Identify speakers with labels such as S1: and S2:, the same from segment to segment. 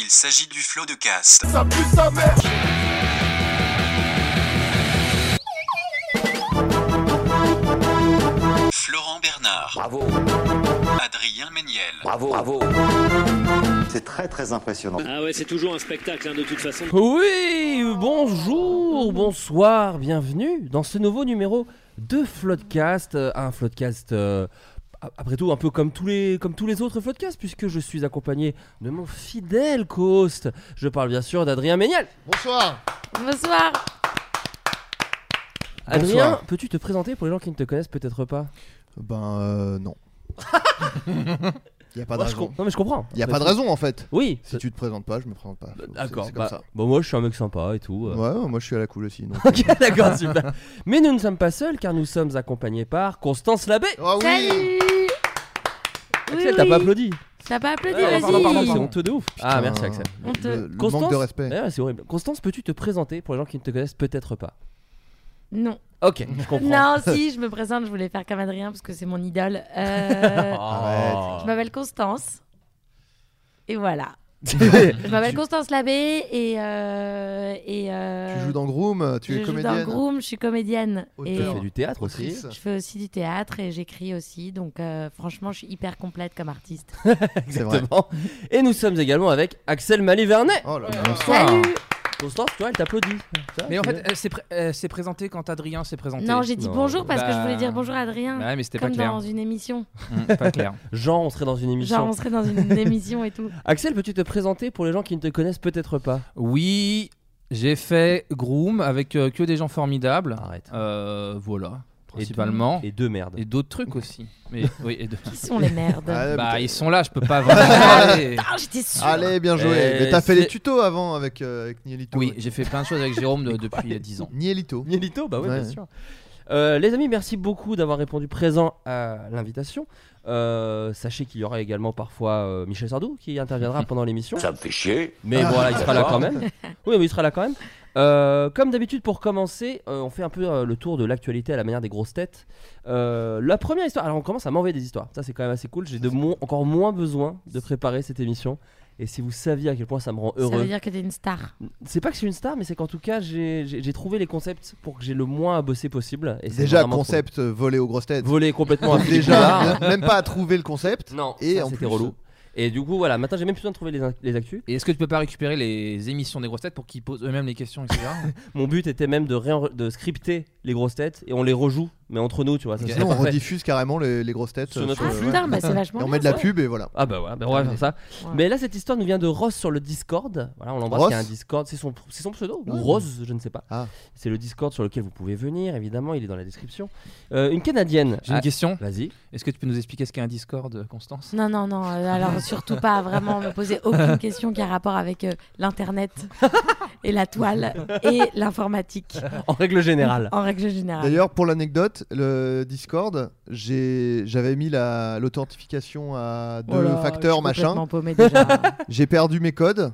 S1: Il s'agit du flot de cast. Florent Bernard,
S2: Bravo,
S1: Adrien Méniel,
S2: bravo, bravo.
S3: C'est très très impressionnant.
S4: Ah ouais, c'est toujours un spectacle hein, de toute façon.
S5: Oui, bonjour, bonsoir, bienvenue dans ce nouveau numéro de Floodcast. Euh, Un Floodcast, euh, a- après tout, un peu comme tous les, comme tous les autres Floodcasts, puisque je suis accompagné de mon fidèle co-host. Je parle bien sûr d'Adrien Méniel.
S6: Bonsoir.
S7: Bonsoir.
S5: Adrien, peux-tu te présenter pour les gens qui ne te connaissent peut-être pas
S6: Ben euh, non. Il y a pas de
S5: Moi, je
S6: raison.
S5: com- Non, mais je comprends.
S6: Il y a pas de raison en fait.
S5: Oui.
S6: Si tu te présentes pas, je me présente pas. C'est-
S5: D'accord,
S6: C'est comme
S5: bah,
S6: ça.
S5: bon, moi je suis un mec sympa et tout. euh.
S6: Ouais, ouais, moi je suis à la cool aussi. donc.
S5: Ok, d'accord, super. Mais nous ne sommes pas seuls car nous sommes accompagnés par Constance Labbé.
S6: Ah oui.
S7: Salut. Oui,
S5: Axel, t'as pas
S7: oui.
S5: applaudi
S7: T'as pas applaudi,
S5: Ouais,
S7: vas-y.
S5: pardon, pardon, c'est honteux de ouf.
S6: Putain,
S5: Ah, merci Axel.
S7: On te-
S6: Le, le manque
S5: Constance
S6: de respect.
S5: Ah ouais, c'est horrible. Constance, peux-tu te présenter pour les gens qui ne te connaissent peut-être pas
S7: Non.
S5: Ok, je comprends.
S7: Non, si, je me présente, je voulais faire comme Adrien parce que c'est mon idole. Euh, je m'appelle Constance. Et voilà. Je m'appelle Constance Labbé et. euh, et euh,
S6: Tu joues dans Groom, tu
S7: je
S6: es
S7: joue
S6: comédienne.
S7: dans Groom, je suis comédienne.
S5: Oh, Tu
S6: Auteur.
S5: fais du théâtre aussi.
S6: Autrice.
S7: Je fais aussi du théâtre et j'écris aussi. Donc, euh, franchement, je suis hyper complète comme artiste.
S6: C'est vrai.
S5: Exactement. Et nous sommes également avec Axel Malivernet.
S6: Oh là là.
S7: Salut
S5: Constance, tu vois, elle t'applaudit. Ça,
S8: Mais en
S5: c'est-
S8: fait, elle s'est, pré- elle s'est présentée quand Adrien s'est présenté.
S7: Non, j'ai dit
S5: Non.
S7: bonjour parce que je
S8: Bah,
S7: voulais dire bonjour à Adrien.
S8: Ouais, mais c'était pas
S7: Comme
S8: clair.
S7: dans une émission.
S8: Mm, pas clair.
S5: genre, on serait dans une émission.
S7: Genre, on serait dans une émission et tout.
S5: Axel, peux-tu te présenter pour les gens qui ne te connaissent peut-être pas
S8: Oui, j'ai fait Groom avec euh, que des gens formidables.
S5: Arrête.
S8: Euh, voilà, principalement.
S5: Et deux merdes.
S8: Et d'autres trucs aussi. Mais oui, et de-
S7: Qui sont les merdes
S6: Ah,
S8: Bah,
S6: putain.
S8: ils sont là, je peux pas vraiment parler.
S7: Ah, j'étais sûre.
S6: Allez, bien joué.
S5: Eh,
S6: Mais t'as fait
S8: c'est-
S6: les tutos avant avec, euh, avec Nielito.
S8: Oui, j'ai fait plein de choses avec Jérôme de- depuis euh, 10 ans.
S6: Nielito.
S5: Mielito, bah oui,
S6: Ouais.
S5: bien sûr. Euh, les amis, merci beaucoup d'avoir répondu présent à l'invitation. Euh, sachez qu'il y aura également parfois euh, Michel Sardou qui interviendra pendant l'émission.
S2: Ça me fait chier.
S5: Mais voilà, il sera là quand même. Oui, mais il sera là quand même. Euh, comme d'habitude, pour commencer, euh, on fait un peu euh, le tour de l'actualité à la manière des grosses têtes. Euh, la première histoire, alors on commence à m'envoyer des histoires. Ça, c'est quand même assez cool. J'ai de mo- encore moins besoin de préparer cette émission. Et si vous saviez à quel point ça me rend
S7: Ça veut
S5: heureux,
S7: dire que t'es une star.
S5: c'est pas que je suis une star, mais c'est qu'en tout cas, j'ai- j'ai j'ai trouvé les concepts pour que j'ai le moins à bosser possible. Et c'est
S6: Déjà
S5: vraiment
S6: concept euh, volé aux grosses têtes.
S5: cool. volé complètement à
S6: Donc
S5: Philippe
S6: Déjà,
S5: Bouvard.
S6: même pas à trouver le concept.
S5: Non,
S6: Et
S5: ça,
S6: en
S5: c'était
S6: plus-
S5: relou. Et du coup, voilà, maintenant j'ai même plus besoin de trouver les, in- les actus.
S8: Et est-ce que tu peux pas récupérer les émissions des grosses têtes pour qu'ils posent eux-mêmes les questions, etc.
S5: Mon but était même de, réen- de scripter les grosses têtes et on les rejoue, mais entre nous, tu vois. Ça,
S8: Ok.
S5: c'est
S6: Sinon, on
S5: parfait.
S6: redifuse carrément les, les grosses têtes
S5: Sur
S6: euh,
S5: notre
S7: Ah
S5: flux.
S6: ouais.
S7: putain, bah c'est vachement
S6: Et on
S7: bien,
S6: met de la
S7: ça.
S6: pub et voilà.
S5: Ah bah voilà, bah on va faire ça.
S7: Ouais.
S5: Mais là, cette histoire nous vient de Ross sur le Discord. Voilà, on l'embrasse,
S6: Ross
S5: il y a un Discord. C'est son, c'est son pseudo Ou
S6: Ouais.
S5: Rose, je ne sais pas.
S6: Ah.
S5: C'est le Discord sur lequel vous pouvez venir, évidemment, il est dans la description. Euh, une Canadienne.
S8: J'ai une
S5: Ah,
S8: question.
S5: Vas-y.
S8: Est-ce que tu peux nous expliquer ce qu'est un Discord, euh, Constance
S7: Non, non, non, euh, alors surtout pas vraiment me poser aucune question qui a rapport avec euh, l'internet et la toile et l'informatique
S5: En règle générale.
S7: en règle générale.
S6: D'ailleurs, pour l'anecdote, le Discord, j'ai- j'avais mis la- l'authentification à deux
S7: Oh là, je
S6: facteurs,
S7: suis
S6: machin.
S7: complètement paumée déjà.
S6: J'ai perdu mes codes.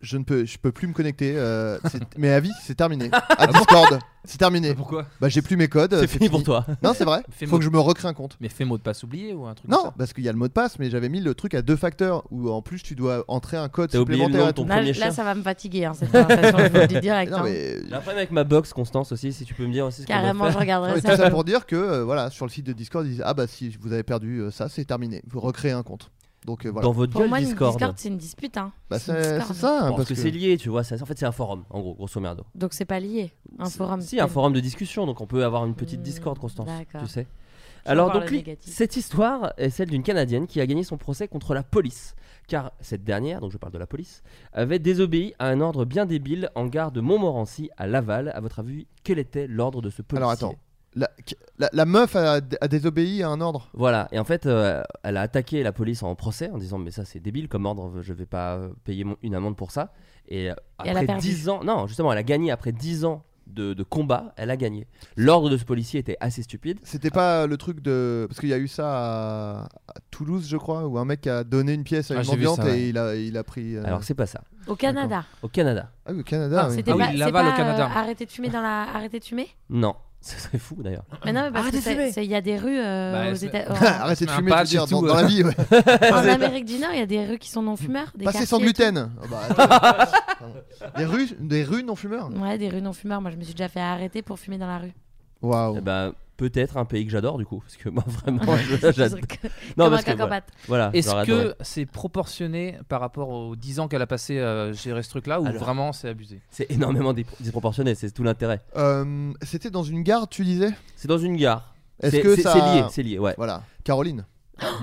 S6: Je ne peux, je peux plus me connecter. euh, c'est- mes avis, c'est terminé. À Discord, c'est terminé.
S8: Pourquoi
S6: Bah, j'ai plus mes codes.
S5: C'est fini pour toi.
S6: Non, c'est vrai.
S8: Fais
S6: Faut
S8: mot-
S6: que je me recrée un compte.
S8: Mais fais mot de passe oublié ou un truc comme
S6: Non,
S8: ça
S6: parce qu'il y a le mot de passe, mais j'avais mis le truc à deux facteurs où en plus tu dois entrer un code
S5: T'as oublié le nom
S6: supplémentaire.
S5: de
S6: et tout.
S5: ton
S7: là,
S5: premier
S7: là,
S5: chien.
S7: ça va me fatiguer, hein, cette conversation, je vous le dis direct.
S6: Non,
S7: hein.
S6: mais
S5: J'ai un problème avec ma box, Constance aussi, si tu peux me dire aussi ce qu'on doit
S7: Carrément,
S5: faire.
S7: je
S6: Non,
S7: regarderai
S6: mais
S7: ça.
S6: tout ça pour dire que euh, voilà, sur le site de Discord, ils disent Ah bah si vous avez perdu euh, ça, c'est terminé. Vous recréez un compte. Donc euh, voilà.
S5: Dans votre
S7: Pour
S5: gueule,
S7: moi, une
S5: Discord.
S7: Discord, c'est une dispute. Hein.
S6: Bah,
S7: C'est une
S6: c'est
S7: Discord.
S6: c'est ça. hein,
S5: parce, que,
S6: que-
S5: c'est lié, tu vois. ça- en fait, c'est un forum, en gros, grosso merdo.
S7: Donc c'est pas lié. Un forum.
S5: Si, un
S7: c'est-
S5: forum de discussion, donc on peut avoir une petite
S7: Hmm,
S5: Discord, Constance,
S7: d'accord.
S5: tu sais.
S7: Je
S5: Alors,
S7: vois le
S5: donc, li-
S7: négatif.
S5: cette histoire est celle d'une Canadienne qui a gagné son procès contre la police, car cette dernière, donc je parle de la police, avait désobéi à un ordre bien débile en gare de Montmorency à Laval. À votre avis, quel était l'ordre de ce policier
S6: Alors attends. La, la- la meuf a, a désobéi à un ordre.
S5: Voilà, et en fait, euh, elle a attaqué la police en procès en disant Mais ça, c'est débile comme ordre, je vais pas euh, payer mon- une amende pour ça. Et, euh,
S7: Et elle a
S5: après
S7: perdu.
S5: 10 ans, non, justement, elle a gagné après 10 ans de, de combat, elle a gagné. L'ordre de ce policier était assez stupide.
S6: C'était pas le truc de. Parce qu'il y a eu ça à... à Toulouse, je crois, où un mec a donné une pièce à
S8: Ah,
S6: une
S8: j'ai vu
S6: mendiante
S8: ça, ouais.
S6: et il a, il a pris. euh,
S5: Alors, c'est pas ça.
S7: Au Canada.
S5: Au Canada.
S6: Ah oui, au Canada. oui.
S7: C'était
S8: Ah oui,
S7: pas, c'est
S8: Laval au
S7: pas, euh,
S8: Canada.
S7: arrêtez de fumer dans la. Arrêtez de fumer
S5: Non, ce serait fou d'ailleurs.
S7: Mais non, mais parce que c'est- c'est- il y a des rues euh,
S8: Bah,
S7: aux
S8: c'est-
S7: États-
S6: Ah, Arrêtez de
S8: Un
S6: fumer, je veux
S8: patch et
S6: dire, dans,
S8: tout,
S6: dans la vie. ouais.
S7: en, en Amérique du Nord, il y a des rues qui sont non fumeurs. des
S6: Passer sans
S7: quartiers et tout.
S6: gluten. Ah bah, attends. Pardon. des, rues, des rues non fumeurs.
S7: Ouais, des rues non fumeurs. Moi, je me suis déjà fait arrêter pour fumer dans la rue.
S6: Waouh.
S5: Eh ben, peut-être un pays que j'adore du coup, parce que moi vraiment, je- j'adore.
S7: Comme un
S5: parce que,
S7: cacopate.
S5: Voilà, j'aurais
S8: Est-ce
S5: adoré.
S8: que c'est proportionné par rapport aux 10 ans qu'elle a passé euh, gérer ce truc-là ou
S5: Alors.
S8: vraiment c'est abusé
S5: c'est énormément dé- disproportionné, c'est tout l'intérêt.
S6: Euh, C'était dans une gare, tu disais
S5: C'est dans une gare.
S6: Est-ce
S5: C'est-
S6: que
S5: c'est
S6: ça-
S5: c'est lié, c'est lié, ouais.
S6: Voilà. Caroline.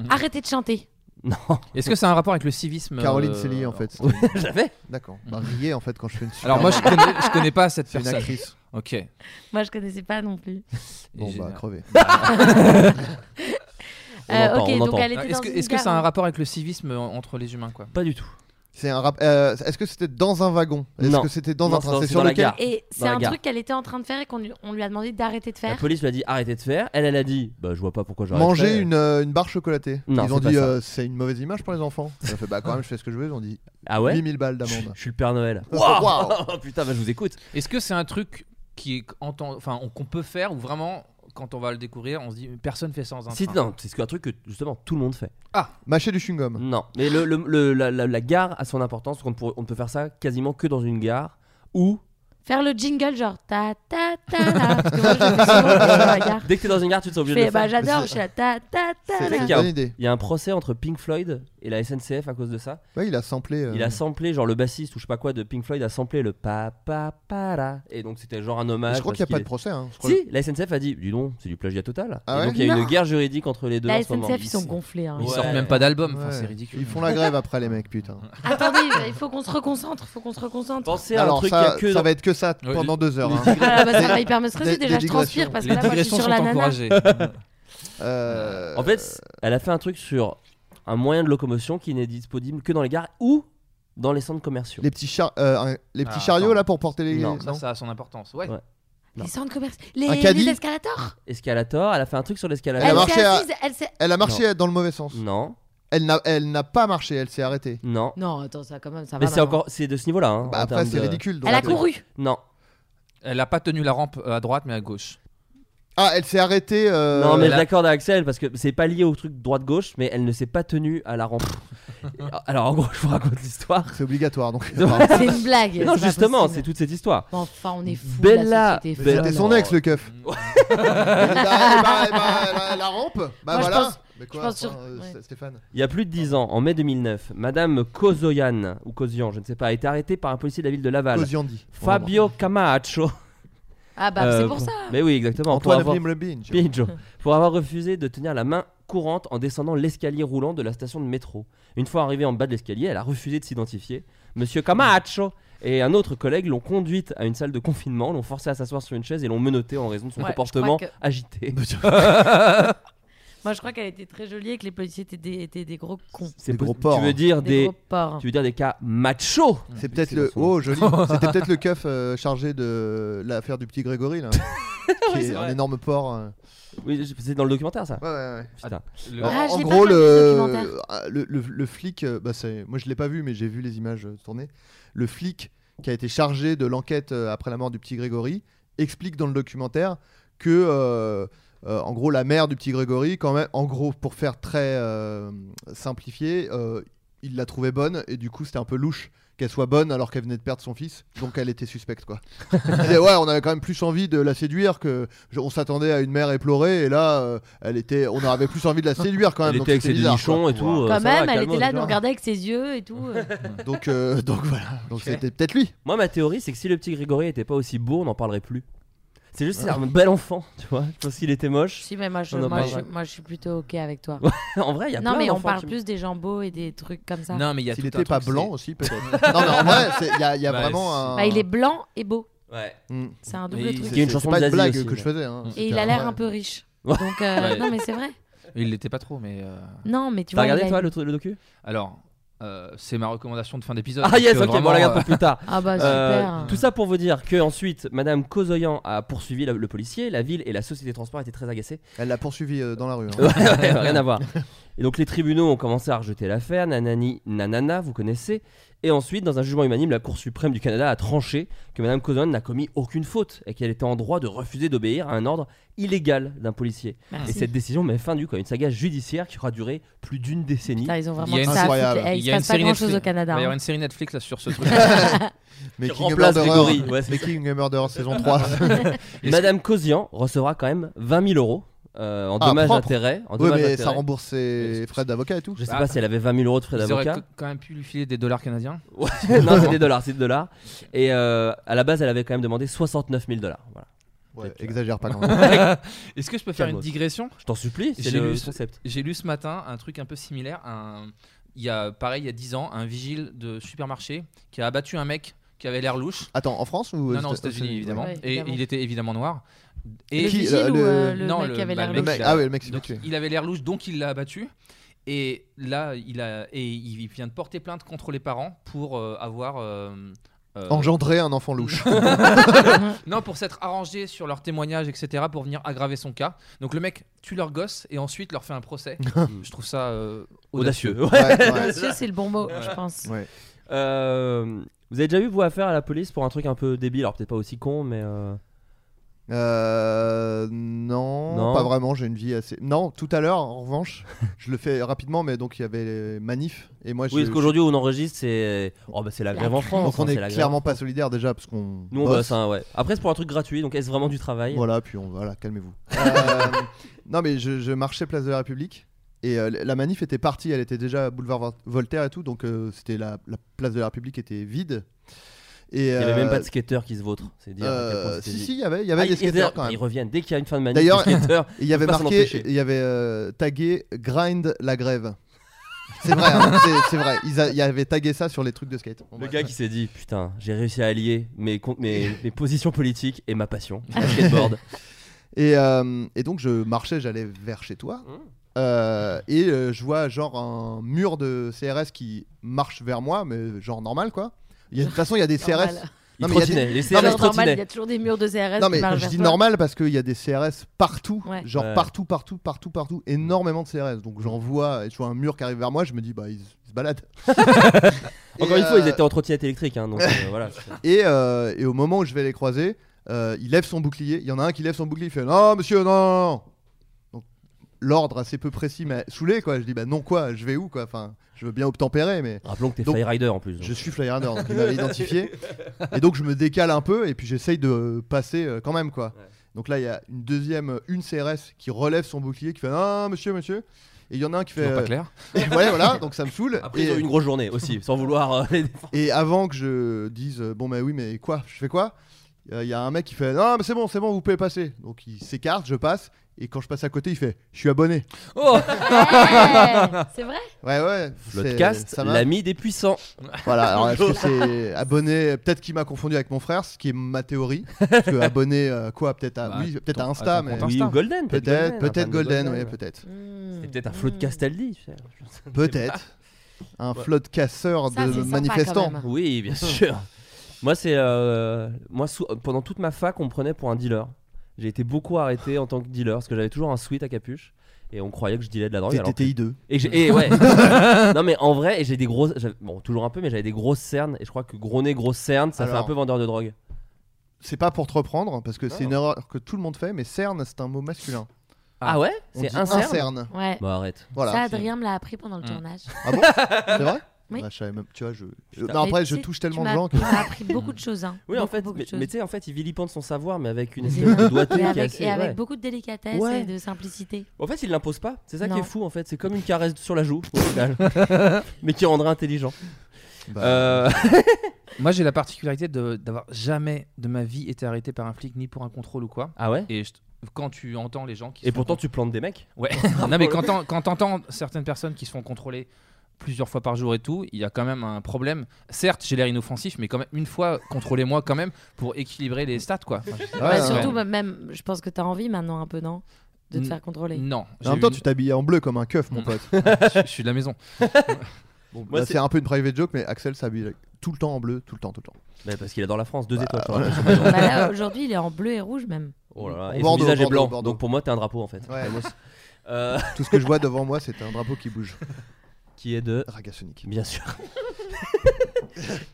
S7: Arrêtez de chanter.
S5: Non,
S8: Est-ce que c'est un rapport avec le civisme
S6: Caroline,
S8: euh,
S6: c'est lié en fait.
S5: oui, j'avais.
S6: D'accord. Bah, riez en fait quand je fais une super
S8: Alors moi je connais, je connais pas cette
S6: C'est une
S8: personne.
S6: actrice.
S8: Ok. Et
S7: Moi, je connaissais pas non plus.
S6: Bon,
S8: j'ai-
S6: bah, crevé.
S5: On
S7: Euh,
S5: entend,
S7: ok,
S5: on
S7: donc
S5: entend.
S7: elle était
S8: Est-ce
S7: dans
S8: que,
S7: une
S8: est-ce que
S7: gare,
S8: ça a un
S7: hein.
S8: rapport avec le civisme en- entre les humains quoi
S5: Pas du tout.
S6: C'est un rap. euh, Est-ce que c'était dans un wagon Est-ce
S5: Non.
S6: que c'était dans
S5: Non,
S6: un
S5: c'est
S6: train
S5: dans-
S6: C'est
S5: c'est
S6: sur
S5: dans la
S6: lequel
S5: gare.
S7: Et c'est
S5: Dans la
S7: un
S5: gare.
S7: truc qu'elle était en train de faire et qu'on lui, on lui a demandé d'arrêter de
S5: La
S7: faire.
S5: police lui a dit arrêtez de faire. Elle, elle a dit bah je vois pas pourquoi j'aurais
S6: Manger une, euh, une barre chocolatée.
S5: Non,
S6: ils ont
S5: c'est pas
S6: dit
S5: ça.
S6: euh, c'est une mauvaise image pour les enfants. Ils ont fait bah quand même je fais ce que je veux. Ils ont dit
S5: Ah ouais
S6: 8000 balles
S5: je,
S6: d'amende.
S5: je suis le Père Noël.
S6: Waouh.
S5: Waouh Putain, bah, je vous écoute.
S8: Est-ce que c'est un truc qui est enten- enfin on- qu'on peut faire ou vraiment quand on va le découvrir on se dit personne fait ça dans un
S5: Si,
S8: train
S5: non, c'est ce que- un truc que justement tout le monde fait.
S6: Mâcher du chewing gum.
S5: Non, mais le, le- le- la, la- la gare a son importance. On ne, pourrait- on ne peut faire ça quasiment que dans une gare ou
S7: Faire le jingle genre ta ta ta la. Parce que moi, je le fais souvent quand je vais à la gare.
S5: dès que t'es dans une gare, tu te sens
S7: Je
S5: obligé de
S7: fais,
S5: le
S7: bah,
S5: faire.
S7: j'adore, je suis là ta ta ta
S6: C'est
S7: la.
S6: c'est une
S5: Ciao.
S6: bonne idée.
S5: Il y a un procès entre Pink Floyd et la SNCF à cause de ça.
S6: Ouais, il a samplé. euh,
S5: Il a samplé, genre le bassiste ou je sais pas quoi de Pink Floyd a samplé le pa pa pa ra. Et donc c'était genre un hommage.
S6: Je crois qu'il n'y
S5: parce
S6: a pas de
S5: est-
S6: procès. hein. Je crois-
S5: Si, la SNCF a dit, dis donc, c'est du plagiat total.
S6: Ah
S5: et
S6: ouais
S5: donc il y a
S7: Non.
S5: une guerre juridique entre les deux
S7: La
S5: en ce moment.
S7: SNCF, ils sont gonflés. hein.
S8: Ils
S5: Ouais.
S8: sortent même pas d'album,
S6: Ouais.
S8: enfin, c'est ridicule.
S6: Ils font la grève après les mecs putain.
S7: Attendez, il faut qu'on se reconcentre, faut qu'on se reconcentre.
S5: Pensez à un
S6: Alors
S5: truc
S6: ça,
S5: qu'il y a que
S6: ça
S5: dans-
S6: va être que ça
S8: Ouais,
S6: pendant deux heures. hein.
S7: Ah, bah, ça va hyper me stresser
S6: Des-
S7: déjà,
S6: des
S7: je transpire parce que
S8: Les
S7: là, moi, je suis
S8: digressions
S7: sur
S8: sont
S7: la nana.
S8: encouragées.
S6: Euh,
S5: En fait, elle a fait un truc sur un moyen de locomotion qui n'est disponible que dans les gares ou dans les centres commerciaux.
S6: les petits char- euh, un- les petits
S8: Ah,
S6: chariots
S8: attends.
S6: là pour porter les.
S5: Non,
S8: ça, ça a son importance. Ouais.
S5: Ouais.
S7: Les centres commerciaux, les,
S6: Un caddie
S7: les escalators.
S5: Escalator, elle a fait un truc sur
S6: Elle a
S5: l'escalator.
S7: Elle s'est
S6: marché à-
S7: assise, elle s'est.
S6: Elle a marché dans le mauvais sens.
S5: Non,
S6: Elle n'a elle n'a pas marché. Elle s'est arrêtée.
S5: non.
S7: Non, attends, ça quand même, ça va.
S5: Mais c'est
S7: maintenant.
S5: encore, c'est de ce niveau-là. hein,
S6: Bah,
S5: en
S6: après
S5: termes
S6: c'est
S5: de-
S6: ridicule. donc,
S7: Elle a
S6: euh,
S7: couru.
S5: Non,
S8: Elle a pas tenu la rampe euh, à droite mais à gauche.
S6: Ah, elle s'est arrêtée. euh,
S5: non, mais
S8: elle
S5: je
S8: a-
S5: l'accorde à Axel parce que c'est pas lié au truc droite-gauche, mais elle ne s'est pas tenue à la rampe. Alors en gros, je vous raconte l'histoire.
S6: C'est obligatoire donc.
S5: Non,
S7: C'est une blague.
S5: non,
S7: c'est pas
S5: justement, c'est
S7: possible.
S5: toute cette histoire.
S7: Mais Enfin, on est fou.
S5: Bella-
S7: Bella.
S6: Mais C'était son ex le keuf. Eh bah, eh bah, eh bah, la, la rampe Bah
S7: Moi, je
S6: voilà
S7: pense-
S6: Mais quoi,
S7: je pense sur-
S6: enfin, euh,
S7: ouais.
S6: Sté- Stéphane
S5: Il y a plus de 10 ans, en mai 2009, Madame Kozoyan, ou Kozian, je ne sais pas, a été arrêtée par un policier de la ville de Laval.
S6: Cosiandi. Oh,
S5: Fabio
S6: bah.
S5: Camacho.
S7: Ah bah
S5: Euh,
S7: c'est pour ça.
S5: Mais oui, exactement. pour
S6: Antoine
S5: avoir...
S6: Abrim Le Binge.
S5: Pinjo, pour avoir refusé de tenir la main courante en descendant l'escalier roulant de la station de métro. Une fois arrivée en bas de l'escalier, elle a refusé de s'identifier. Monsieur Camacho et un autre collègue l'ont conduite à une salle de confinement, l'ont forcée à s'asseoir sur une chaise et l'ont menottée en raison de son
S7: Ouais,
S5: comportement
S7: je crois
S5: agité.
S7: Moi, je crois qu'elle était très jolie et que les policiers étaient des, étaient des gros cons.
S5: C'est
S6: Des gros
S5: possi-
S6: porcs. hein.
S5: Tu veux dire
S7: Des
S5: des,
S7: gros porcs.
S5: tu veux dire des cas macho
S6: C'est peut-être le. Oh joli C'était peut-être le keuf euh, chargé de l'affaire du petit Grégory là. qui est
S5: c'est
S6: un
S5: vrai.
S6: énorme porc. euh.
S5: Oui, je- c'est dans le documentaire ça.
S6: Ouais, ouais, ouais.
S5: Putain.
S8: Le-
S6: En-
S7: Ah, je
S6: Bah, en
S7: l'ai pas
S6: gros,
S7: regardé, ce
S6: le,
S7: documentaire.
S6: ah, le, le- le flic, euh, bah, c'est- moi je l'ai pas vu, mais j'ai vu les images euh, tourner. Le flic qui a été chargé de l'enquête euh, après la mort du petit Grégory explique dans le documentaire que, euh, euh, en gros, la mère du petit Grégory, quand même, en gros, pour faire très euh, simplifié, euh, il la trouvait bonne et du coup c'était un peu louche qu'elle soit bonne alors qu'elle venait de perdre son fils donc elle était suspecte quoi Il disait, ouais on avait quand même plus envie de la séduire que je- on s'attendait à une mère éplorée et là euh, elle était on avait plus envie de la séduire quand même
S5: Elle
S6: donc
S5: était avec
S6: c'était
S5: ses
S6: bizarre,
S5: nichons
S6: quoi.
S5: et tout. euh, ça
S7: Quand même,
S5: va,
S7: elle
S5: calme,
S7: était là,
S5: tu
S7: nous
S5: vois.
S7: regardait avec ses yeux et tout. euh.
S6: donc euh, donc voilà donc
S8: Ok.
S6: c'était peut-être lui
S5: Moi, ma théorie, c'est que si le petit Grégory était pas aussi beau, on n'en parlerait plus. C'est juste, c'est un bel enfant, tu vois. Je pense qu'il était moche.
S7: Si, mais moi, je,
S5: On en
S7: moi, je,
S5: parlera.
S7: moi, je suis plutôt OK avec toi.
S5: en vrai, il y a
S7: non,
S5: plein
S7: mais on
S5: d'enfants
S7: parle
S5: qui-
S7: plus des gens beaux et des trucs comme ça.
S8: Non, mais il y a
S6: s'il
S8: tout
S6: était
S8: un
S6: pas
S8: truc,
S6: blanc
S8: c'est-
S6: aussi peut-être non mais en vrai c'est- il y a, il y a
S8: Bah,
S6: vraiment
S8: c'est-
S6: un
S7: Bah, il est blanc et beau.
S5: Ouais.
S6: Mm.
S7: C'est un
S8: Mais
S7: double
S8: il-
S7: truc.
S5: Il y a une
S6: C'est-
S5: chanson
S6: c'est pas
S5: de
S6: une blague
S5: Zazie aussi,
S6: que je faisais hein.
S7: Et il a l'air
S8: Ouais.
S7: un peu riche.
S5: Ouais.
S7: Donc, euh,
S8: Ouais.
S7: non, mais c'est vrai.
S8: Il l'était pas trop, mais. euh,
S7: Non, mais tu
S5: T'as
S7: vois. il
S5: regardé
S7: a
S5: toi
S7: une-
S5: le, tru- le docu
S8: Alors, euh, c'est ma recommandation de fin d'épisode.
S5: Ah
S8: parce
S5: yes,
S8: que
S5: ok, bon,
S8: vraiment,
S5: on la regarde
S8: euh,
S5: pour plus tard.
S7: Ah, bah,
S5: Euh,
S7: super.
S5: tout ça pour vous dire que ensuite, Madame Kozoyan a poursuivi la- le policier, la ville et la société de transport étaient très agacées.
S6: elle l'a poursuivi euh, dans la rue hein.
S5: Ouais, ouais, rien à voir. Et donc les tribunaux ont commencé à rejeter l'affaire, nanani, nanana, vous connaissez. Et ensuite, dans un jugement unanime, la Cour suprême du Canada a tranché que Madame Coson n'a commis aucune faute et qu'elle était en droit de refuser d'obéir à un ordre illégal d'un policier.
S7: Merci.
S6: Ah,
S5: Et cette décision met fin du coup à une saga judiciaire qui aura duré plus d'une décennie.
S7: Putain, ils ont
S8: Il
S7: vraiment
S8: y a
S7: que
S8: une-
S7: ça. à
S6: Incroyable.
S7: foutre. Eh, Il
S8: y
S7: se
S8: a une
S7: passe pas
S8: série
S7: grand chose
S8: Netflix.
S7: au
S8: Il
S7: Canada.
S8: va y avoir
S7: hein.
S8: une série Netflix là sur ce truc.
S6: mais
S5: Qui
S6: King of
S5: remplace
S6: Murderer.
S5: Grégory, ouais, c'est Ah,
S6: mais King of Murderer saison 3
S5: Madame Cozian recevra quand même 20 000 euros euh, en
S6: Ah,
S5: dommages
S6: propre.
S5: d'intérêt. en
S6: ouais
S5: dommages
S6: mais ça
S5: d'intérêt.
S6: rembourse ses frais d'avocat et tout
S5: Je sais
S8: Ah.
S5: pas si elle avait 20 000 euros de frais
S8: Ils auraient
S5: d'avocat.
S8: qu- quand même pu lui filer des dollars canadiens.
S5: Ouais, non, c'est des dollars, c'est des dollars. Et euh, à la base, elle avait quand même demandé 69 000 dollars. Voilà.
S6: Ouais,
S5: Peut-être,
S6: exagère pas quand même
S8: Est-ce que je peux faire une
S5: Calme-toi.
S8: digression
S5: Je t'en supplie, c'est
S8: J'ai
S5: le
S8: lu ce-
S5: concept.
S8: J'ai lu ce matin un truc un peu similaire. Un... Il y a, pareil, il y a 10 ans, un vigile de supermarché qui a abattu un mec qui avait l'air louche.
S6: Attends, en France ou
S8: non, non, aux
S6: Éta-
S8: États-Unis, évidemment.
S7: Ouais,
S8: et
S7: évidemment.
S8: il était évidemment noir.
S7: Le
S8: Et
S6: Qui,
S7: vigile
S6: euh,
S7: ou
S6: le-
S7: euh, le
S8: Non,
S7: mec qui
S8: le-
S7: avait
S8: bah, le
S7: l'air
S6: Le
S7: louche
S6: mec-
S8: il a-
S6: Ah oui, le mec s'est fait
S8: donc,
S5: euh,
S6: tuer.
S8: il avait l'air louche, donc il l'a abattu. Et là, il, a... et il vient de porter plainte contre les parents pour euh, avoir. euh, euh,
S6: Engendrer un enfant louche.
S8: Non, pour s'être arrangé sur leur témoignage, etc., pour venir aggraver son cas. Donc le mec tue leur gosse et ensuite leur fait un procès. Je trouve ça euh, audacieux.
S5: Audacieux.
S6: Ouais,
S5: Ouais.
S6: ouais.
S7: Audacieux, c'est le bon mot, je pense.
S6: Ouais.
S5: Euh, vous avez déjà eu vous affaire à la police pour un truc un peu débile, alors peut-être pas aussi con, mais euh,
S6: Euh, non,
S5: Non.
S6: pas vraiment, j'ai une vie assez. Non, tout à l'heure, en revanche, je le fais rapidement, mais donc il y avait les manifs. Et moi,
S5: oui,
S6: je-
S5: parce qu'aujourd'hui où on enregistre, c'est oh bah c'est la
S7: La
S5: grève en
S7: grève.
S5: France.
S6: donc on
S5: hein, c'est la
S6: est
S5: grève.
S6: clairement pas solidaire déjà, parce qu'on.
S5: Nous on
S6: bosse.
S5: bosse, hein, ouais. Après c'est pour un truc gratuit, donc est-ce vraiment du travail
S6: Voilà, puis on voilà, calmez-vous. Euh, non, mais je, je marchais place de la République et euh, la manif était partie, elle était déjà boulevard Vol- Voltaire et tout, donc euh, c'était la, la place de la République était vide. Et, euh,
S5: Il y avait même pas de skateurs qui se vautrent. C'est dire. à quel point c'était
S6: si,
S5: vite.
S6: si, il y avait, il y
S5: Ah,
S6: avait des
S5: et d'ailleurs,
S6: skateurs quand
S5: Ils
S6: même.
S5: reviennent dès qu'il y a une fin de manif.
S6: D'ailleurs-
S5: les skateurs,
S6: Et il y avait
S5: peuvent pas s'en
S6: marqué,
S5: empêcher.
S6: il y avait euh, tagué grind la grève. C'est vrai, hein, c'est- c'est vrai. Ils a- il y avait tagué ça sur les trucs de skate. Bon,
S5: Le
S6: bref.
S5: gars qui s'est dit putain, j'ai réussi à allier mes, con- mes, mes positions politiques et ma passion, le skateboard.
S6: Et, euh, et donc je marchais, j'allais vers chez toi.
S5: Mmh.
S6: Euh, et euh, je vois genre un mur de CRS qui marche vers moi, mais genre normal quoi. Il y a- De toute façon, il y a des CRS.
S7: Normal.
S5: Il
S6: Non, mais il y a
S5: trottinait, les
S7: Genre,
S5: CRS
S7: normal,
S5: trottinaient.
S7: il y a toujours des murs de CRS
S6: Non
S7: qui
S6: mais
S7: marchent
S6: je
S7: vers
S6: dis
S7: toi.
S6: normal parce qu'il y a des CRS partout,
S7: Ouais.
S6: genre
S5: Ouais.
S6: partout, partout, partout, partout, énormément de CRS. Donc j'en vois, et je vois un mur qui arrive vers moi, je me dis bah ils se ils se baladent. Et,
S5: Encore une fois, ils
S6: euh,
S5: étaient en trottinette électrique, hein, donc euh, voilà. c'est-
S6: Et, euh, et au moment où je vais les croiser, euh, il lève son bouclier. Il y en a un qui lève son bouclier. Il fait Non, monsieur, non, non, non. Donc, l'ordre assez peu précis m'a saoulé, quoi. Je dis Bah non, quoi, je vais où, quoi. Enfin, je veux bien obtempérer, mais
S5: Rappelons que t'es
S6: Donc,
S5: Flyrider en plus. donc.
S6: je suis Flyer Runner, donc il m'avait identifié. Et donc, je me décale un peu et puis j'essaye de euh, passer euh, quand même, quoi. Donc là, il y a une deuxième, euh, une CRS qui relève son bouclier, qui fait Non, monsieur, monsieur. Et il y en a un qui fait
S8: Toujours pas
S6: euh,
S8: clair.
S6: Ouais, voilà, donc ça me saoule.
S5: Après,
S6: Et-
S5: ils ont eu une grosse journée aussi, sans vouloir euh, les défendre.
S6: Et avant que je dise euh, bon mais oui mais quoi je fais quoi il y a un mec qui fait non mais c'est bon c'est bon vous pouvez passer donc il s'écarte je passe et quand je passe à côté il fait je suis abonné
S7: Ouais, c'est vrai.
S6: ouais ouais c'est-
S5: Podcast,
S6: ça m'a-
S5: l'ami des puissants.
S6: voilà alors est-ce que c'est abonné peut-être qu'il m'a confondu avec mon frère ce qui est ma théorie parce que abonné euh, quoi peut-être à
S8: Bah,
S6: oui peut-être à
S8: ton-
S6: Insta
S8: à ton
S6: mais
S8: compte Insta.
S5: Oui, ou Golden, hein.
S6: peut-être
S7: hein,
S5: un
S6: peut-être
S5: fan de
S6: Golden ouais peut-être
S5: C'est
S7: C'est
S5: peut-être un flot de Castaldi. tu sais.
S6: peut-être un flot de casseurs
S7: Ça, c'est
S6: de
S7: sympa,
S6: manifestants
S7: quand même.
S5: Oui, bien sûr. Moi, c'est. euh, moi, sou- pendant toute ma fac, on me prenait pour un dealer. J'ai été beaucoup arrêté en tant que dealer parce que j'avais toujours un sweat à capuche. Et on croyait que je dealais de la drogue. alors que-
S6: t'étais hideux
S5: Et, j'ai- et ouais. non mais en vrai, et j'ai des grosses, j'avais- bon toujours un peu, mais j'avais des grosses cernes et je crois que gros nez, grosses cernes, ça fait
S6: Alors.
S5: un peu vendeur de drogue.
S6: c'est pas pour te reprendre parce que c'est
S5: Non.
S6: une erreur que tout le monde fait mais cerne c'est un mot masculin
S5: Ah ouais
S6: On
S5: C'est
S6: dit
S5: un
S6: un
S5: cerne
S6: cerne.
S7: Ouais.
S5: Bah arrête.
S6: Voilà.
S7: ça, Adrien me l'a appris pendant le
S8: Mm.
S7: tournage.
S6: Ah bon C'est vrai
S7: Oui.
S6: Bah, je savais même- Tu vois, je. je- Non, après,
S7: Mais
S6: je
S7: tu sais,
S6: touche
S7: tu
S6: tellement de
S7: m'as-
S6: gens
S5: Bah,
S6: que.
S7: Tu m'as appris beaucoup de choses. Hein.
S5: Oui, en
S7: Beaucoup,
S5: fait,
S7: beaucoup de
S5: mais,
S7: choses.
S5: mais tu sais, en fait, il vilipende son savoir, mais avec une
S7: C'est
S5: espèce de
S7: vrai.
S5: doigté
S7: et
S5: qui est
S7: avec,
S5: assez-
S7: et avec
S5: ouais.
S7: beaucoup de délicatesse
S5: Ouais.
S7: et de simplicité.
S5: En fait, il l'impose pas. C'est ça qui
S7: Non.
S5: est fou, en fait. C'est comme une caresse sur la joue, au final. mais qui rendra intelligent.
S6: Bah,
S5: Euh,
S8: Moi, j'ai la particularité de- d'avoir jamais de ma vie été arrêté par un flic, ni pour un contrôle ou quoi.
S5: Ah ouais
S8: Et je- quand tu entends les gens qui. se
S5: Et
S8: font
S5: pourtant, tu plantes des mecs.
S8: Ouais. non mais quand t'en- quand t'entends certaines personnes qui se font contrôler plusieurs fois par jour et tout, il y a quand même un problème. Certes, j'ai l'air inoffensif, mais quand même une fois, contrôlez-moi quand même pour équilibrer les stats quoi. Enfin, je sais
S6: Ouais,
S8: pas.
S7: Bah,
S6: ouais,
S7: surtout,
S8: ouais.
S7: bah, même, je pense que tu as envie maintenant un peu, non De te
S8: Mm.
S7: faire contrôler.
S8: Non.
S6: En
S8: j'ai
S6: même temps,
S8: eu-
S6: tu t'habilles en bleu comme un keuf, mon pote.
S8: je, je suis de la maison.
S6: Bon,
S5: Mm.
S6: bah,
S5: Moi,
S6: là,
S5: c'est-
S6: c'est un peu une private joke, mais Axel s'habille tout le temps en bleu, tout le temps, tout le temps.
S5: Bah, parce qu'il adore la France, deux étoiles. je
S6: voilà.
S5: rappelle.
S7: Bah, là, aujourd'hui, il est en bleu et rouge même.
S5: Oh là là,
S6: On
S5: Et son
S6: Bordeaux,
S5: visage est
S6: Bordeaux,
S5: blanc.
S6: Bordeaux.
S5: Donc pour moi, t'es un drapeau, en fait.
S6: Ouais.
S5: Euh,
S6: Tout ce que je vois devant moi, c'est un drapeau qui bouge.
S5: qui est de
S6: Ragasonic.
S5: Bien sûr.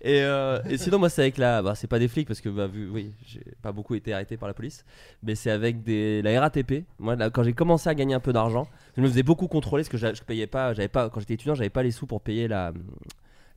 S5: et, euh, et sinon, moi, c'est avec la. Bah, c'est pas des flics parce que, bah, vu, oui, j'ai pas beaucoup été arrêté par la police, mais c'est avec des, la RATP. Moi, là, quand j'ai commencé à gagner un peu d'argent, je me faisais beaucoup contrôler parce que j'a- je payais pas. J'avais pas quand j'étais étudiant, j'avais pas les sous pour payer la,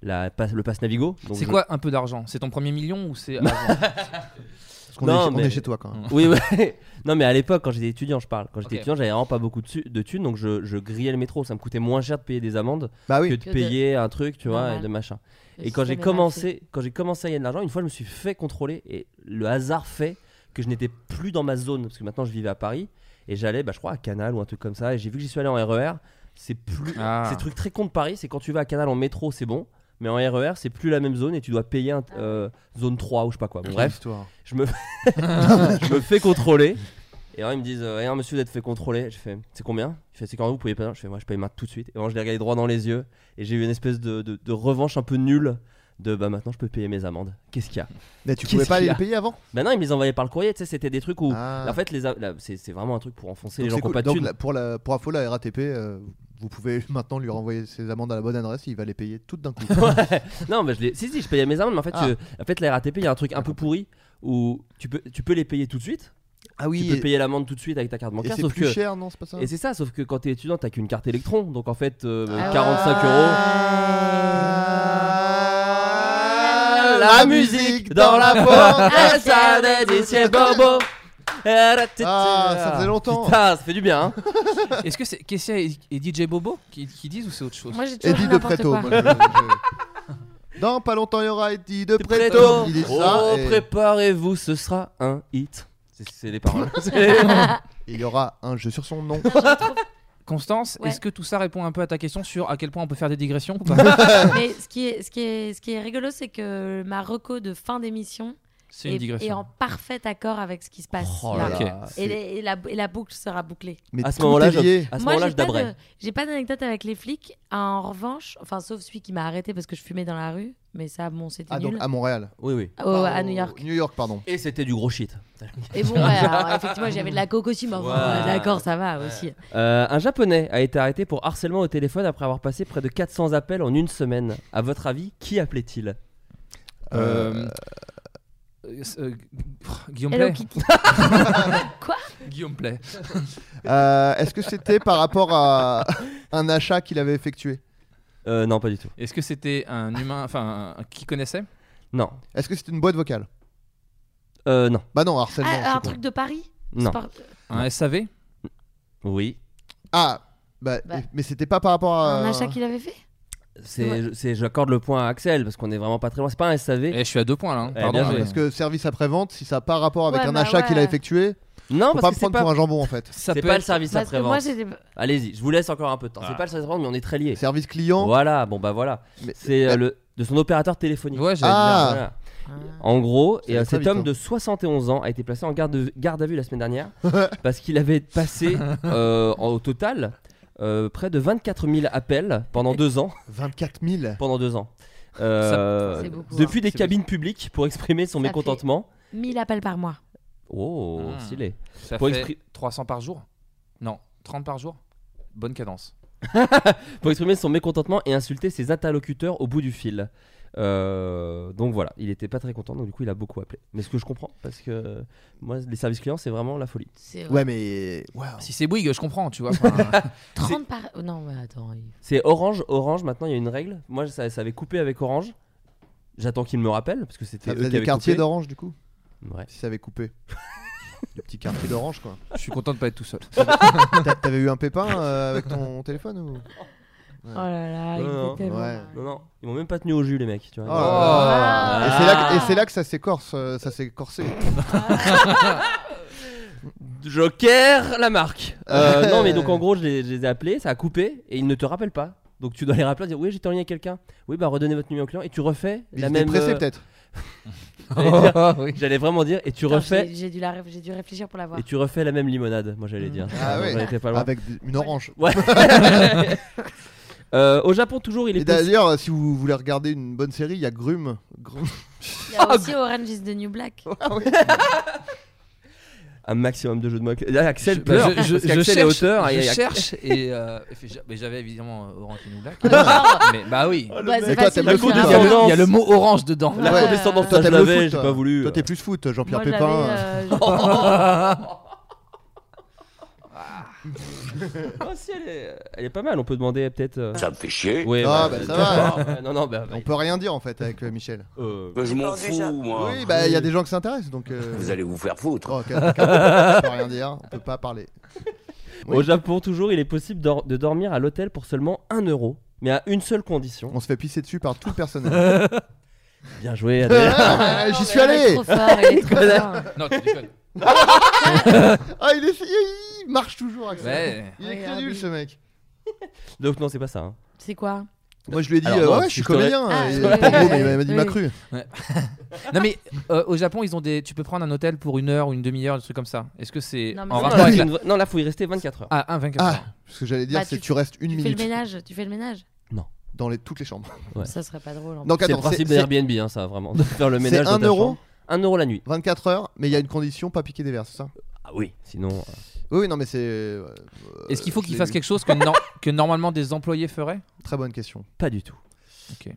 S5: la passe- le pass Navigo. donc
S8: C'est
S5: je-
S8: quoi un peu d'argent C'est ton premier million ou c'est avant
S6: Parce qu'on
S5: Non,
S6: est, chez- on
S5: mais- Mm.
S6: est chez toi quand même.
S5: Oui, ouais. non, mais à l'époque, quand j'étais étudiant, je parle. Quand j'étais
S8: Ok.
S5: étudiant, j'avais vraiment pas beaucoup de, su- de thunes, donc je, je grillais le métro. Ça me coûtait moins cher de payer des amendes
S6: Bah
S5: que
S6: oui.
S5: de
S7: Que de-
S5: payer un truc, tu vois, et
S7: Normal.
S5: de machin.
S7: Le
S5: Et quand j'ai
S7: système est mal fait.
S5: commencé, quand j'ai commencé à gagner de l'argent, une fois je me suis fait contrôler et le hasard fait que je n'étais plus dans ma zone parce que maintenant je vivais à Paris et j'allais, bah, je crois, à Canal ou un truc comme ça. Et j'ai vu que j'y suis allé en RER. C'est plus,
S8: Ah.
S5: c'est truc très con de Paris, c'est quand tu vas à Canal en métro, c'est bon, mais en RER c'est plus la même zone et tu dois payer un, euh, zone 3 ou je sais pas quoi. Bon, bref,
S6: Histoire.
S5: je me, je me fais contrôler. Et alors ils me disent, euh, rien monsieur, vous êtes fait contrôler. Je fais, c'est combien Je fais, c'est quand vous pouvez pas. Je fais, moi je paye maintenant tout de suite. Et moi je les regardais droit dans les yeux. Et j'ai eu une espèce de, de- de revanche un peu nulle de bah maintenant je peux payer mes amendes. Qu'est-ce qu'il y a
S6: Mais tu
S5: Qu'est-ce
S6: pouvais pas aller
S5: qu'il y
S6: le
S5: a
S6: payer avant
S5: Bah non, ils me les envoyaient par le courrier. Tu sais, c'était des trucs où.
S6: Ah.
S5: En fait, les a- là, c'est c'est vraiment un truc pour enfoncer
S6: Donc
S5: les gens
S6: c'est
S5: qui ont
S6: cool.
S5: pas de
S6: Donc,
S5: thunes.
S6: la- pour, la, pour info, la RATP, euh, vous pouvez maintenant lui renvoyer ses amendes à la bonne adresse, il va les payer toutes d'un coup.
S5: Ouais. non, mais je les... si, si, je payais mes amendes, mais en fait,
S6: Ah.
S5: je- en fait la RATP, il y a un truc un peu pourri où tu peux, tu peux les payer tout de suite.
S6: ah
S5: Tu peux payer l'amende tout de suite avec ta carte
S6: et
S5: bancaire.
S6: c'est
S5: Sauf
S6: plus
S5: que.
S6: cher, non C'est
S7: Ah.
S6: pas ça
S5: Et c'est ça, sauf que quand t'es étudiant, t'as qu'une carte électron, donc en fait, euh,
S6: Ah.
S5: 45 euros.
S6: La musique dans la poche.
S5: Ah, ça dédié, c'est bobo.
S6: Ah, ça faisait longtemps.
S5: Putain, ça fait du bien. hein.
S8: Est-ce que c'est Kessia et, et DJ Bobo qui, qui disent ou c'est autre chose
S7: Moi, j'ai toujours
S6: Eddie
S7: dit
S6: de
S7: n'importe
S6: Préto.
S7: quoi.
S6: moi, je- je- Dans pas longtemps, il y aura Eddie de Préto. Il dit ça.
S5: Oh,
S6: et
S5: préparez-vous, ce sera un hit. C'est- C'est les paroles.
S6: Il y aura un jeu sur son nom.
S8: Constance,
S7: Ouais.
S8: est-ce que tout ça répond un peu à ta question sur à quel point on peut faire des digressions ou pas
S7: Mais ce qui est, ce qui est, ce qui est rigolo, c'est que ma reco de fin d'émission
S8: C'est une
S7: est, est en
S8: digression.
S7: parfait accord avec ce qui se passe.
S5: Oh
S7: là.
S5: là
S8: Ok.
S5: là.
S7: Et, les- et la, et la boucle sera bouclée.
S6: Mais
S5: À ce
S6: tout
S5: moment-là,
S6: est
S5: je,
S6: lié.
S5: à ce
S7: Moi,
S5: moment-là,
S7: j'ai
S5: je
S7: pas
S5: dabrais.
S7: de- J'ai pas d'anecdote avec les flics. Ah, En revanche, enfin, sauf celui qui m'a arrêté parce que je fumais dans la rue. Mais ça, bon, c'était
S6: Ah, donc
S7: nul.
S6: à Montréal.
S5: Oui, oui.
S7: Au- à New York.
S6: New York, pardon.
S5: Et c'était du gros shit.
S7: Et bon, ouais, alors, effectivement, j'avais de la coke aussi, mais enfin,
S5: Ouais.
S7: d'accord, ça va aussi.
S5: Euh, un japonais a été arrêté pour harcèlement au téléphone après avoir passé près de 400 appels en une semaine. À votre avis, qui appelait-il
S8: Euh, euh, euh, Guillaume
S7: Hello
S8: Play.
S7: Kitty.
S8: Guillaume Play.
S6: Euh, Est-ce que c'était par rapport à un achat qu'il avait effectué
S5: euh, Non, pas du tout.
S8: Est-ce que c'était un humain, enfin, un- qui connaissait
S5: Non.
S6: Est-ce que c'était une boîte vocale
S5: Euh, non.
S6: Bah non, harcèlement.
S7: Ah,
S6: c'est
S7: un
S6: con.
S7: truc de Paris
S5: Non.
S7: Sport-
S8: Un SAV
S5: Oui.
S6: Ah, bah,
S7: Bah.
S6: mais c'était pas par rapport à.
S7: Un achat qu'il avait fait
S5: C'est, c'est- j'accorde le point à Axel parce qu'on est vraiment pas très loin. C'est pas un SAV.
S8: Eh, je suis à deux points là. hein.
S5: Eh,
S8: Pardon.
S5: bien joué.
S6: Parce que service après-vente, si ça n'a pas rapport avec
S7: Ouais,
S6: un
S7: bah
S6: achat qu'il a
S7: ouais.
S6: effectué,
S5: Non,
S6: faut
S5: parce
S6: pas
S5: que c'est
S6: prendre
S5: pas,
S6: pour un jambon en fait.
S8: Ça
S5: c'est
S8: peut
S5: pas le
S8: être-
S5: service
S7: Parce que moi,
S5: après-vente.
S7: j'étais.
S5: Allez-y, je vous laisse encore un peu de temps.
S6: Ah.
S5: C'est pas le service après-vente, mais on est très liés.
S6: Service client.
S5: Voilà, bon bah voilà.
S6: Mais-
S5: C'est euh,
S6: mais-
S5: le de son opérateur téléphonique.
S8: Ouais, j'allais
S6: Ah.
S5: Voilà. En gros,
S6: Ça
S5: et,
S6: va
S5: euh,
S6: très
S5: cet
S6: vite,
S5: homme
S6: hein.
S5: de 71 ans a été placé en garde, de- garde à vue la semaine dernière parce qu'il avait passé euh, en- au total euh, près de 24 000 appels pendant deux ans.
S6: 24 000.
S5: Pendant deux ans. Euh,
S7: Ça- C'est beaucoup,
S5: depuis
S7: hein.
S5: des
S8: C'est
S5: cabines publiques pour exprimer son
S7: Ça
S5: mécontentement.
S7: 1000 appels par mois.
S5: Oh,
S6: Hmm.
S8: Ah.
S5: stylé.
S8: dire. Ça
S5: Pour
S8: fait
S5: expri-
S8: 300 par jour Non, 30 par jour Bonne cadence.
S5: Pour exprimer son mécontentement et insulter ses interlocuteurs au bout du fil. Euh, donc voilà, il était pas très content, donc du coup il a beaucoup appelé. Mais ce que je comprends, parce que moi, les services clients, c'est vraiment la folie.
S7: C'est euh,
S6: Ouais, mais. waouh.
S8: Si c'est Bouygues, je comprends, tu vois. enfin,
S7: 30 par. oh, Non, mais attends. il-
S5: C'est Orange, Orange, maintenant il y a une règle. Moi, ça, ça avait coupé avec Orange. J'attends qu'il me rappelle, parce que c'était
S6: Ça
S5: eux
S6: faisait
S5: qui
S6: des
S5: avaient
S6: quartiers
S5: coupé.
S6: d'orange du coup
S5: Ouais.
S6: Si ça avait coupé. Des petits quartiers d'orange quoi.
S8: je suis content de pas être tout seul.
S6: T'a- T'avais eu un pépin euh, avec ton téléphone ou
S7: Oh là là, il
S5: Non,
S7: était tellement.
S6: ouais.
S7: mal.
S5: Non, non, ils m'ont même pas tenu au jus, les mecs. Tu vois.
S6: Oh là
S7: Ah.
S6: Et c'est là, que- et c'est là que ça s'est corse, euh, ça s'est corsé.
S5: Joker, la marque. Euh, non, mais donc en gros, je les, je les ai appelés, ça a coupé et ils ne te rappellent pas. Donc tu dois les rappeler, dire oui, j'étais en lien avec quelqu'un. Oui, bah redonnez votre numéro client et tu refais
S6: Il
S5: la
S6: était
S5: même.
S6: pressé
S5: euh,
S6: peut-être.
S5: j'allais dire-
S8: Ah, oui.
S5: J'allais vraiment dire et tu
S7: Attends,
S5: refais
S7: j'ai- J'ai dû, la ré- j'ai dû réfléchir pour l'avoir.
S5: et tu refais la même limonade. Moi, j'allais
S7: Mm.
S5: dire.
S6: Ah
S5: Donc,
S6: ouais.
S5: on était pas loin.
S6: Avec d- une orange.
S5: Ouais. Euh, au Japon, toujours, il
S6: Et
S5: est. possi-
S6: d'ailleurs, si vous voulez regarder une bonne série, il y a Grume. Grume.
S7: Il y a aussi Orange is the New Black.
S6: Oh,
S5: Un maximum de jeux de mots. Là, Axel
S8: Je-
S5: pleure.
S8: bah, je-
S5: parce
S8: je
S5: qu'Axel est
S8: cherche-
S5: auteur.
S8: je
S5: et- et-
S8: cherche et euh, et fait, j'a- mais j'avais évidemment euh, Orange et New Black.
S7: Genre,
S8: mais bah oui.
S7: bah,
S6: Mais
S7: c'est
S6: toi,
S7: facile
S6: t'aimes
S7: de
S6: le foot,
S7: faire
S8: Il y,
S6: toi.
S7: un
S8: a le,
S7: rapport.
S8: il y a le mot orange dedans.
S5: La
S7: Ouais.
S5: condescendance, ça,
S6: Toi,
S5: je
S6: t'aimes le
S5: l'avais,
S6: foot,
S5: j'ai
S6: toi.
S5: pas voulu.
S6: Toi, t'es plus foot, Jean-Pierre
S7: Moi, je l'avais,
S6: Pépin.
S7: euh, je-
S6: Ah.
S5: Oh, si, elle est... elle est pas mal, on peut demander peut-être. euh,
S1: Ça me fait chier.
S5: Ouais,
S6: Ah,
S5: ouais,
S6: bah, ça
S5: euh, non, non, bah,
S6: On peut rien dire en fait avec euh, Michel.
S5: euh,
S1: je m'en fous, moi.
S6: Oui, bah il y a des gens qui s'intéressent donc. euh,
S1: Vous allez vous faire foutre.
S6: oh, ok, ok. on peut rien dire, on peut pas parler. Oui.
S5: Au Japon, toujours, il est possible dor- de dormir à l'hôtel pour seulement 1 euro, mais à une seule condition.
S6: On se fait pisser dessus par tout le personnel.
S5: Bien joué, Adrien.
S6: Ah, J'y suis allé.
S7: Il est trop fort, il est trop fort.
S8: Non, tu déconnes.
S6: Ah, il est, il marche toujours. Axel.
S8: Ouais.
S6: Il est
S7: Regardez.
S6: crédule ce mec.
S5: Donc, non, c'est pas ça. hein.
S7: C'est quoi
S6: Moi je lui ai dit,
S5: Alors,
S6: euh,
S5: non,
S6: ouais,
S5: si
S6: je suis
S5: je t'aurais-
S6: comédien.
S7: Ah,
S6: Et,
S7: oui,
S6: euh,
S7: oui,
S6: bon,
S7: oui,
S6: mais il
S7: oui.
S6: m'a dit m'a cru.
S8: Non mais euh, au Japon, ils ont des. Tu peux prendre un hôtel pour une heure ou une demi-heure, des trucs comme ça. Est-ce que c'est
S7: Non, mais
S8: en
S7: c'est
S8: rapport
S7: pas-
S8: avec
S5: C'est
S8: la...
S5: une vraie- Non, là, faut y rester 24 heures.
S8: Ah, un 24
S6: Ah,
S8: heures.
S6: ce que j'allais dire,
S7: Bah,
S6: c'est
S7: tu-
S6: tu restes une
S7: Tu fais le
S6: minute
S7: ménage Tu fais le ménage
S6: dans les, toutes les chambres.
S5: Ouais.
S7: Ça serait pas drôle. en
S6: Donc
S5: C'est le
S6: attends,
S5: principe d'Airbnb, hein, ça, vraiment, de faire le
S6: c'est
S5: ménage.
S6: un
S5: dans ta
S6: euro
S5: chambre. 1 euro la nuit.
S6: 24 heures, mais il y a une condition, pas piquer des verres, c'est ça
S5: Ah oui. Sinon, euh,
S6: Oui, oui, non, mais c'est. euh,
S8: Est-ce qu'il faut
S6: je
S8: qu'ils
S6: l'ai
S8: fassent
S6: lu.
S8: quelque chose que, nor- que normalement des employés feraient
S6: Très bonne question.
S5: pas du tout.
S8: Est-ce
S7: J'aime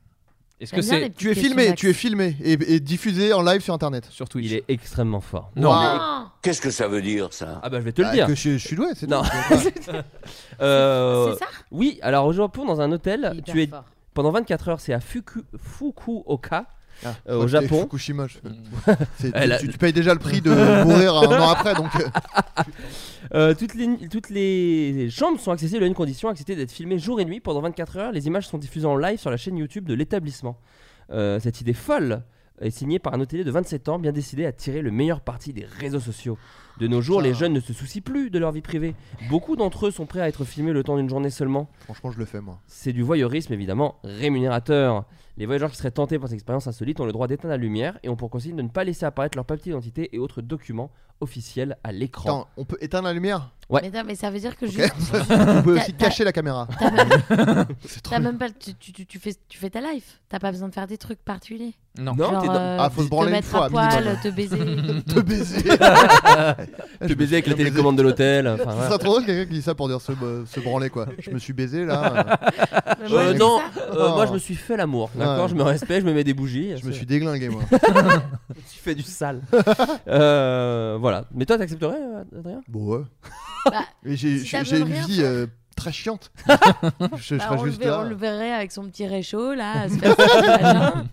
S8: que
S7: Eh bien
S8: c'est
S7: les petites
S6: Tu es
S7: questions
S6: filmé,
S7: d'accès.
S6: tu es filmé et, et diffusé en live sur internet.
S8: sur Twitch
S5: Il est extrêmement fort.
S8: Non.
S6: euh,
S7: Non
S1: Qu'est-ce que ça veut dire, ça
S5: Ah bah, je vais te le
S6: Bah,
S5: dire.
S6: Que je, je suis doué, c'est
S5: Non.
S6: tout. Voilà.
S5: Euh,
S7: C'est ça
S5: Oui, alors au Japon, dans un hôtel,
S7: Hyper
S5: tu es
S7: fort.
S5: pendant 24 heures, c'est à Fuku- Fukuoka.
S6: Ah,
S5: Euh,
S6: moi,
S5: au
S6: j'étais
S5: Japon. Mm.
S6: Fukushima, je- c'est-
S5: Elle a-
S6: tu, tu payes déjà le prix de mourir un an après, donc. euh,
S5: Euh, toutes, les, toutes les chambres sont accessibles à une condition, accepter d'être filmées jour et nuit pendant 24 heures. Les images sont diffusées en live sur la chaîne YouTube de l'établissement. Euh, cette idée folle est signée par un hôtelier de 27 ans, bien décidé à tirer le meilleur parti des réseaux sociaux. De nos jours,
S6: Putain.
S5: les jeunes ne se soucient plus de leur vie privée. Beaucoup d'entre eux sont prêts à être filmés le temps d'une journée seulement.
S6: Franchement, je le fais moi.
S5: C'est du voyeurisme évidemment rémunérateur. Les voyageurs qui seraient tentés par cette expérience insolite ont le droit d'éteindre la lumière et ont pour consigne de ne pas laisser apparaître leur papier d'identité et autres documents officiels à l'écran.
S6: Attends, on peut éteindre la lumière
S5: Ouais.
S7: Mais, non, mais ça veut dire que
S6: Ok.
S7: juste.
S6: On peut
S7: T'as-
S6: aussi
S7: t'as-
S6: cacher la caméra.
S7: T'as même,
S6: C'est trop.
S7: t'as même pas. Tu, tu, tu- tu fais, tu fais ta life. T'as pas besoin de faire des trucs particuliers.
S8: Non.
S5: Non,
S7: Genre,
S5: t'es dans-
S7: euh,
S6: Ah, faut se branler
S7: te
S6: une
S7: mettre
S6: fois,
S7: à
S6: minimum.
S7: poil, te baiser.
S6: Te baiser.
S5: Tu baiser avec la télécommande de l'hôtel. enfin,
S6: Ce
S5: voilà.
S6: serait trop drôle quelqu'un qui dit ça pour dire se, euh, se branler quoi. Je me suis baisé là, euh,
S7: Mais moi,
S5: Euh,
S7: je
S5: non,
S7: fais ça.
S5: euh,
S6: Oh.
S5: moi je me suis fait l'amour, d'accord
S6: Ouais.
S5: Je me respecte, je me mets des bougies.
S6: je me suis déglingué moi.
S5: je me suis fait du sale. Euh, voilà. Mais toi, t'accepterais, euh, Adrien
S6: Bon ouais.
S7: Bah,
S6: Mais j'ai
S7: si ça
S6: j'ai- j'ai
S7: veut
S6: une
S7: rien
S6: vie
S7: faire.
S6: euh, très chiante. je je
S7: Bah, on,
S6: serais
S7: le
S6: juste
S7: verrait,
S6: là.
S7: on le verrait avec son petit réchaud là. à se faire son petit machin.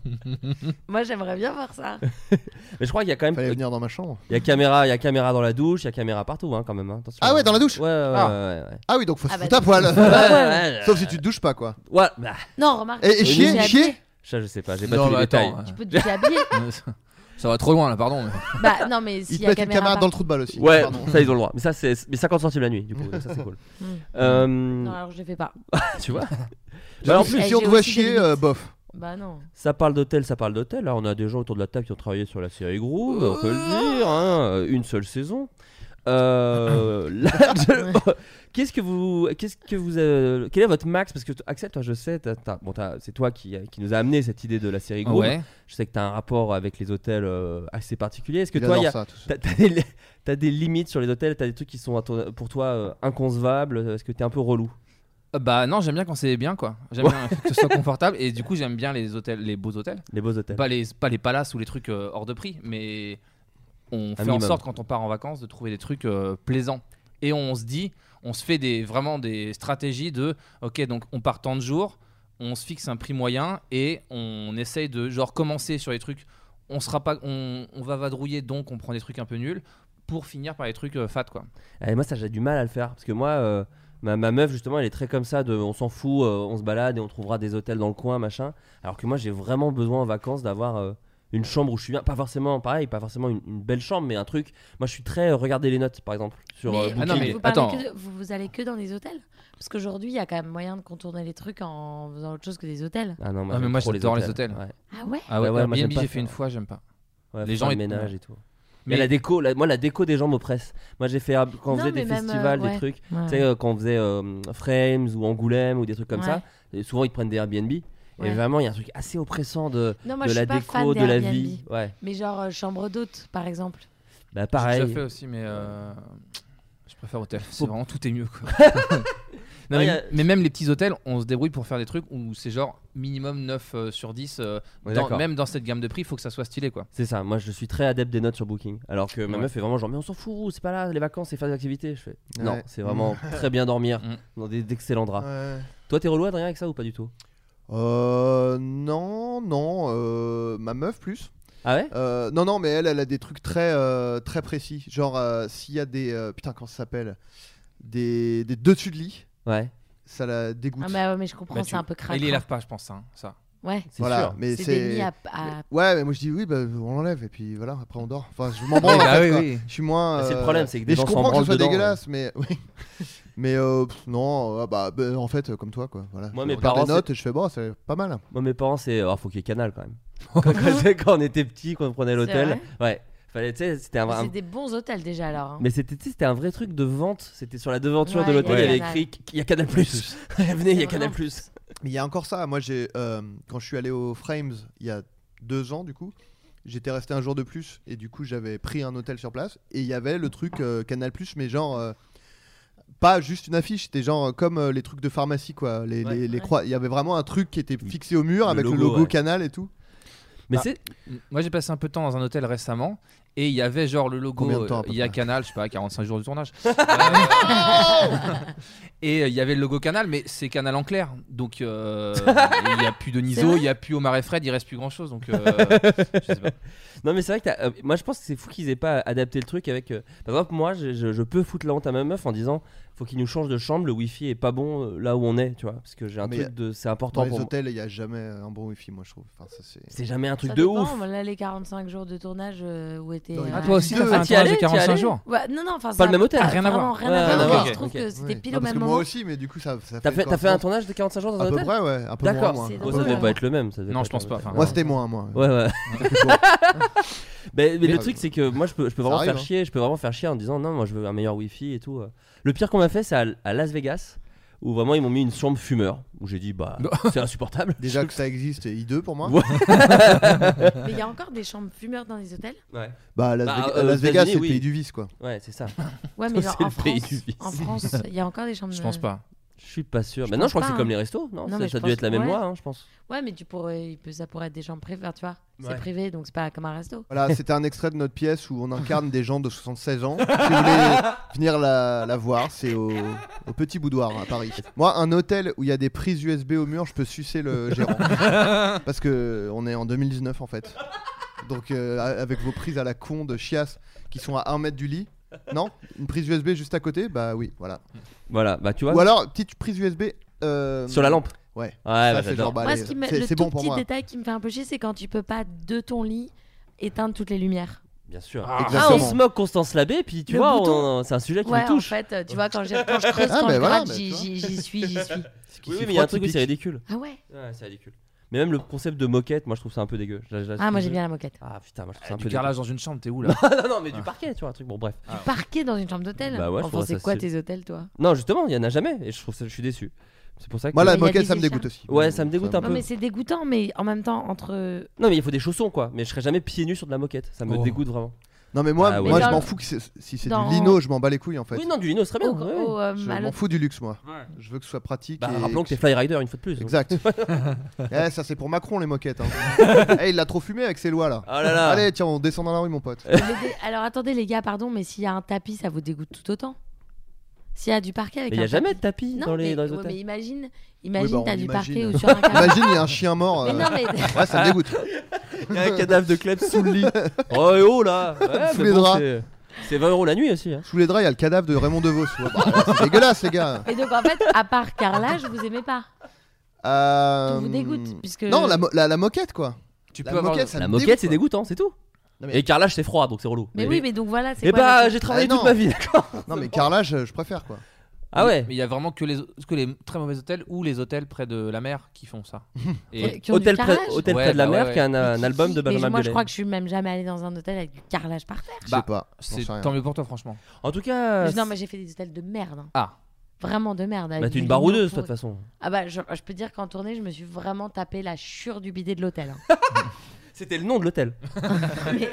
S7: Moi j'aimerais bien voir ça.
S5: Mais je crois qu'il y a quand même.
S6: Fallait venir dans ma chambre.
S5: Il y a caméra, il y a caméra dans la douche, il y a caméra partout, hein, quand même. hein, attention.
S6: Ah ouais, dans la douche
S5: Ouais, ouais, ouais,
S6: Ah.
S5: ouais, ouais.
S6: Ah oui, donc faut
S7: Ah
S6: se
S7: bah,
S6: foutre à
S7: donc-
S6: poil.
S5: Ouais,
S6: Sauf si tu te douches pas quoi.
S5: Ouais, bah,
S7: Non, remarque.
S6: Et, Eh, et
S7: tu peux te
S6: chier,
S7: laisser
S6: chier.
S7: habiller.
S5: je je sais pas, j'ai pas
S8: Non,
S5: tous les
S8: mais
S5: détails.
S8: attends. hein, euh,
S7: Tu peux te laisser habiller.
S8: Ça va trop loin là, pardon. mais-
S7: Bah non, mais s'il
S6: Ils te
S7: y a
S6: mettent une
S7: caméra.
S6: caméra
S7: par-
S6: dans le trou de balle aussi.
S5: Ouais,
S6: Pardon.
S5: ça ils ont le droit. Mais ça c'est mais 50 centimes la nuit, du coup, donc ça c'est cool.
S7: Mm.
S5: Euh,
S7: Non, alors je le fais pas.
S5: tu vois
S6: Bah, en
S5: Eh,
S6: plus, si
S7: j'ai
S6: on te voit
S7: aussi des
S6: chier,
S7: limites.
S6: euh, bof.
S7: Bah non.
S5: Ça parle d'hôtel, ça parle d'hôtel. Là, on a des gens autour de la table qui ont travaillé sur la série Groove, on peut le dire, hein, euh, une seule saison. Euh, là, je- qu'est-ce que vous, qu'est-ce que vous, euh, quel est votre max Parce que t- Axel, toi, je sais, t'as- t'as- bon, t'as- c'est toi qui, qui nous a amené cette idée de la série Groove.
S8: Ouais.
S5: Je sais que tu as un rapport avec les hôtels euh, assez particulier. Est-ce que
S6: Il
S5: toi,
S6: adore
S5: il y a-
S6: ça, tout ça.
S5: t'as, t'as des, li- t'as des limites sur les hôtels T'as des trucs qui sont à ton- pour toi euh, inconcevables Est-ce que t'es un peu relou
S8: Euh, Bah non, j'aime bien quand c'est bien quoi. J'aime bien que ce soit confortable et du coup j'aime bien les hôtels, les beaux hôtels.
S5: Les beaux hôtels.
S8: Pas les, pas les palaces ou les trucs euh, hors de prix, mais on fait en
S5: minimum.
S8: sorte quand on part en vacances de trouver des trucs euh, plaisants. Et on se dit, on se fait des, vraiment des stratégies de, ok donc on part tant de jours, on se fixe un prix moyen et on essaye de genre commencer sur les trucs, on sera pas, on, on va vadrouiller donc on prend des trucs un peu nuls pour finir par les trucs euh, fat quoi.
S5: Ah, Et moi, ça, j'ai du mal à le faire. Parce que moi, euh, ma, ma meuf, justement, elle est très comme ça de on s'en fout, euh, on se balade et on trouvera des hôtels dans le coin, machin. Alors que moi, j'ai vraiment besoin en vacances d'avoir euh, une chambre où je suis bien. Pas forcément, pareil, pas forcément une, une belle chambre, mais un truc. Moi, je suis très euh, regarder les notes, par exemple, sur
S7: Mais
S5: euh,
S7: vous-
S8: Ah non,
S5: Booking.
S8: mais
S7: vous, parlez
S8: attends.
S7: que de- vous, vous allez que dans les hôtels Parce qu'aujourd'hui, il y a quand même moyen de contourner les trucs en faisant autre chose que des hôtels.
S5: Ah non,
S8: Ah, mais
S5: j'aime
S8: moi,
S5: trop
S8: j'adore les hôtels.
S5: Ouais.
S7: Ah ouais
S8: Ah
S5: ouais,
S8: ouais,
S5: ouais, moi, j'aime
S8: Airbnb
S5: pas
S8: j'ai
S5: faire.
S8: fait une fois, j'aime pas.
S5: Ouais,
S8: Les
S5: les
S8: gens,
S5: gens
S8: ils-
S5: ménage et tout. Mais
S8: Mais-
S5: la déco, la- moi la déco des gens m'oppresse. Moi j'ai fait euh, quand on
S7: Non,
S5: faisait
S7: mais
S5: des
S7: même, euh,
S5: festivals,
S7: ouais.
S5: des trucs,
S7: Ouais.
S5: tu sais euh, quand on faisait euh, Frames ou Angoulême ou des trucs comme
S7: Ouais.
S5: ça, et souvent ils te prennent des Airbnb et
S7: Ouais.
S5: vraiment il y a un truc assez oppressant de,
S7: Non, moi,
S5: de
S7: je
S5: la
S7: suis pas fan
S5: déco, de la
S7: d'Airbnb.
S5: vie. Ouais.
S7: Mais genre euh, chambre d'hôte, par exemple.
S5: Bah
S8: J'ai
S5: pareil.
S8: déjà fait aussi, mais euh, je préfère hôtel. C'est
S5: Faut-
S8: vraiment tout est mieux. Quoi. Non,
S5: Ouais,
S8: mais,
S5: y a-
S8: mais même les petits hôtels, on se débrouille pour faire des trucs où c'est genre minimum 9 euh, sur 10. euh,
S5: On est
S8: dans-
S5: d'accord.
S8: même dans cette gamme de prix, il faut que ça soit stylé. quoi.
S5: C'est ça, moi je suis très adepte des notes sur Booking. Alors que ma
S8: Ouais.
S5: meuf est vraiment genre, mais on s'en fout, c'est pas là, les vacances, c'est faire des activités. Je fais, non,
S6: Ouais.
S5: c'est vraiment très bien dormir
S8: Mm.
S5: dans des- d'excellents draps.
S6: Ouais.
S5: Toi t'es relou Adrien avec ça ou pas du tout
S6: Euh, non, non, euh, ma meuf plus.
S5: Ah ouais
S6: Euh, non, non, mais elle, elle a des trucs très, euh, très précis. Genre, euh, s'il y a des. euh, putain, comment ça s'appelle des, des dessus de lit,
S5: Ouais,
S6: ça la dégoûte.
S7: Ah, mais, ouais, mais je comprends,
S8: Bah, tu-
S7: c'est un peu
S8: Mais
S7: craqué.
S8: ils les lavent pas, je pense. hein, ça.
S7: Ouais,
S5: c'est
S6: voilà,
S5: sûr.
S6: mais
S7: c'est des nids à. à-
S6: Ouais, mais moi je dis oui, bah, on l'enlève et puis voilà, après on dort. Enfin, je m'en branle.
S8: Oui,
S6: en
S8: bah
S6: fait,
S8: oui,
S6: quoi.
S8: oui.
S6: Je suis moins.
S5: C'est le
S6: euh,
S5: problème, c'est que des
S6: mais
S5: gens
S6: je
S5: s'en
S6: comprends que ce
S5: branlent
S6: soit
S5: dedans,
S6: dégueulasse, mais oui. mais euh, pff, non, euh, bah, bah, en fait, euh, comme toi, quoi. Voilà.
S5: Moi,
S6: Je
S5: mes
S6: regarde les
S5: parents,
S6: notes, et je fais bon, c'est pas mal.
S5: Moi, mes parents, c'est. Alors, faut qu'il y ait canal quand même. quand, quand- quand on était petit, quand on prenait l'hôtel. Ouais. Fallait, tu sais, c'était un.
S7: Mais
S5: un-
S7: C'est des bons hôtels déjà alors. hein.
S5: Mais c'était, tu sais, c'était un vrai truc de vente. C'était sur la devanture
S7: Ouais,
S5: de l'hôtel,
S7: il y a
S5: il y avait
S7: Canal.
S5: écrit qu'il y a Canal Plus. Venez, il y
S7: C'est
S5: a Canal
S7: vraiment-
S5: Plus.
S6: Mais il y a encore ça. Moi, j'ai euh, quand je suis allé au Frames il y a deux ans, du coup, j'étais resté un jour de plus et du coup, j'avais pris un hôtel sur place et il y avait le truc euh, Canal Plus, mais genre. euh, pas juste une affiche, c'était genre euh, comme euh, les trucs de pharmacie quoi. Les,
S5: Ouais.
S6: les- les
S7: Ouais.
S6: croix, il y avait vraiment un truc qui était fixé au mur
S5: Le
S6: avec le
S5: logo,
S6: logo
S5: ouais.
S6: Canal et tout.
S5: Mais
S8: Ah.
S5: c'est.
S8: Moi, j'ai passé un peu de temps dans un hôtel récemment et il y avait genre le logo.
S6: Combien de temps, à
S8: euh,
S6: peu
S8: Il y a
S6: près
S8: Canal, je sais pas, 45 jours du tournage. Euh, et euh, il y avait le logo Canal, mais c'est Canal en clair. Donc, euh, il n'y a plus de
S7: C'est
S8: Niso,
S7: vrai
S8: il n'y a plus Omar et Fred, il reste plus grand chose. Donc, euh, je sais pas.
S5: Non, mais c'est vrai que t'as- euh, moi, je pense que c'est fou qu'ils aient pas adapté le truc avec. euh, Par exemple, moi, je, je- je peux foutre la honte à ma meuf en disant faut qu'il nous change de chambre, le wifi est pas bon euh, là où on est, tu vois. Parce que j'ai un
S6: Mais y a-
S5: truc de. C'est
S6: Dans
S5: important
S6: les
S5: pour moi.
S6: hôtels, il y a jamais euh, un bon wifi, moi je trouve. Enfin, ça, c'est...
S5: C'est jamais un truc
S7: Ça
S5: de
S7: dépend,
S5: ouf.
S7: mais Là, les 45 jours de tournage euh, où était.
S6: Non, il y a
S8: Ah,
S7: euh,
S8: toi aussi, t'as
S6: Ah,
S8: fait un
S5: t'y
S8: tournage
S5: allais,
S8: de
S5: t'y
S8: 45
S5: allez
S8: jours
S7: Ouais, non, non, enfin,
S5: Pas
S7: ça
S5: le
S7: a
S5: même hôtel.
S7: pas
S8: Rien à
S7: vraiment
S8: voir.
S7: Rien
S5: Ouais,
S7: à voir.
S5: rien à
S7: mais
S5: voir.
S7: Je trouve
S5: Ok.
S7: que c'était
S6: Ouais.
S7: pile
S6: Non,
S7: au
S6: parce
S7: même
S6: que
S7: moment.
S6: Moi aussi, mais du coup, ça, ça
S5: T'as
S6: fait
S5: fait, t'as
S6: quand
S5: fait un
S6: même-
S5: tournage de 45 jours dans un
S6: À peu
S5: hôtel
S6: près, ouais. Un peu moins,
S5: D'accord.
S6: moins.
S7: C'est
S6: Un peu
S5: Oh,
S7: drôle.
S5: ça
S6: moins.
S5: devait pas être le même. ça devait
S8: Non,
S5: pas
S8: je
S5: être
S8: pense
S5: le
S8: pas.
S5: même.
S8: Enfin,
S6: Moi, c'était moins, moi.
S5: Ouais, ouais. Mais, mais le
S6: Merde.
S5: truc, c'est que moi, je peux, je peux vraiment
S6: Ça
S5: faire
S6: arrive, hein.
S5: chier. Je peux vraiment faire chier en disant non, moi, je veux un meilleur wifi et tout. euh. Le pire qu'on m'a fait, c'est à, à Las Vegas, où vraiment ils m'ont mis une chambre fumeur, où j'ai dit bah
S8: Non.
S5: c'est insupportable.
S6: Déjà que ça existe, et I2 pour moi.
S5: Ouais.
S7: Mais il y a encore des chambres fumeurs dans les hôtels
S5: Ouais,
S6: Bah, à Las,
S5: Bah,
S6: Vegas-
S5: euh,
S6: à Las
S5: aux
S6: Vegas, c'est le
S5: États-Unis, oui.
S6: pays du vice, quoi.
S5: ouais, c'est ça.
S7: Ouais, mais genre
S5: C'est
S7: en
S5: le pays
S7: France.
S5: du vice.
S7: En France, il y a encore des chambres.
S8: Je pense pas.
S5: Je suis pas sûr.
S7: Je
S5: Maintenant, je crois
S7: pense
S5: que
S7: pas,
S5: c'est comme
S7: hein.
S5: les restos, non,
S7: Non,
S5: Ça-
S7: mais je
S5: Ça a dû
S7: pense-
S5: être la même
S7: ouais.
S5: loi, hein, je pense.
S7: Ouais, mais tu pourrais, il peut- ça pourrait être des chambres privées, tu vois.
S5: Ouais.
S7: C'est privé, donc c'est pas comme un resto.
S6: Voilà, c'était un extrait de notre pièce où on incarne des gens de 76 ans. Si vous voulez venir la, la voir, c'est au, au Petit Boudoir à Paris. Moi, un hôtel où il y a des prises USB au mur, je peux sucer le gérant. Parce que on est en 2019 en fait. Donc euh, a- avec vos prises à la con de chiasse qui sont à 1 mètre du lit. Non Une prise USB juste à côté Bah oui, voilà.
S5: Voilà, bah tu
S6: Ou
S5: vois,
S6: alors, petite prise USB. euh,
S5: sur la lampe.
S6: Ouais.
S5: Ouais, bah,
S6: Ça, c'est
S5: j'adore.
S6: genre, bah,
S7: moi,
S6: allez,
S7: ce qui me-
S6: c'est-
S7: le
S6: c'est
S7: tout
S6: bon pour
S7: petit
S6: moi.
S7: détail qui me fait un peu chier, c'est quand tu peux pas de ton lit éteindre toutes les lumières.
S5: Bien sûr.
S8: Ah,
S5: Ah, on
S6: Exactement.
S5: se moque Constance Labbé, puis tu
S7: Le
S5: vois,
S7: bouton.
S5: on- c'est un sujet qui
S7: Ouais,
S5: me ben
S7: en
S5: touche.
S7: fait, euh, tu vois, quand, j'ai- quand je creuse,
S6: Ah,
S7: quand
S6: mais
S7: je
S6: voilà,
S7: gratte,
S6: mais
S7: j'y
S6: tu vois.
S7: j'y- j'y suis, j'y suis.
S5: Oui, oui, mais il y a un truc où c'est ridicule.
S7: Ah ouais
S5: Ouais, c'est ridicule. Mais même le concept de moquette, moi je trouve ça un peu dégueu. Je- je- je-
S7: Ah, moi j'ai bien la moquette.
S5: Ah putain, moi je trouve
S8: Ah,
S5: ça un
S8: du
S5: peu
S8: carrelage dans une chambre, t'es où là
S5: dégueu. non, non, mais du parquet, tu vois, un truc. Bon, bref.
S7: Parquer dans une chambre d'hôtel
S5: Ah Bah ouais, je
S7: Enfin,
S5: trouve
S7: c'est
S5: ça
S7: quoi
S5: stylé.
S7: tes hôtels, toi
S5: Non, justement, il y en a jamais. Et je trouve ça, je suis déçu. C'est pour ça que.
S6: Moi,
S7: Mais
S6: la
S7: il y a
S6: moquette,
S7: des
S6: ça me
S7: écharpes.
S6: dégoûte aussi.
S5: Ouais, ça me dégoûte un
S7: Non,
S5: peu.
S7: mais c'est dégoûtant, mais en même temps, entre.
S5: Non, mais il faut des chaussons, quoi. Mais je serais jamais pieds nus sur de la moquette. Ça me
S8: Oh.
S5: dégoûte vraiment.
S6: Non, mais moi,
S5: Ah ouais.
S6: moi
S7: Mais
S6: je
S7: dans
S6: m'en
S7: le-
S6: fous que c'est- si c'est
S7: dans-
S6: du lino, je m'en bats les couilles en fait.
S5: Oui, non, du lino, ce serait bien.
S7: Au-
S5: ouais.
S7: au, euh,
S6: je
S7: à
S6: m'en
S7: l'autre-
S6: fous du luxe, moi. Je veux que ce soit pratique.
S5: Bah,
S6: et
S5: rappelons que t'es Fly Rider une fois de plus. hein. donc.
S6: Exact. Eh, ça, c'est pour Macron, les moquettes. hein. Eh, il l'a trop fumé avec ses lois là.
S5: Ah là là.
S6: Allez, tiens, on descend dans la rue, mon pote.
S7: Mais des- Alors attendez les gars, pardon, mais s'il y a un tapis, ça vous dégoûte tout autant. S'il y a du parquet avec
S5: Mais il
S7: un
S5: n'y a jamais de
S7: tapis-
S5: tapis
S7: Non,
S5: dans les,
S7: mais,
S5: dans les
S7: ouais,
S5: hôtels.
S7: mais imagine, imagine
S6: bah, on
S7: t'as du
S6: imagine.
S7: parquet ou sur un canapé.
S6: Imagine, il y a un chien mort.
S7: Mais
S6: euh,
S7: non mais
S6: Ouais, ça me dégoûte.
S5: Il y a un cadavre de Klebs sous le lit. Oh, et oh là Ouais,
S6: Sous
S5: mais
S6: les
S5: bon,
S6: draps.
S5: c'est- C'est 20 euros la nuit aussi. hein.
S6: Sous les draps, il y a le cadavre de Raymond DeVos. Ouais, bah, c'est dégueulasse, les gars.
S7: Et donc en fait, à part carrelage, vous aimez pas. Tout
S6: Euh,
S7: vous dégoûte puisque
S6: Non, la, mo- la, la moquette, quoi.
S8: Tu
S6: La
S8: peux avoir.
S6: moquette, ça
S5: La
S6: me
S5: moquette, c'est
S6: dégoûte,
S5: dégoûtant, c'est tout.
S6: Non, mais-
S5: Et carrelage, c'est froid, donc c'est relou.
S7: Mais oui, mais donc voilà, c'est
S5: Eh
S7: quoi
S5: bah,
S7: la-
S5: j'ai travaillé
S6: Ah, non.
S5: toute ma vie, d'accord.
S6: quoi. Non, mais carrelage, euh, je préfère, quoi.
S5: Ah ouais
S8: Mais il y a vraiment que les, que les très mauvais hôtels ou les hôtels près de la mer qui font ça. Et
S7: euh, qui ont du
S5: Hôtel près,
S7: carrelage
S5: hôtel
S8: Ouais,
S5: près de la
S8: bah
S5: mer
S8: ouais,
S5: qui a un, Euh, un
S7: Mais qui-
S5: album de
S7: mais
S5: Benjamin
S7: Moi, je
S5: Biolay.
S7: crois que je suis même jamais allée dans un hôtel avec du carrelage par terre.
S6: Je sais
S8: Bah,
S6: pas. j'en
S8: c'est
S6: sais rien.
S8: tant mieux pour toi, franchement.
S5: En tout cas,
S7: Non, mais j'ai fait des hôtels de merde. hein.
S8: Ah.
S7: Vraiment de merde. avec
S5: Euh, bah, t'es
S7: du
S5: une
S7: lino
S5: baroudeuse,
S7: pourri.
S5: toi, de toute façon.
S7: Ah bah, je, je peux dire qu'en tournée, je me suis vraiment tapé la chure du bidet de l'hôtel. hein.
S5: C'était le nom de l'hôtel.
S7: Mais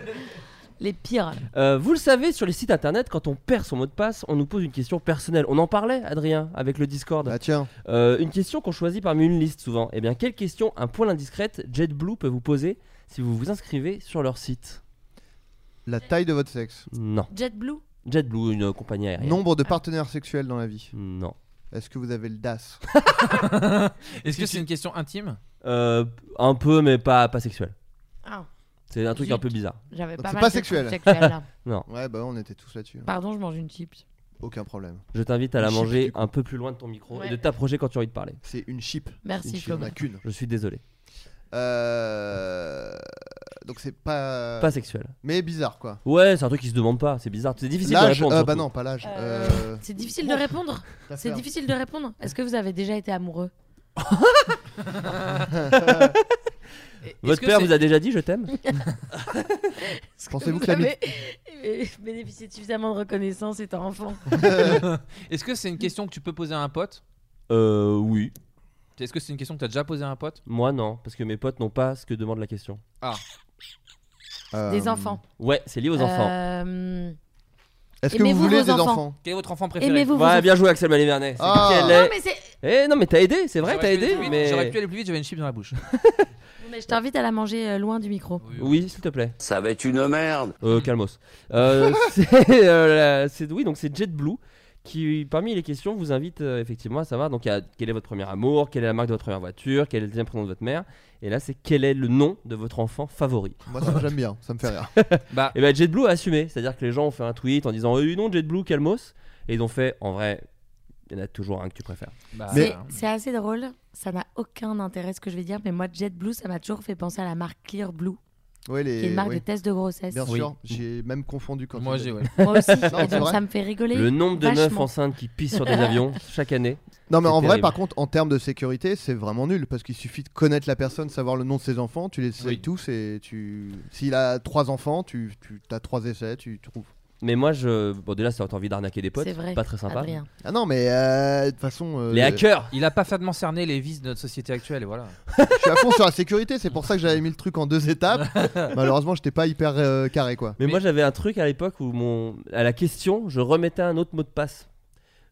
S7: les pires.
S5: Euh, vous le savez, sur les sites internet, quand on perd son mot de passe, on nous pose une question personnelle. On en parlait, Adrien, avec le Discord.
S6: Bah, tiens.
S5: Euh, une question qu'on choisit parmi une liste souvent. Eh bien, quelle question, un poil indiscrète, JetBlue peut vous poser si vous vous inscrivez sur leur site
S6: La taille de votre sexe.
S5: Non.
S7: JetBlue
S5: JetBlue, une euh, compagnie aérienne.
S6: Nombre de partenaires sexuels dans la vie.
S5: Non.
S6: Est-ce que vous avez le DAS
S8: Est-ce que c'est une question intime
S5: Euh, un peu, mais pas, pas sexuel.
S7: Ah,
S5: C'est un truc
S7: Zut.
S5: un peu bizarre.
S7: j'avais
S6: Donc
S7: pas
S6: c'est
S7: mal
S6: pas
S7: de trucs
S6: sexuel.
S7: sexuels, là.
S6: Ouais, bah on était tous là-dessus.
S7: Pardon, je mange une chips.
S6: Aucun problème.
S5: Je t'invite à la
S6: Je sais
S5: manger
S6: plus.
S5: un peu plus loin de ton micro
S7: Ouais.
S5: et de t'approcher quand tu as envie de parler.
S6: C'est une chip.
S7: Merci,
S6: Une chip, on
S7: Flo.
S6: a qu'une.
S5: Je suis désolé.
S6: Euh, Donc c'est pas...
S5: Pas sexuel.
S6: Mais bizarre, quoi.
S5: Ouais, c'est un truc qui se demande pas. C'est bizarre. C'est difficile de
S6: L'âge
S5: répondre.
S6: euh,
S5: surtout.
S6: Bah non, pas l'âge.
S7: Euh,
S6: Euh,
S7: C'est difficile de répondre.
S6: t'as
S7: C'est
S6: fait un-
S7: difficile de répondre. Est-ce que vous avez déjà été amoureux
S8: Est-ce
S5: Votre
S8: que
S5: père
S8: c'est-
S5: vous a déjà dit je t'aime
S7: Est-ce
S6: Pensez-vous
S7: vous
S6: que la
S7: avez euh, bénéficié de suffisamment de reconnaissance étant enfant
S8: Est-ce que c'est une question que tu peux poser à un pote
S5: Euh, oui.
S8: Est-ce que c'est une question que t'as déjà posée à un pote
S5: Moi non, parce que mes potes n'ont pas ce que demande la question.
S6: euh,
S7: Des enfants.
S5: Ouais, c'est lié aux enfants.
S7: Euh,
S6: Est-ce que vous
S7: Aimez-vous
S6: voulez
S7: vos
S6: des
S7: enfants
S6: enfants
S8: Quel est votre enfant préféré
S7: Aimez-vous vos
S5: Ouais, bien joué Axel Malivernet. C'est
S6: Ah.
S5: quel
S7: Non,
S5: est-
S7: mais c'est.
S5: Eh non mais t'as aidé, c'est vrai,
S8: J'aurais
S5: t'as
S8: pu aller
S5: aidé,
S8: plus vite, J'aurais
S5: mais
S8: pu aller plus vite, j'avais une chip dans la bouche.
S7: Mais je t'invite à la manger euh, loin du micro.
S5: oui, s'il te plaît.
S1: Ça va être une merde.
S5: Euh,
S8: Mm-hmm.
S5: calmos. Euh, c'est, euh, la- c'est- oui, donc c'est JetBlue qui, parmi les questions, vous invite euh, effectivement à savoir donc, à- quel est votre premier amour, quelle est la marque de votre première voiture, quel est le deuxième prénom de votre mère, et là c'est quel est le nom de votre enfant favori.
S6: Moi ça j'aime bien, ça me fait rire.
S8: Bah,
S5: Et bien JetBlue a assumé, c'est-à-dire que les gens ont fait un tweet en disant euh, non JetBlue, calmos, et ils ont fait en vrai, il y en a toujours un que tu préfères.
S8: bah,
S6: Ah. Mais-
S7: C'est- C'est assez drôle. Ça n'a aucun intérêt ce que je vais dire, mais moi, JetBlue, ça m'a toujours fait penser à la marque Clear Blue,
S6: Ouais, les...
S7: qui est une marque
S6: ouais.
S7: de tests de grossesse.
S6: Bien
S8: Oui.
S6: sûr, j'ai même confondu quand
S8: moi
S6: il-
S8: j'ai ouais.
S7: Moi aussi.
S6: c'est
S7: et donc,
S6: vrai.
S7: ça me fait rigoler.
S5: Le nombre de meufs
S7: vachement.
S5: enceintes qui pissent sur des avions chaque année.
S6: Non mais
S5: C'est
S6: en vrai
S5: terrible.
S6: par contre en termes de sécurité c'est vraiment nul parce qu'il suffit de connaître la personne, savoir le nom de ses enfants, tu les sais
S8: Oui.
S6: tous et tu... S'il a trois enfants, tu, tu as trois essais, tu trouves.
S5: Mais moi, je. Bon, déjà, ça t'as envie d'arnaquer des potes.
S7: C'est vrai,
S5: Pas très sympa.
S7: Adrien.
S6: Ah non mais euh, de toute façon... euh,
S5: Les hackers
S8: Il a pas fermement cerné les vices de notre société actuelle, et voilà.
S6: Je suis à fond sur la sécurité, c'est pour ça que j'avais mis le truc en deux étapes. Malheureusement j'étais pas hyper euh, carré quoi.
S5: mais,
S8: Mais-
S5: moi, j'avais un truc à l'époque où, mon... à la question, je remettais un autre mot de passe.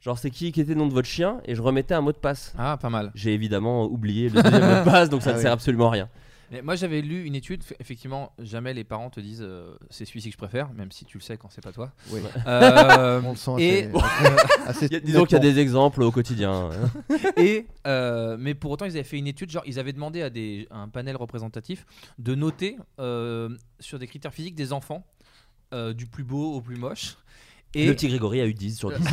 S5: Genre, c'est qui qui était le nom de votre chien Et je remettais un mot de passe.
S8: Ah, pas mal.
S5: J'ai évidemment oublié le deuxième mot de passe, donc ça
S6: Ah
S5: ne
S6: oui.
S5: sert absolument à rien.
S8: Mais moi j'avais lu une étude, f- effectivement, jamais les parents te disent euh, c'est celui-ci que je préfère, même si tu le sais quand c'est pas toi.
S6: Oui.
S8: Euh,
S6: On le sent
S8: et
S6: assez- assez
S5: Il y a- disons qu'il y a
S6: nettement.
S5: des exemples au quotidien. hein.
S8: Et, euh, mais pour autant, ils avaient fait une étude, genre ils avaient demandé à, des, à un panel représentatif de noter euh, sur des critères physiques des enfants, euh, du plus beau au plus moche. Et,
S5: Le petit Grégory a eu 10 sur 10.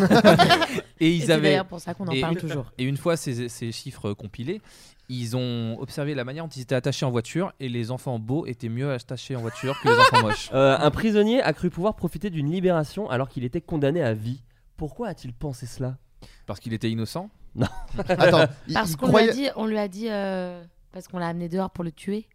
S8: et
S7: Et
S8: ils
S7: c'est
S8: avaient.
S7: d'ailleurs pour ça qu'on en
S8: et-
S7: parle toujours.
S8: Et une fois ces, ces chiffres compilés, ils ont observé la manière dont ils étaient attachés en voiture et les enfants beaux étaient mieux attachés en voiture que les enfants moches.
S5: Euh, un prisonnier a cru pouvoir profiter d'une libération alors qu'il était condamné à vie. Pourquoi a-t-il pensé cela
S8: Parce qu'il était innocent.
S6: Attends, il-
S7: Parce
S6: il
S7: qu'on
S6: croyait-
S7: lui a dit, on lui a dit, euh, parce qu'on l'a amené dehors pour le tuer.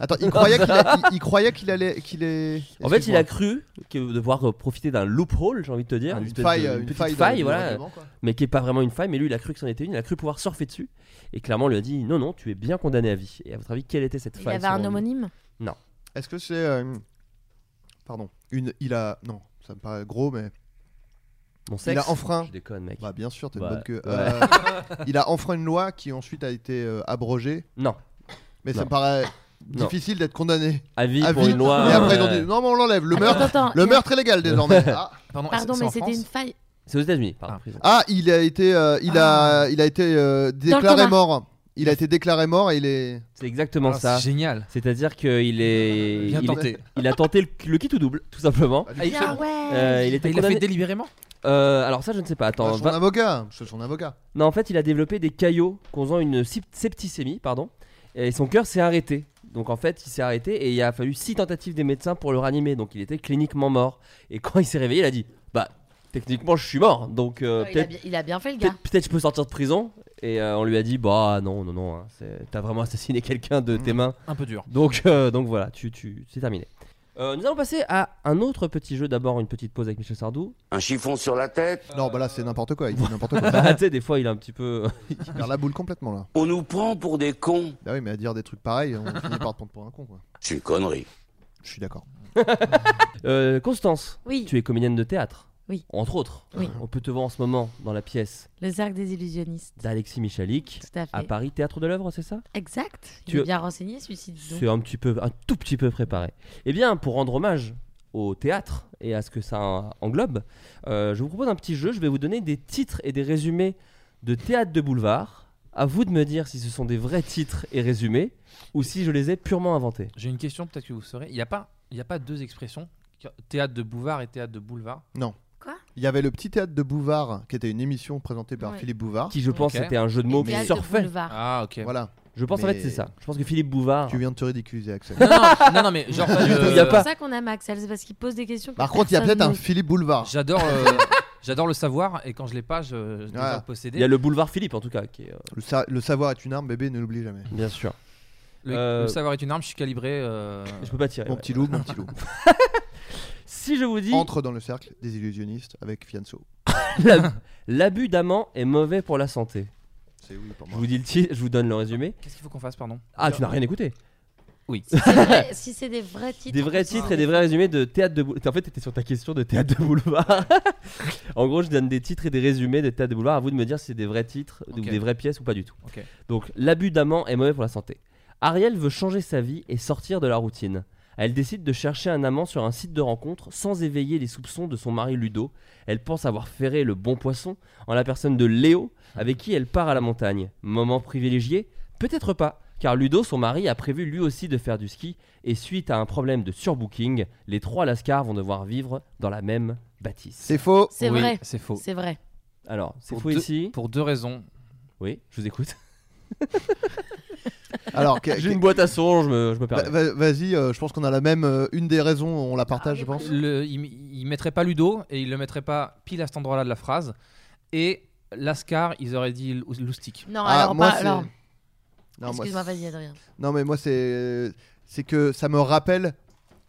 S6: Attends, il croyait qu'il a- il- il croyait qu'il allait qu'il est
S5: En fait, il a cru hein. que devoir euh, profiter d'un loophole, j'ai envie de te dire,
S6: une
S5: espèce
S6: faille,
S5: de-
S6: une
S5: petite
S6: faille, de-
S5: faille,
S6: de
S5: voilà,
S6: règlement, quoi.
S5: mais qui est pas vraiment une faille, mais lui il a cru que c'en était une, il a cru pouvoir surfer dessus, et clairement on lui a dit non, non, tu es bien condamné à vie. Et à votre avis, quelle était cette
S7: Il
S5: faille
S7: avait un
S5: selon lui
S7: homonyme.
S6: Est-ce que c'est euh, pardon une, il a, non, ça me paraît gros, mais
S5: Mon sexe.
S6: a enfreint.
S5: Je déconne, mec.
S6: bah bien sûr, t'as
S5: Ouais.
S6: une bonne queue.
S5: Ouais.
S6: Euh, il a enfreint une loi qui ensuite a été euh, abrogée,
S5: Non.
S6: mais
S5: Non.
S6: ça me paraît
S5: Non.
S6: difficile d'être condamné
S5: Avis
S6: à
S5: pour
S6: vie.
S5: une loi.
S6: et après ils ont
S5: euh,
S6: dit non, mais on l'enlève. Le
S7: Attends,
S6: meurtre,
S7: attends,
S6: le
S7: il y a-
S6: meurtre est légal désormais. ah.
S2: Pardon,
S7: Pardon,
S2: c'est-
S7: mais
S2: c'est en
S7: c'était une
S2: France
S7: faille.
S5: C'est aux États-Unis, pardon.
S2: Ah.
S5: prison.
S6: Ah, il a été, euh, il
S5: Ah.
S6: a, il a été euh, déclaré
S7: coma.
S6: mort. Il a été déclaré mort et il est.
S5: C'est exactement
S2: Ah,
S5: ça.
S2: C'est génial.
S5: C'est-à-dire qu'il est.
S8: Bien
S5: il,
S8: tenté.
S5: il a tenté le, le kit ou double, tout simplement.
S6: Ah,
S2: il-
S7: Ah ouais.
S5: Euh, il
S2: Ah,
S5: était
S2: il l'a
S5: condamné.
S2: fait délibérément
S5: Euh, alors ça, je ne sais pas. Attends.
S6: son
S5: va-
S6: avocat, c'est son avocat.
S5: Non, en fait, il a développé des caillots causant une sep- septicémie, pardon. Et son cœur s'est arrêté. Donc en fait, il s'est arrêté et il a fallu six tentatives des médecins pour le ranimer. Donc il était cliniquement mort. Et quand il s'est réveillé, il a dit Bah, techniquement, je suis mort. Donc euh,
S7: Oh, il, a
S5: peut-être
S7: bien, il a bien fait le gars.
S5: Peut-être peut-être je peux sortir de prison. Et euh, on lui a dit Bah non, non, non, hein, c'est- t'as vraiment assassiné quelqu'un de tes mains.
S2: Un peu dur.
S5: Donc, euh, donc voilà, tu, tu, c'est terminé. Euh, nous allons passer à un autre petit jeu. D'abord, une petite pause avec Michel Sardou.
S1: Un chiffon sur la tête
S6: Non, bah là c'est n'importe quoi. Il dit n'importe quoi.
S5: Bah, tu sais, des fois, il est un petit peu. euh,
S6: Il perd la boule complètement là.
S1: On nous prend pour des cons.
S6: Bah oui, mais à dire des trucs pareils, on finit par te prendre pour un con quoi.
S1: C'est une connerie.
S6: Je suis d'accord.
S5: Euh, Constance,
S7: Oui,
S5: tu es comédienne de théâtre.
S7: Oui.
S5: Entre autres.
S7: Oui.
S5: On peut te voir en ce moment dans la pièce
S7: le cercle des illusionnistes.
S5: d'Alexis Michalik
S7: Tout à fait.
S5: à Paris Théâtre de l'œuvre, c'est ça
S7: Exact. Il
S5: Ah, Tu-
S7: est bien renseigné, celui-ci. dis donc.
S5: C'est un petit peu, un tout petit peu préparé. Eh bien, pour rendre hommage au théâtre et à ce que ça englobe, euh, je vous propose un petit jeu. Je vais vous donner des titres et des résumés de théâtre de boulevard. À vous de me dire si ce sont des vrais titres et résumés ou si je les ai purement inventés.
S8: J'ai une question, peut-être que vous saurez. Il n'y a, pas- il y a pas deux expressions Théâtre de boulevard et théâtre de boulevard.
S6: Il y avait le petit théâtre de Bouvard qui était une émission présentée par
S7: Ouais.
S6: Philippe Bouvard.
S5: Qui, je pense,
S8: Ok.
S5: c'était un jeu de mots
S7: Et
S5: qui
S7: Théâtre de
S5: surfait.
S7: Boulevard.
S8: Ah, ok.
S6: Voilà,
S5: Je pense en fait
S6: Mais-
S5: c'est ça. Je pense que Philippe Bouvard.
S6: tu viens de te ridiculiser Axel.
S8: Non, non, non, non, mais genre pas de-
S5: Il y a
S7: C'est
S5: pas-
S7: pour ça qu'on aime Axel, c'est parce qu'il pose des questions. que
S6: Par contre, il y a
S7: personne
S6: peut-être un
S7: n'ose.
S6: Philippe Boulevard.
S8: J'adore. euh, J'adore le savoir et quand je l'ai pas, je, je dois
S6: Ouais.
S8: le posséder.
S5: Ah. Il y a le boulevard Philippe en tout cas. Qui est, euh,
S6: Le, sa- le savoir est une arme, bébé, ne l'oublie jamais.
S5: bien sûr.
S8: Le,
S5: Euh,
S8: le savoir est une arme, je suis calibré. euh,
S5: Je peux pas tirer.
S6: Mon
S5: ouais.
S6: petit loup, mon petit loup.
S5: Si je vous dis
S6: Entre dans le cercle des illusionnistes avec Fianso.
S5: l'ab- l'abus d'amant est mauvais pour la santé.
S6: C'est oui pour
S5: Je
S6: moi.
S5: vous dis le titre, je vous donne le résumé.
S8: Qu'est-ce qu'il faut qu'on fasse, pardon
S5: Ah, tu n'as rien écouté.
S8: Oui.
S7: C'est vrai, si c'est des vrais titres.
S5: Des vrais
S7: on peut
S5: titres et des vrais résumés de théâtre de boulevard. En fait, t'étais sur ta question de théâtre de boulevard. en gros, je donne des titres et des résumés de théâtre de boulevard. À vous de me dire si c'est des vrais titres
S8: Ok.
S5: ou des vraies pièces ou pas du tout.
S8: Ok.
S5: Donc, l'abus d'amant est mauvais pour la santé. Ariel veut changer sa vie et sortir de la routine. Elle décide de chercher un amant sur un site de rencontre sans éveiller les soupçons de son mari Ludo. Elle pense avoir ferré le bon poisson en la personne de Léo, avec qui elle part à la montagne. Moment privilégié Peut-être pas, car Ludo, son mari, a prévu lui aussi de faire du ski, et suite à un problème de surbooking, les trois Lascars vont devoir vivre dans la même bâtisse.
S6: C'est faux.
S7: C'est
S8: Oui,
S7: vrai.
S8: C'est faux.
S7: C'est vrai.
S5: Alors, c'est
S8: Pour
S5: faux
S8: deux-
S5: ici
S8: Pour deux raisons.
S5: Oui, je vous écoute.
S6: Alors, que-
S5: J'ai une boîte à son, je me, je me
S6: Va-
S5: permets.
S6: va- Vas-y, euh, je pense qu'on a la même. euh, une des raisons, on la partage, je pense.
S8: Le- il, il mettrait pas Ludo et il le mettrait pas pile à cet endroit-là de la phrase. Et Lascar, ils auraient dit lou- loustic.
S7: Non,
S6: Ah,
S7: alors,
S6: moi,
S7: pas,
S6: c'est-
S7: alors
S6: Non, moi,
S7: excuse-moi,
S6: c'est-
S7: vas-y, Adrien.
S6: Non, mais moi, c'est. C'est que ça me rappelle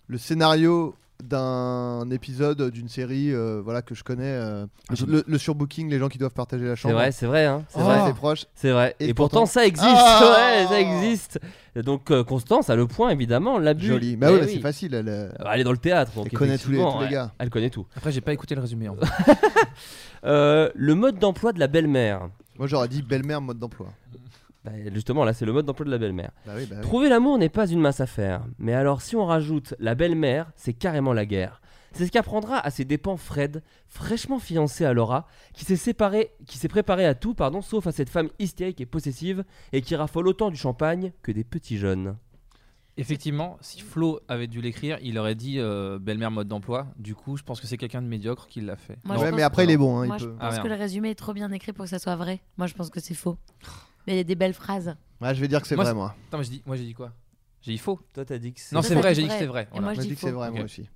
S6: le scénario d'un épisode d'une série euh, voilà que je connais euh, le, le- le surbooking les gens qui doivent partager la
S5: C'est
S6: chambre
S5: vrai, c'est vrai, hein, c'est
S6: c'est
S5: vrai.
S6: vrai c'est proche
S5: C'est vrai. Et,
S6: Et
S5: pourtant,
S6: pourtant-
S5: ça existe.
S6: Ah
S5: ouais, ça existe. Donc euh, Constance a le point, évidemment. L'abus.
S6: joli mais
S5: Eh
S6: ouais mais
S5: oui.
S6: c'est facile elle, euh,
S5: Euh, Elle est dans le théâtre. Donc
S6: Elle connaît tous les- tous les
S5: effectivement, ouais,
S6: gars.
S5: Elle connaît tout.
S8: Après, j'ai pas écouté le résumé. en fait.
S5: Euh, le mode d'emploi de la belle-mère.
S6: moi j'aurais dit belle-mère mode d'emploi
S5: Bah, justement, là, c'est le mode d'emploi de la belle-mère.
S6: bah oui bah oui.
S5: Trouver l'amour n'est pas une mince affaire. Mais alors, si on rajoute la belle-mère, c'est carrément la guerre. C'est ce qu'apprendra à ses dépens Fred, fraîchement fiancé à Laura, qui s'est séparé, qui s'est préparé à tout, pardon, sauf à cette femme hystérique et possessive, et qui raffole autant du champagne que des petits jeunes.
S8: Effectivement, si Flo avait dû l'écrire, il aurait dit euh, belle-mère mode d'emploi. Du coup, je pense que c'est quelqu'un de médiocre qui l'a fait.
S7: Moi, je
S6: ouais
S7: pense
S6: mais après il est bon hein,
S7: Moi,
S6: il
S7: je
S6: peut-
S8: Ah,
S7: pense
S8: merde.
S7: que le résumé est trop bien écrit pour que ça soit vrai. Moi, je pense que c'est faux. Mais il y a des belles phrases.
S6: Ouais, je vais dire que c'est
S8: Moi,
S6: vrai
S8: c'est-
S6: moi
S8: Attends, mais je dis- moi j'ai dit quoi J'ai dit faux.
S5: Toi, t'as dit que c'est
S8: Non,
S7: Toi,
S8: c'est
S7: t'as
S8: vrai,
S7: dit
S8: j'ai dit que
S7: vrai.
S8: c'est vrai.
S7: Et moi,
S8: voilà.
S6: moi
S7: je
S6: je
S7: dis
S6: dis que c'est
S7: faux.
S6: vrai moi
S8: Ok.
S6: aussi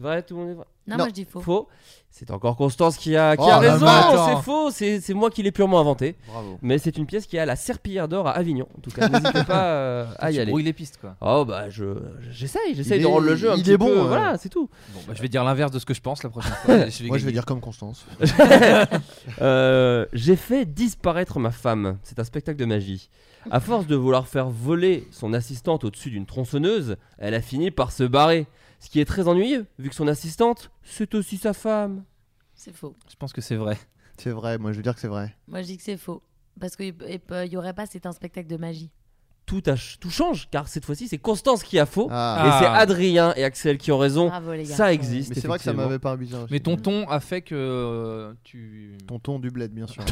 S5: vrai, tout le monde est vrai.
S7: Non,
S6: Non.
S7: moi, je dis faux.
S5: Faux. C'est encore Constance qui a, qui
S6: Oh,
S5: a
S6: la
S5: raison.
S8: vache.
S5: C'est faux. C'est c'est moi qui l'ai purement inventé.
S6: bravo
S5: Mais c'est une pièce qui a la serpillière d'or à Avignon. En tout cas, n'hésitez pas euh, à y
S8: Tu
S5: aller.
S8: brouilles les pistes, quoi.
S5: Oh bah je j'essaye, j'essaye
S6: Il
S5: de
S6: est-
S5: rendre le jeu un
S6: il
S5: petit
S6: est
S5: peu.
S6: bon, hein.
S5: voilà, c'est tout.
S8: Bon, bah, je vais dire l'inverse de ce que je pense la prochaine fois. je vais
S6: moi je
S8: gagner.
S6: vais dire comme Constance
S5: Euh, J'ai fait disparaître ma femme. C'est un spectacle de magie. À force de vouloir faire voler son assistante au-dessus d'une tronçonneuse, elle a fini par se barrer. Ce qui est très ennuyeux, vu que son assistante, c'est aussi sa femme.
S7: C'est faux.
S8: Je pense que c'est vrai.
S6: C'est vrai, moi je veux dire que c'est vrai.
S7: Moi, je dis que c'est faux. Parce qu'il n'y aurait pas, c'est un spectacle de magie.
S5: Tout, a ch- tout change, car cette fois-ci, c'est Constance qui a faux.
S6: Ah.
S5: Et
S8: Ah.
S5: c'est Adrien et Axel qui ont raison.
S7: Bravo, Ah, les gars.
S5: Ça existe.
S6: Mais c'est vrai que ça
S5: effectivement.
S6: m'avait pas bizarre.
S8: Mais ton ton a fait que euh, tu.
S6: Tonton du bled, bien sûr.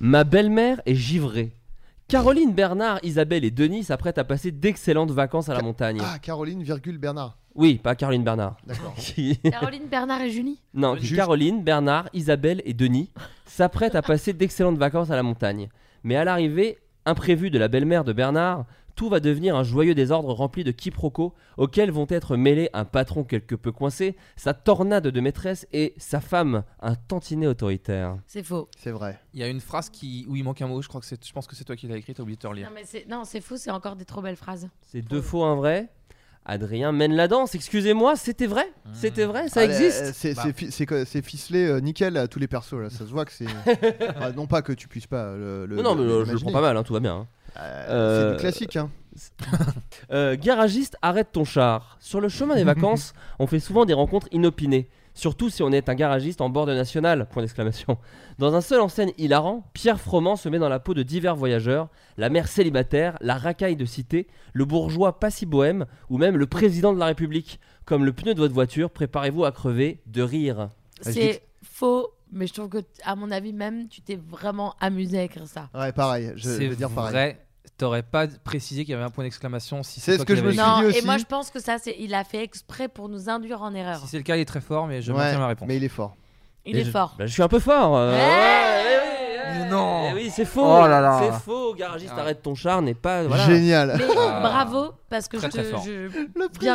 S5: Ma belle-mère est givrée. Caroline, Bernard, Isabelle et Denis s'apprêtent à passer d'excellentes vacances à la
S6: Ca-
S5: montagne.
S6: ah, Caroline, virgule Bernard.
S5: Oui, pas Caroline Bernard.
S6: D'accord.
S5: Qui-
S7: Caroline, Bernard et Julie.
S5: Non,
S6: Juste-
S5: Caroline, Bernard, Isabelle et Denis s'apprêtent à passer d'excellentes vacances à la montagne. Mais à l'arrivée, imprévue de la belle-mère de Bernard, tout va devenir un joyeux désordre rempli de quiproquos auxquels vont être mêlés un patron quelque peu coincé, sa tornade de maîtresse et sa femme, un tantinet autoritaire.
S7: C'est faux.
S6: C'est vrai.
S8: Il y a une phrase qui où il manque un mot. Je crois que c'est. Je pense que c'est toi qui l'as écrit. T'as oublié de te relire.
S7: Non, mais c'est non, c'est faux, c'est encore des trop belles phrases.
S5: C'est deux faux, un vrai. Adrien mène la danse, excusez-moi, c'était vrai C'était vrai, ça
S6: Ah,
S5: existe
S6: euh, C'est
S8: Bah.
S6: c'est fi- c'est quoi- c'est ficelé euh, nickel à tous les persos là. Ça se voit que c'est. Ah, non pas que tu puisses pas le. le-
S5: Non, non, mais
S6: le-
S5: euh, je le prends pas mal, hein, tout va bien. hein.
S6: Euh, C'est
S5: Euh,
S6: du classique. Hein.
S5: Euh, garagiste, arrête ton char. Sur le chemin des vacances, on fait souvent des rencontres inopinées. Surtout si on est un garagiste en bord de national. Point d'exclamation. Dans un seul enseigne hilarant, Pierre Froment se met dans la peau de divers voyageurs la mère célibataire, la racaille de cité, le bourgeois pas si bohème, ou même le président de la République. Comme le pneu de votre voiture, préparez-vous à crever de rire.
S6: je dis
S7: C'est faux, mais je trouve que, t- à mon avis, même, tu t'es vraiment amusé à écrire ça.
S6: Ouais, pareil. Je je
S8: c'est
S6: vais dire pareil.
S8: vrai. T'aurais pas précisé qu'il y avait un point d'exclamation si
S6: C'est
S8: toi
S6: ce que
S8: qui
S6: je
S8: l'avais
S6: me suis
S8: écrit.
S7: Non,
S6: dit
S7: et
S6: aussi-
S7: moi, je pense que ça, c'est il a fait exprès pour nous induire en erreur.
S8: Si c'est le cas, il est très fort, mais je
S6: Ouais,
S8: maintiens ma réponse.
S6: Mais il est fort.
S7: Il
S5: Et
S7: est
S5: je-
S7: fort.
S5: Bah, je suis un peu fort. euh,
S7: Ouais.
S5: ouais, ouais, ouais.
S8: non.
S5: Eh oui, c'est faux.
S8: Oh là là.
S5: C'est faux. Garagiste,
S8: Ah.
S5: arrête ton char n'est pas. voilà.
S6: Génial.
S7: Mais
S8: Ah.
S7: bravo, parce que
S8: Très,
S7: je,
S8: très
S7: te-
S8: fort.
S7: je-
S6: Le
S7: Bien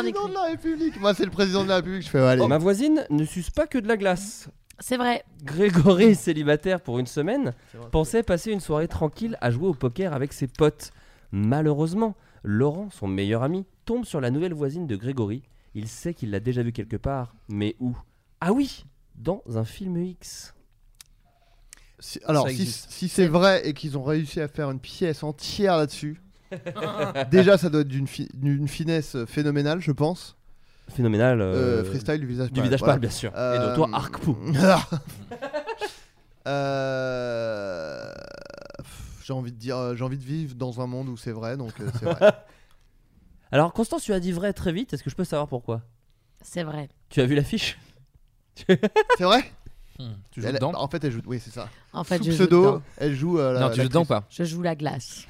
S6: président
S7: écrit.
S6: de la République. Moi, c'est le président de la République. Je fais allez.
S5: Oh, Ma voisine ne suce pas que de la glace.
S7: C'est vrai.
S5: Grégory, célibataire pour une semaine,
S6: C'est vrai.
S5: pensait passer une soirée tranquille à jouer au poker avec ses potes. Malheureusement, Laurent, son meilleur ami, tombe sur la nouvelle voisine de Grégory. Il sait qu'il l'a déjà vue quelque part, mais où Ah oui Dans un film X.
S6: Si- alors,
S8: Ça
S6: si,
S8: existe.
S6: si c'est vrai et qu'ils ont réussi à faire une pièce entière là-dessus, déjà ça doit être d'une fi- d'une finesse phénoménale, je pense.
S5: Phénoménal. euh,
S6: Euh, freestyle du visage
S5: Du
S6: pâle,
S5: visage
S6: voilà.
S5: pâle, bien sûr. Et
S6: Euh,
S5: de toi, Arcpou.
S6: Euh, pff, J'ai envie de dire, euh, j'ai envie de vivre dans un monde où c'est vrai, donc euh, c'est vrai.
S5: Alors, Constance, tu as dit vrai très vite. Est-ce que je peux savoir pourquoi
S7: C'est vrai.
S5: Tu as vu l'affiche
S6: c'est vrai.
S8: Hmm. Tu joues
S6: Elle-
S8: dedans
S6: bah, en fait, elle joue. Oui, c'est ça.
S7: En fait,
S6: Sous
S7: je joue
S6: pseudo,
S7: dedans.
S6: elle joue. euh, la-
S8: Non, tu joues
S6: l'actrice.
S8: dedans ou pas
S7: Je joue la glace.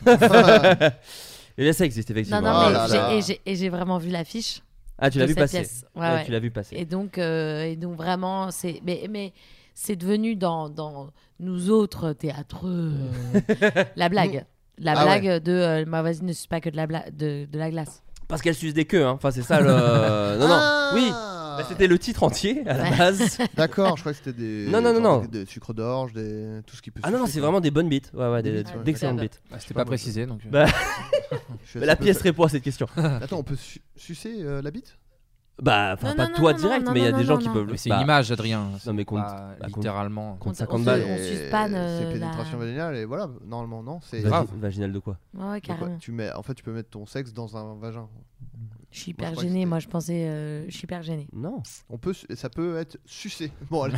S5: Et là, Eh ça existe,
S7: Non,
S5: effectivement.
S7: non,
S6: Oh
S7: mais
S6: là
S7: j'ai-
S6: là.
S7: et j'ai- et j'ai vraiment vu l'affiche.
S5: Ah, tu l'as
S7: de
S5: vu
S7: cette
S5: passer.
S7: pièce. Ouais,
S5: Ouais,
S7: ouais.
S5: Tu l'as vu passer.
S7: Et donc, euh, et donc vraiment, c'est mais, mais c'est devenu dans, dans nous autres théâtreux euh, la blague, la
S6: Ah
S7: blague de euh, ma voisine ne suce pas que de la bla- de, de la glace.
S5: Parce qu'elle suce des queues, hein. Enfin, c'est ça le. non, non.
S6: Ah
S5: Oui. Bah, c'était le titre entier à la
S7: Ouais.
S5: base.
S6: D'accord, je crois que c'était des.
S5: Non, non, non,
S6: genre
S5: non.
S6: Des, des sucres d'orge, des... tout ce qui peut.
S5: Ah non, non,
S6: sucer,
S5: c'est
S6: quoi.
S5: vraiment des bonnes bites. Ouais, ouais,
S6: Des
S5: des-
S6: bites, ouais,
S5: d'excellentes
S7: d'accord.
S5: bites.
S8: C'était
S6: pas
S8: pas
S6: moi,
S8: précisé, donc. euh,
S5: Bah,
S6: Je suis
S5: Mais la
S6: assez peu-
S5: pièce répond à cette question.
S6: Attends, on peut su- sucer euh, la bite
S5: Bah, enfin,
S7: Non,
S5: pas
S7: non,
S5: toi
S7: non,
S5: direct,
S7: non,
S5: mais il y a
S7: non,
S5: des
S7: non,
S5: gens
S7: non,
S5: qui
S7: non.
S5: peuvent.
S8: mais c'est
S5: bah,
S8: une image, Adrien.
S5: Non, mais compte.
S8: pas
S5: bah, compte-
S8: littéralement.
S5: compte
S7: On-
S5: 50
S7: on
S5: balles.
S7: se- on
S6: Et
S7: suce pas, euh,
S6: C'est
S7: la-
S6: pénétration vaginale et voilà, normalement non, c'est
S5: Vagi-
S8: grave.
S5: Vaginale de quoi
S7: Ouais, ouais,
S6: Donc, ouais,
S7: carrément.
S6: tu mets en fait tu peux mettre ton sexe dans un vagin.
S7: Je suis
S6: Moi, je
S7: hyper
S6: crois que
S7: gênée.
S6: c'était-
S7: Moi, je pensais, euh, je suis hyper gênée.
S5: Non.
S6: On peut su- ça peut être sucé. Bon allez.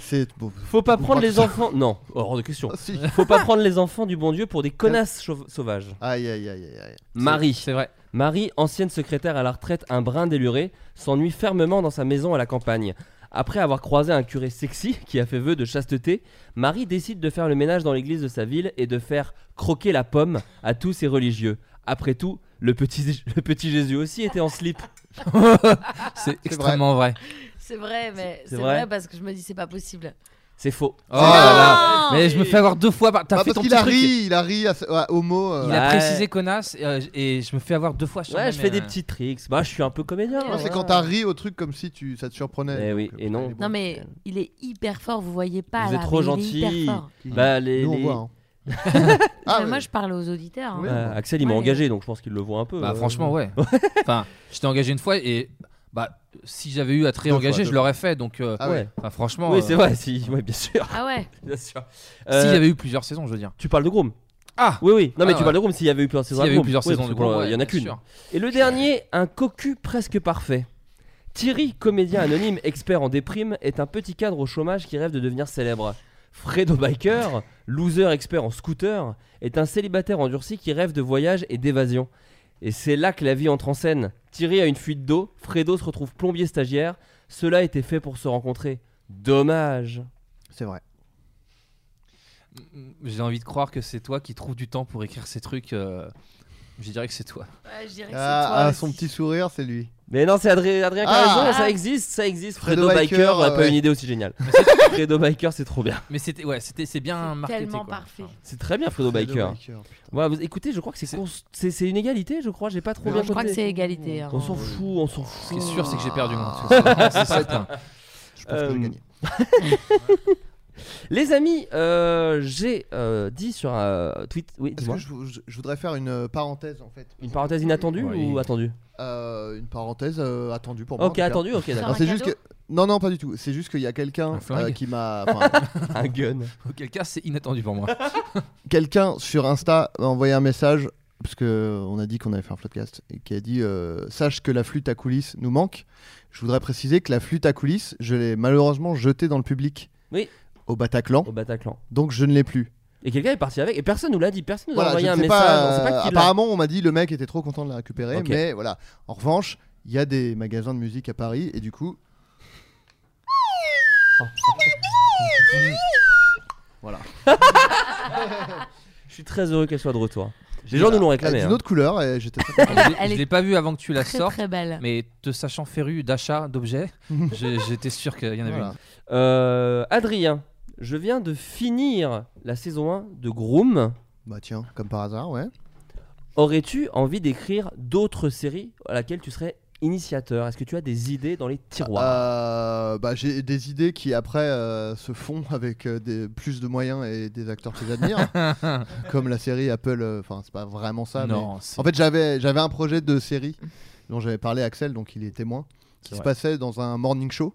S6: c'est bon.
S5: Faut pas
S6: Faut
S5: prendre
S6: pas
S5: les
S6: que-
S5: enfants. Non, Oh, hors de question.
S6: Ah, si.
S5: Faut pas prendre les enfants du bon Dieu pour des connasses chauve- sauvages.
S6: Aïe aïe aïe aïe. aïe.
S5: Marie.
S8: C'est vrai.
S5: Marie, ancienne secrétaire à la retraite, un brin déluré, s'ennuie fermement dans sa maison à la campagne. Après avoir croisé un curé sexy qui a fait vœu de chasteté, Marie décide de faire le ménage dans l'église de sa ville et de faire croquer la pomme à tous ses religieux. Après tout, le petit, le petit Jésus aussi était en slip.
S8: C'est extrêmement vrai.
S7: C'est vrai, mais
S5: c'est
S7: c'est
S5: vrai.
S7: vrai. parce que je me dis c'est pas possible.
S5: C'est faux.
S8: Oh là là. Mais je me fais avoir deux fois. par- T'as
S6: Bah,
S8: fait
S6: parce
S8: ton
S6: qu'il
S8: petit
S6: a
S8: truc.
S6: ri, il a ri à, ce- ouais, au mot. euh,
S8: Il a
S5: Ouais.
S8: précisé connasse et, euh, j- et je me fais avoir deux fois sur
S5: Ouais,
S8: le
S5: je
S8: même,
S5: fais des
S8: euh,
S5: petits tricks. Bah, je suis un peu comédien.
S6: je pense que
S5: ouais.
S6: c'est quand t'as ri au truc comme si tu ça te surprenait.
S5: Eh oui,
S6: Donc,
S5: et
S6: euh,
S5: non.
S6: il est bon.
S7: Non, mais il est hyper fort. Vous voyez pas.
S5: Vous
S7: là,
S5: êtes trop
S7: mais il est hyper
S5: gentil.
S7: fort.
S5: Bah, les,
S6: Nous, on
S5: les-
S6: voit, hein.
S7: Mais
S6: Ah ouais.
S7: Moi, je parle aux auditeurs. hein.
S6: Oui.
S5: Ouais, euh, Axel, il m'a
S7: Ouais.
S5: engagé, donc je pense qu'il le voit un peu.
S8: Bah,
S5: Euh,
S8: franchement, ouais. enfin, je t'ai engagé une fois et bah, si j'avais eu à te
S6: fois,
S8: réengager,
S6: deux
S8: je l'aurais fait. Donc, euh,
S6: Ah ouais.
S8: enfin, franchement,
S5: Oui,
S8: euh,
S5: c'est vrai, si. Ouais, bien sûr.
S7: Ah ouais.
S5: Bien sûr.
S8: s'il
S5: Euh,
S8: y avait eu plusieurs saisons, je veux dire.
S5: Tu parles de Groom
S8: Ah
S5: Oui, oui. Non, mais
S8: Ah,
S5: tu
S8: ouais.
S5: parles de Groom s'il y avait eu plusieurs
S8: S'il
S5: saisons.
S8: y
S5: à
S8: avait eu
S5: Groom.
S8: plusieurs
S5: Oui,
S8: saisons
S5: parce
S8: de
S5: que,
S8: Groom,
S5: euh,
S8: ouais,
S5: il y en a
S8: bien
S5: qu'une.
S8: sûr.
S5: Et le dernier, un cocu presque parfait. Thierry, comédien anonyme, expert en déprime, est un petit cadre au chômage qui rêve de devenir célèbre. Fredo Biker, loser expert en scooter, est un célibataire endurci qui rêve de voyage et d'évasion. Et c'est là que la vie entre en scène. Thierry a une fuite d'eau, Fredo se retrouve plombier stagiaire. Cela était fait pour se rencontrer. Dommage.
S6: C'est vrai.
S8: Mm, J'ai envie de croire que c'est toi qui trouves du temps pour écrire ces trucs. euh, Je dirais que c'est toi.
S7: Ouais, je dirais que c'est
S6: Ah,
S7: toi
S6: ah,
S7: aussi.
S6: son petit sourire, c'est lui.
S5: Mais non, c'est Adrien, Adrien qui a
S6: Ah.
S5: raison, ça
S7: Ah.
S5: existe, ça existe.
S6: Fredo
S5: Fredo,
S6: Biker,
S5: Biker, n'a
S6: euh,
S5: pas
S6: ouais.
S5: une idée aussi géniale. Fredo Biker, c'est trop bien.
S8: Mais c'était, ouais, c'était, c'est bien
S7: C'est
S8: marketé.
S7: tellement
S8: quoi.
S7: parfait.
S8: Enfin,
S5: C'est très bien, Fredo Biker. Ouais, vous- écoutez, je crois que c'est
S8: C'est-
S5: cons- c'est c'est une égalité, je crois, j'ai pas trop
S6: Non,
S5: bien
S7: Je crois que
S5: compté.
S7: c'est égalité. hein.
S5: On s'en fout, on s'en fout.
S8: Ce qui est sûr, c'est que j'ai perdu moi. C'est ça, c'est certain.
S6: Je pense que j'ai
S5: Euh,
S6: gagné.
S5: Les amis, euh, j'ai euh, dit sur un tweet, oui,
S6: Est-ce
S5: dis-moi,
S6: que je, vou- je- je voudrais faire une euh, parenthèse en fait
S5: une parenthèse inattendue
S8: Oui.
S5: ou attendue
S6: Euh, Une parenthèse euh, attendue pour moi. en
S5: Ok,
S6: tout cas.
S5: attendue, ok,
S6: Alors,
S5: d'accord.
S7: un
S6: c'est juste que.
S7: cadeau
S6: Non, non, pas du tout. C'est juste qu'il y a quelqu'un
S8: Un flingue
S6: euh, qui m'a. enfin,
S5: Un gun.
S8: Auquel cas, c'est inattendu pour moi.
S6: quelqu'un sur Insta m'a envoyé un message parce que euh, on a dit qu'on allait faire un podcast et qui a dit euh, sache que la flûte à coulisses nous manque. Je voudrais préciser que la flûte à coulisses, je l'ai malheureusement jetée dans le public
S5: Oui.
S6: au Bataclan,
S5: Au Bataclan.
S6: donc je ne l'ai plus.
S5: Et quelqu'un est parti avec, et personne nous l'a dit, personne nous a
S6: Voilà,
S5: envoyé
S6: je
S5: un
S6: ne sais
S5: message,
S6: pas,
S5: on sait
S6: euh,
S5: pas qui l'a.
S6: apparemment, on m'a dit le mec était trop content de la récupérer,
S5: Ok.
S6: mais voilà. En revanche, il y a des magasins de musique à Paris et du coup,
S5: Je suis très heureux qu'elle soit de retour. Les gens nous l'ont
S6: elle
S5: réclamé.
S6: est
S5: hein.
S6: d'une autre couleur et j'étais très
S8: Je
S6: content.
S8: l'ai-
S7: Elle
S8: je
S7: est
S8: l'ai pas vu avant que tu la
S7: Très
S8: sortes.
S7: très belle.
S8: Mais te sachant féru d'achat d'objets, je- j'étais sûr
S5: Ah
S8: qu'il y en avait
S6: Voilà.
S8: une.
S5: Euh, Adrien, je viens de finir la saison 1 de Groom.
S6: Bah tiens, comme par hasard, ouais.
S5: Aurais-tu envie d'écrire d'autres séries à laquelle tu serais initiateur Est-ce que tu as des idées dans les tiroirs
S6: Euh, bah, j'ai des idées qui après euh, se font avec euh, des, plus de moyens et des acteurs que j'admire, comme la série Apple. euh, Enfin, c'est pas vraiment ça. mais-
S8: non, c'est-
S6: En fait, j'avais j'avais un projet de série dont j'avais parlé à Axel, donc il est témoin, qui se
S5: vrai.
S6: passait dans un morning show.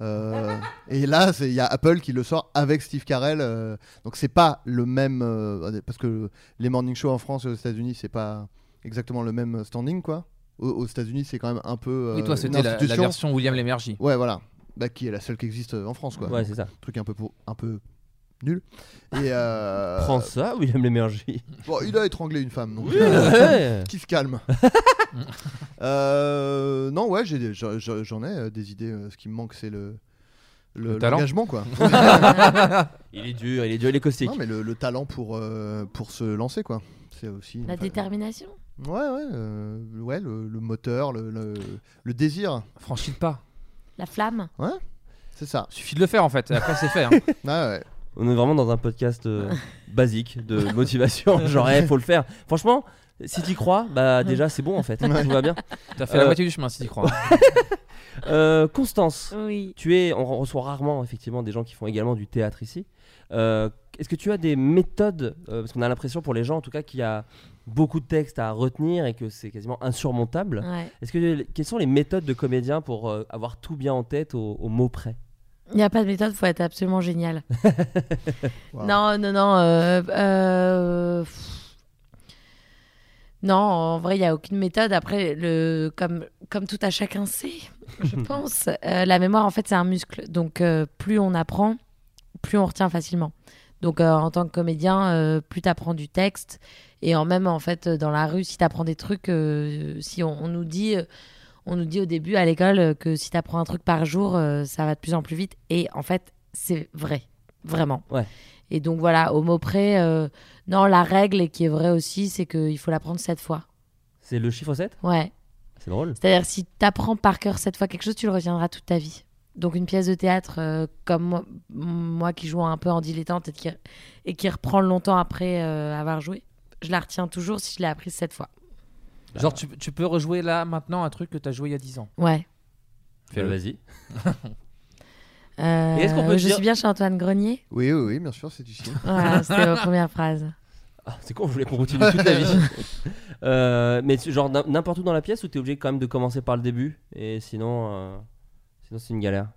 S6: Euh, et là, c'est- il y a Apple qui le sort avec Steve Carell. euh, donc c'est pas le même euh, parce que les morning shows en France et aux États-Unis, c'est pas exactement le même standing quoi. Aux, aux États-Unis, c'est quand même un peu.
S8: oui,
S6: euh,
S8: toi,
S6: une
S8: c'était la- la,
S6: institution.
S8: version William Lémergie.
S6: Ouais, voilà. Bah, qui est la seule qui existe euh, en France, quoi.
S5: Ouais, c'est ça.
S6: Un truc un peu, pour... un peu nul. Et euh...
S5: Prends ça, William Lémergie.
S6: bon, il a étranglé une femme, donc.
S5: Ouais.
S6: Qui se calme. Euh, Non, ouais, j'ai des- j'en j'en- j'en ai, euh, des idées. euh, Ce qui me manque, c'est le.
S8: Le
S6: Le,
S8: talent.
S6: l'engagement, quoi.
S5: il est dur, il est dur, il est caustique.
S6: non, mais le, le talent pour, euh, pour se lancer, quoi. C'est aussi.
S7: La
S6: enfin,
S7: détermination.
S6: Ouais, ouais. euh, ouais, le, le moteur, le, le, le désir.
S8: Franchis le pas.
S7: La flamme.
S6: C'est ça.
S8: Suffit de le faire en fait. Après, c'est fait. hein.
S6: Ouais, ouais.
S5: On est vraiment dans un podcast euh, basique de motivation. Genre, il faut le faire. Franchement, si t'y crois, bah déjà c'est bon en fait. Tout va bien.
S8: T'as fait la
S5: Euh,
S8: moitié du chemin si tu crois.
S5: Euh, Constance,
S7: Oui.
S5: tu es, on reçoit rarement effectivement des gens qui font également du théâtre ici. Euh, Est-ce que tu as des méthodes euh, Parce qu'on a l'impression pour les gens en tout cas qu'il y a beaucoup de textes à retenir et que c'est quasiment insurmontable.
S7: Ouais.
S5: Est-ce que quelles sont les méthodes de comédiens pour euh, avoir tout bien en tête au, au mot près
S7: Il n'y a pas de méthode, faut être absolument génial.
S6: Wow.
S7: Non, non, non. euh, euh, pff. Non, en vrai, il n'y a aucune méthode. Après, le, comme, comme tout à chacun sait, je pense, euh, la mémoire, en fait, c'est un muscle. Donc, euh, plus on apprend, plus on retient facilement. Donc, euh, en tant que comédien, euh, plus tu apprends du texte. Et en même, en fait, euh, dans la rue, si tu apprends des trucs, euh, si on, on nous dit. euh, on nous dit au début à l'école euh, que si tu apprends un truc par jour, euh, ça va de plus en plus vite. Et en fait, c'est vrai. Vraiment.
S5: Ouais.
S7: Et donc voilà, au mot près, euh, non, la règle qui est vraie aussi, c'est qu'il faut l'apprendre sept fois.
S5: C'est le chiffre 7
S7: Ouais.
S5: C'est drôle.
S7: C'est-à-dire, si tu apprends par cœur cette fois quelque chose, tu le retiendras toute ta vie. Donc, une pièce de théâtre, euh, comme moi, moi qui joue un peu en dilettante et qui, et qui reprend longtemps après euh, avoir joué, je la retiens toujours si je l'ai apprise sept fois.
S8: Genre, tu, tu peux rejouer là maintenant un truc que t'as joué il y a 10 ans.
S7: Ouais.
S5: Fais-le, vas-y.
S7: Euh,
S5: Et est-ce qu'on peut
S7: je
S5: dire-
S7: suis bien chez Antoine Grenier.
S6: Oui, oui, oui, bien sûr, c'est ici.
S7: Voilà, c'était ma première phrase.
S5: Ah, c'est con, je voulais qu'on continue toute la vie. Euh, mais tu- genre n'im- n'importe où dans la pièce ou t'es obligé quand même de commencer par le début et sinon, euh, sinon c'est une galère.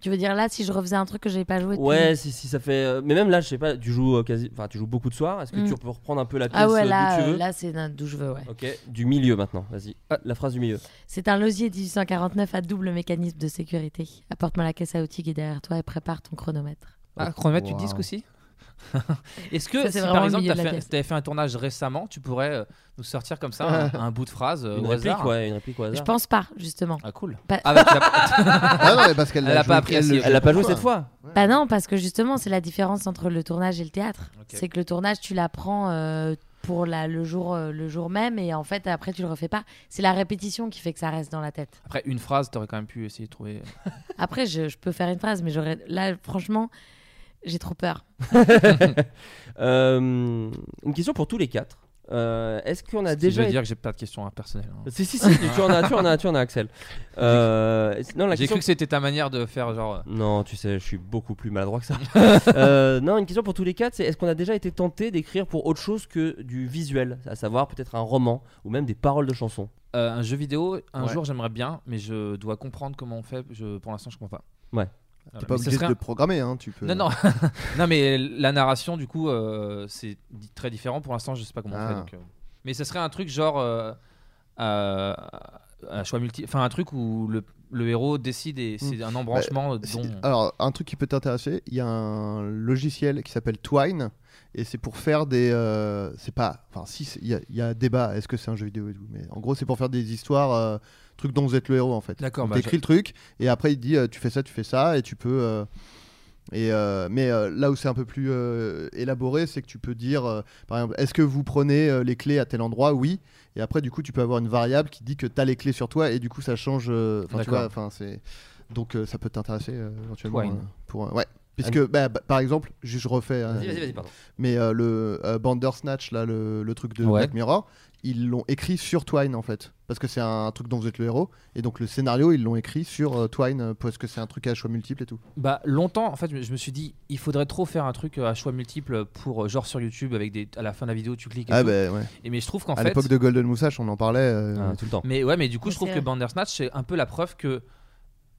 S7: Tu veux dire là, si je refaisais un truc que j'avais pas joué depuis-
S5: Ouais, si, si ça fait. euh, Mais même là, je sais pas, tu joues euh, quasi. Enfin, tu joues beaucoup de soirs. Est-ce que
S7: Mm.
S5: tu peux reprendre un peu la pièce
S7: Ah
S5: euh,
S7: ouais,
S5: d'où
S7: là,
S5: tu
S7: euh,
S5: veux
S7: là c'est d'un- d'où je veux, ouais.
S5: Ok, du milieu maintenant, vas-y. Ah, la phrase du milieu.
S7: C'est un losier 1849 à double mécanisme de sécurité. Apporte-moi la caisse à outils qui est derrière toi et prépare ton chronomètre.
S8: Ah, chronomètre, tu
S6: Wow.
S8: disques aussi Est-ce que
S7: Ça,
S8: si
S7: c'est vraiment
S8: par
S7: le
S8: exemple t'as
S7: milieu de la
S8: fait,
S7: pièce.
S8: t'avais fait un tournage récemment, tu pourrais euh, nous sortir comme ça un, un bout de phrase euh,
S5: une
S8: au
S5: réplique,
S8: hasard
S5: ouais, une réplique au hasard.
S7: Je pense pas, justement.
S8: Ah cool.
S7: Pas-
S8: Ah, bah, tu l'as-
S6: Ah non, mais parce qu'elle
S8: Elle
S6: l'a
S8: a
S6: joué-
S8: pas appris à
S6: elle
S8: s'y-
S6: le
S8: elle
S6: joue
S5: Elle a pas joué
S6: pourquoi
S5: cette fois.
S7: Bah non, parce que justement, c'est la différence entre le tournage et le théâtre.
S8: Ok.
S7: C'est que le tournage, tu l'apprends euh, pour la, le, jour, euh, le jour même et en fait, après, tu le refais pas. C'est la répétition qui fait que ça reste dans la tête.
S8: Après une phrase, t'aurais quand même pu essayer de trouver.
S7: Après, je, je peux faire une phrase, mais j'aurais là, franchement, j'ai trop peur.
S5: Euh, une question pour tous les quatre. Euh, Est-ce qu'on a
S8: Ce qui
S5: déjà.
S8: veut dire que j'ai pas de questions impersonnelles. hein.
S5: Si, si, si, tu, tu en as, tu en as, tu en as, Axel. Euh, est-ce- non, la
S8: J'ai
S5: question.
S8: cru que c'était ta manière de faire genre. euh,
S5: Non, tu sais, je suis beaucoup plus maladroit que ça. Euh, non, une question pour tous les quatre, c'est est-ce qu'on a déjà été tenté d'écrire pour autre chose que du visuel, à savoir peut-être un roman ou même des paroles de chansons
S8: Euh, un jeu vidéo, un
S6: Ouais.
S8: jour j'aimerais bien, mais je dois comprendre comment on fait. Je, pour l'instant, je comprends pas.
S5: Ouais.
S8: Voilà,
S6: T'es pas
S8: mais ce
S6: obligé
S8: serait un-
S6: de le programmer, hein, tu peux.
S8: Non, non. non, mais la narration, du coup, euh, c'est di- très différent. Pour l'instant, je sais pas comment on
S6: Ah.
S8: fait. donc, euh. Mais ce serait un truc genre. euh, euh, un choix multi. Enfin, un truc où le, le héros décide et c'est un embranchement euh,
S6: Si-
S8: dont.
S6: Alors, Hmm. Bah, un truc qui peut t'intéresser, il y a un logiciel qui s'appelle Twine, et c'est pour faire des. euh, c'est pas. Enfin, si, c'est- il y, a- il y a débat, est-ce que c'est un jeu vidéo et tout, mais en gros, c'est pour faire des histoires, euh, trucs dont vous êtes le héros en fait.
S8: D'accord,
S6: Donc,
S8: bah,
S6: T'écris le truc, et après, il te dit, euh, tu fais ça, tu fais ça, et tu peux. euh, et euh, mais euh, là où c'est un peu plus euh, élaboré, c'est que tu peux dire, euh, par exemple, est-ce que vous prenez euh, les clés à tel endroit Oui. Et après, du coup, tu peux avoir une variable qui dit que tu as les clés sur toi, et du coup, ça change. euh, Enfin, tu
S8: D'accord.
S6: vois, enfin, c'est. Donc euh, ça peut t'intéresser euh, éventuellement
S8: Twine.
S6: euh, pour un-
S8: Ah,
S6: ouais. Parce que bah, bah, par exemple, je, je refais, euh,
S5: pardon.
S6: mais euh, le euh, Bandersnatch là, le, le truc de
S8: Ouais.
S6: Black Mirror, ils l'ont écrit sur Twine en fait, parce que c'est un truc dont vous êtes le héros, et donc le scénario ils l'ont écrit sur euh, Twine euh, parce que c'est un truc à choix multiple et tout.
S8: Bah longtemps en fait je me suis dit il faudrait trop faire un truc euh, à choix multiple pour euh, genre sur YouTube avec des à la fin de la vidéo tu cliques et,
S6: Ah
S8: tout.
S6: bah, ouais.
S8: et mais je trouve qu'en
S6: À
S8: fait Ah.
S6: l'époque de Golden Moustache, on en parlait. euh,
S5: hein, tout le temps.
S8: mais ouais mais du coup
S7: Ouais,
S8: je trouve
S7: c'est
S8: que
S7: vrai.
S8: Bandersnatch c'est un peu la preuve que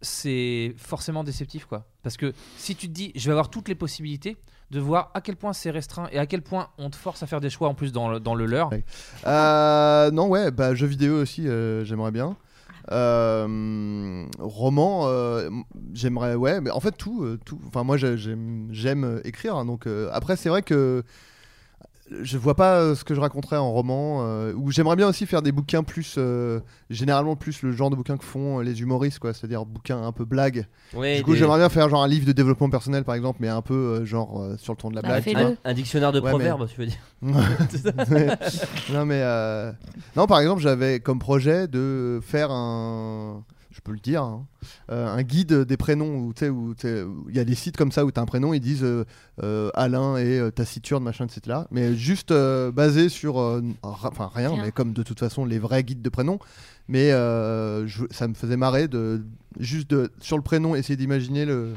S8: c'est forcément déceptif quoi parce que si tu te dis je vais avoir toutes les possibilités de voir à quel point c'est restreint et à quel point on te force à faire des choix en plus dans le, dans le leur
S6: Ouais. Euh, non, ouais, bah, jeux vidéo aussi, euh, j'aimerais bien. Euh, roman, euh, m- j'aimerais, ouais, mais en fait tout, euh, tout. Enfin, moi, j'ai- j'aime j'aime, euh, écrire, hein, donc euh, après, c'est vrai que je vois pas euh, ce que je raconterais en roman. euh, ou j'aimerais bien aussi faire des bouquins plus, euh, généralement plus le genre de bouquins que font euh, les humoristes, quoi, c'est-à-dire bouquins un peu blagues.
S5: Ouais,
S6: du coup,
S5: des-
S6: j'aimerais bien faire genre un livre de développement personnel, par exemple, mais un peu euh, genre euh, sur le ton de la
S7: Bah,
S6: blague.
S7: fais-le.
S5: un, un dictionnaire de
S6: Ouais, mais-
S5: proverbes, tu veux dire
S6: non mais euh, non par exemple j'avais comme projet de faire un je peux le dire hein, euh, un guide des prénoms où tu sais où tu sais, où il y a des sites comme ça où t'as un prénom ils disent euh, euh, Alain et euh, taciturne machin etc mais juste euh, basé sur euh, ra- enfin rien,
S7: Rien.
S6: mais comme de toute façon les vrais guides de prénoms mais euh, je- ça me faisait marrer de juste de sur le prénom essayer d'imaginer le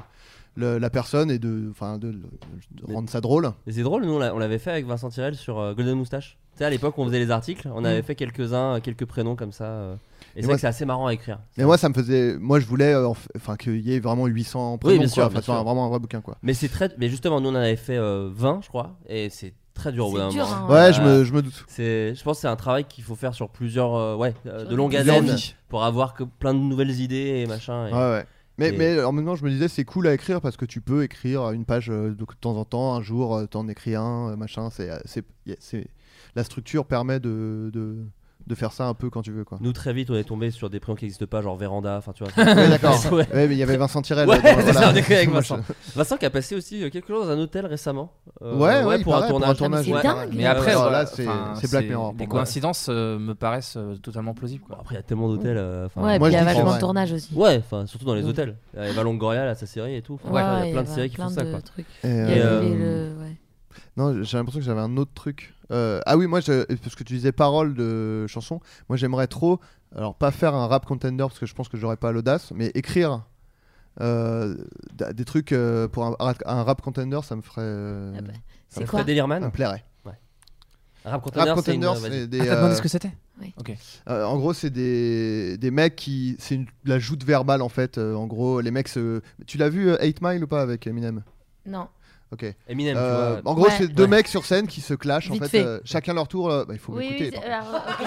S6: le- la personne et de, enfin, de, de rendre ça drôle.
S5: Mais C'est drôle, nous on l'a- on l'avait fait avec Vincent Tirel sur euh, Golden Moustache. Tu sais, à l'époque, on faisait les articles, on avait fait quelques-uns, euh, quelques prénoms comme ça. euh, et c'est
S6: Mm. moi,
S5: vrai que c'est assez marrant à écrire.
S6: Mais moi, ça me faisait. Moi, je voulais euh, en f- enfin, qu'il y ait vraiment 800 prénoms,
S5: bien
S6: quoi.
S5: sûr,
S6: Enfin,
S5: bien
S6: tu vois,
S5: sûr.
S6: vraiment un vrai bouquin, quoi.
S5: Mais c'est très. Mais justement, nous on en avait fait euh, 20, je crois, et c'est très dur au bout
S7: C'est
S5: d'un
S7: dur,
S5: moment.
S7: hein.
S6: Ouais,
S7: Ouais.
S6: je, me, je me doute.
S5: C'est, je pense, que c'est un travail qu'il faut faire sur plusieurs, euh, ouais, euh, de
S7: des
S5: longue
S6: plusieurs
S5: haleine
S6: vies.
S5: pour avoir que plein de nouvelles idées et machin. et-
S6: Ouais, ouais. Mais,
S5: et-
S6: mais en même temps, je me disais, c'est cool à écrire parce que tu peux écrire une page euh, de, de temps en temps, un jour, euh, t'en écris un, euh, machin. C'est, euh, c'est, y a- c'est- la structure permet de, de, de faire ça un peu quand tu veux, quoi.
S5: Nous très vite on est tombé sur des prénoms qui n'existent pas, genre Véranda, enfin tu vois.
S6: Ouais, d'accord.
S5: Ouais.
S6: Ouais, mais il y avait Vincent Tirel.
S5: Ouais,
S6: là, dans-
S5: c'est
S6: voilà.
S5: ça, on est avec
S6: Moi,
S5: Vincent. Vincent qui a passé aussi euh, quelques jours dans un hôtel récemment. Euh,
S6: Ouais, ouais, il paraît, pour un tournage,
S7: c'est
S6: ouais.
S7: dingue.
S8: mais
S6: Ouais,
S8: après
S6: ouais,
S8: voilà,
S6: là, c'est,
S8: enfin,
S6: c'est Black Mirror.
S8: les
S6: pour moi.
S8: coïncidences euh, me paraissent euh, totalement plausibles
S5: Bon,
S8: quoi.
S5: après il y a tellement d'hôtels. euh, enfin,
S7: Ouais,
S6: Moi,
S7: puis il y
S6: je dis
S7: a
S6: que-
S7: vachement
S6: ouais.
S7: de tournage aussi.
S5: Ouais, enfin surtout dans les hôtels. Il y a Valon Goria, là, sa série et tout. Enfin,
S7: Ouais,
S5: il y a plein de séries qui
S7: plein
S5: font ça
S7: de
S5: quoi.
S7: trucs.
S6: Et,
S7: Il y
S6: euh,
S7: avait
S5: euh,
S7: le- ouais.
S6: Non, j'ai l'impression que j'avais un autre truc. Euh, ah oui, moi, je, parce que tu disais paroles de chansons, moi j'aimerais trop, alors pas faire un rap contender parce que je pense que j'aurais pas l'audace, mais écrire euh, d- des trucs euh, pour un, un rap contender, ça me ferait. euh,
S7: Ah bah,
S6: me
S7: C'est
S6: ferait
S7: quoi
S5: Fred Delirman
S6: ça me plairait.
S5: Rap
S6: Rap
S5: Container, c'est une-
S6: Contenders,
S5: vas-y.
S6: c'est des,
S8: Ah, t'as demandé
S6: euh,
S8: ce que c'était
S6: Euh, en gros, c'est des, des mecs qui. C'est une- la joute verbale en fait. euh, en gros, les mecs se. Tu l'as vu 8 Mile ou pas avec Eminem
S7: Non.
S6: Ok.
S5: Eminem,
S6: Euh,
S5: tu vois.
S6: en gros,
S7: Ouais.
S6: c'est deux
S5: Ouais.
S6: mecs sur scène qui se clashent en
S7: Vite
S6: fait.
S7: fait.
S6: euh, chacun leur tour. là, bah, il faut
S7: Oui,
S6: m'écouter.
S7: oui. c'est- alors, ok.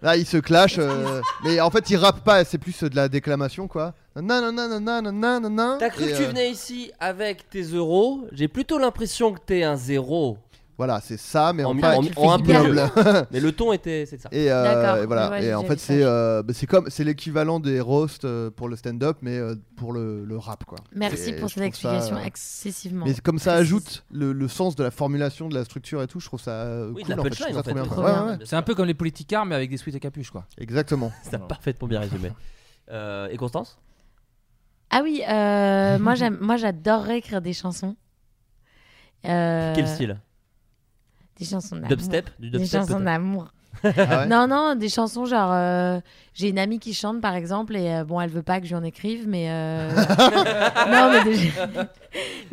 S6: Là, ils se clashent. euh, mais en fait, ils rappent pas. C'est plus euh, de la déclamation quoi. Nanana, nanana, nanana,
S5: T'as cru
S6: et,
S5: que tu
S6: euh,
S5: venais ici avec tes euros J'ai plutôt l'impression que t'es un zéro.
S6: Voilà, c'est ça, mais
S5: En
S6: en,
S5: mi-
S6: pas
S5: en mi-
S6: kiffing
S5: en un peu
S6: noble.
S5: Mais le ton était, c'est ça.
S6: Et, euh,
S7: D'accord,
S6: et
S7: ouais,
S6: voilà.
S7: j'ai
S6: et en
S7: déjà
S6: fait,
S7: vu ça,
S6: c'est
S7: je-
S6: euh, bah, c'est comme c'est l'équivalent des roasts euh, pour le stand-up, mais euh, pour le, le rap quoi.
S7: Merci
S6: Et
S7: pour
S6: je trouve
S7: cette
S6: ça,
S7: explication
S6: euh,
S7: excessivement.
S6: Mais comme ça
S7: précise.
S6: ajoute le, le sens de la formulation, de la structure et tout, je trouve ça euh,
S5: Oui, de
S6: cool.
S5: la
S6: en fait, je
S5: punchline
S6: trouve
S5: en
S6: ça
S5: fait.
S6: trop bien.
S7: Trop
S6: Ouais,
S7: bien.
S6: ouais, ouais.
S8: C'est un peu comme les politicards, mais avec des suites à capuche, quoi.
S6: Exactement.
S5: T'as parfaitement bien résumé. Euh, et Constance
S7: Ah oui, euh, moi j'aime, moi j'adorerais écrire des chansons. Euh,
S5: Quel style
S7: Des chansons d'amour.
S5: Dubstep Du
S7: Des
S5: dubstep
S7: Bah, chansons
S5: peut-être
S7: d'amour.
S6: Ah ouais
S7: Non, non, des chansons genre. euh, J'ai une amie qui chante par exemple, et euh, bon, elle veut pas que je lui en écrive, mais. euh, non, mais des, non,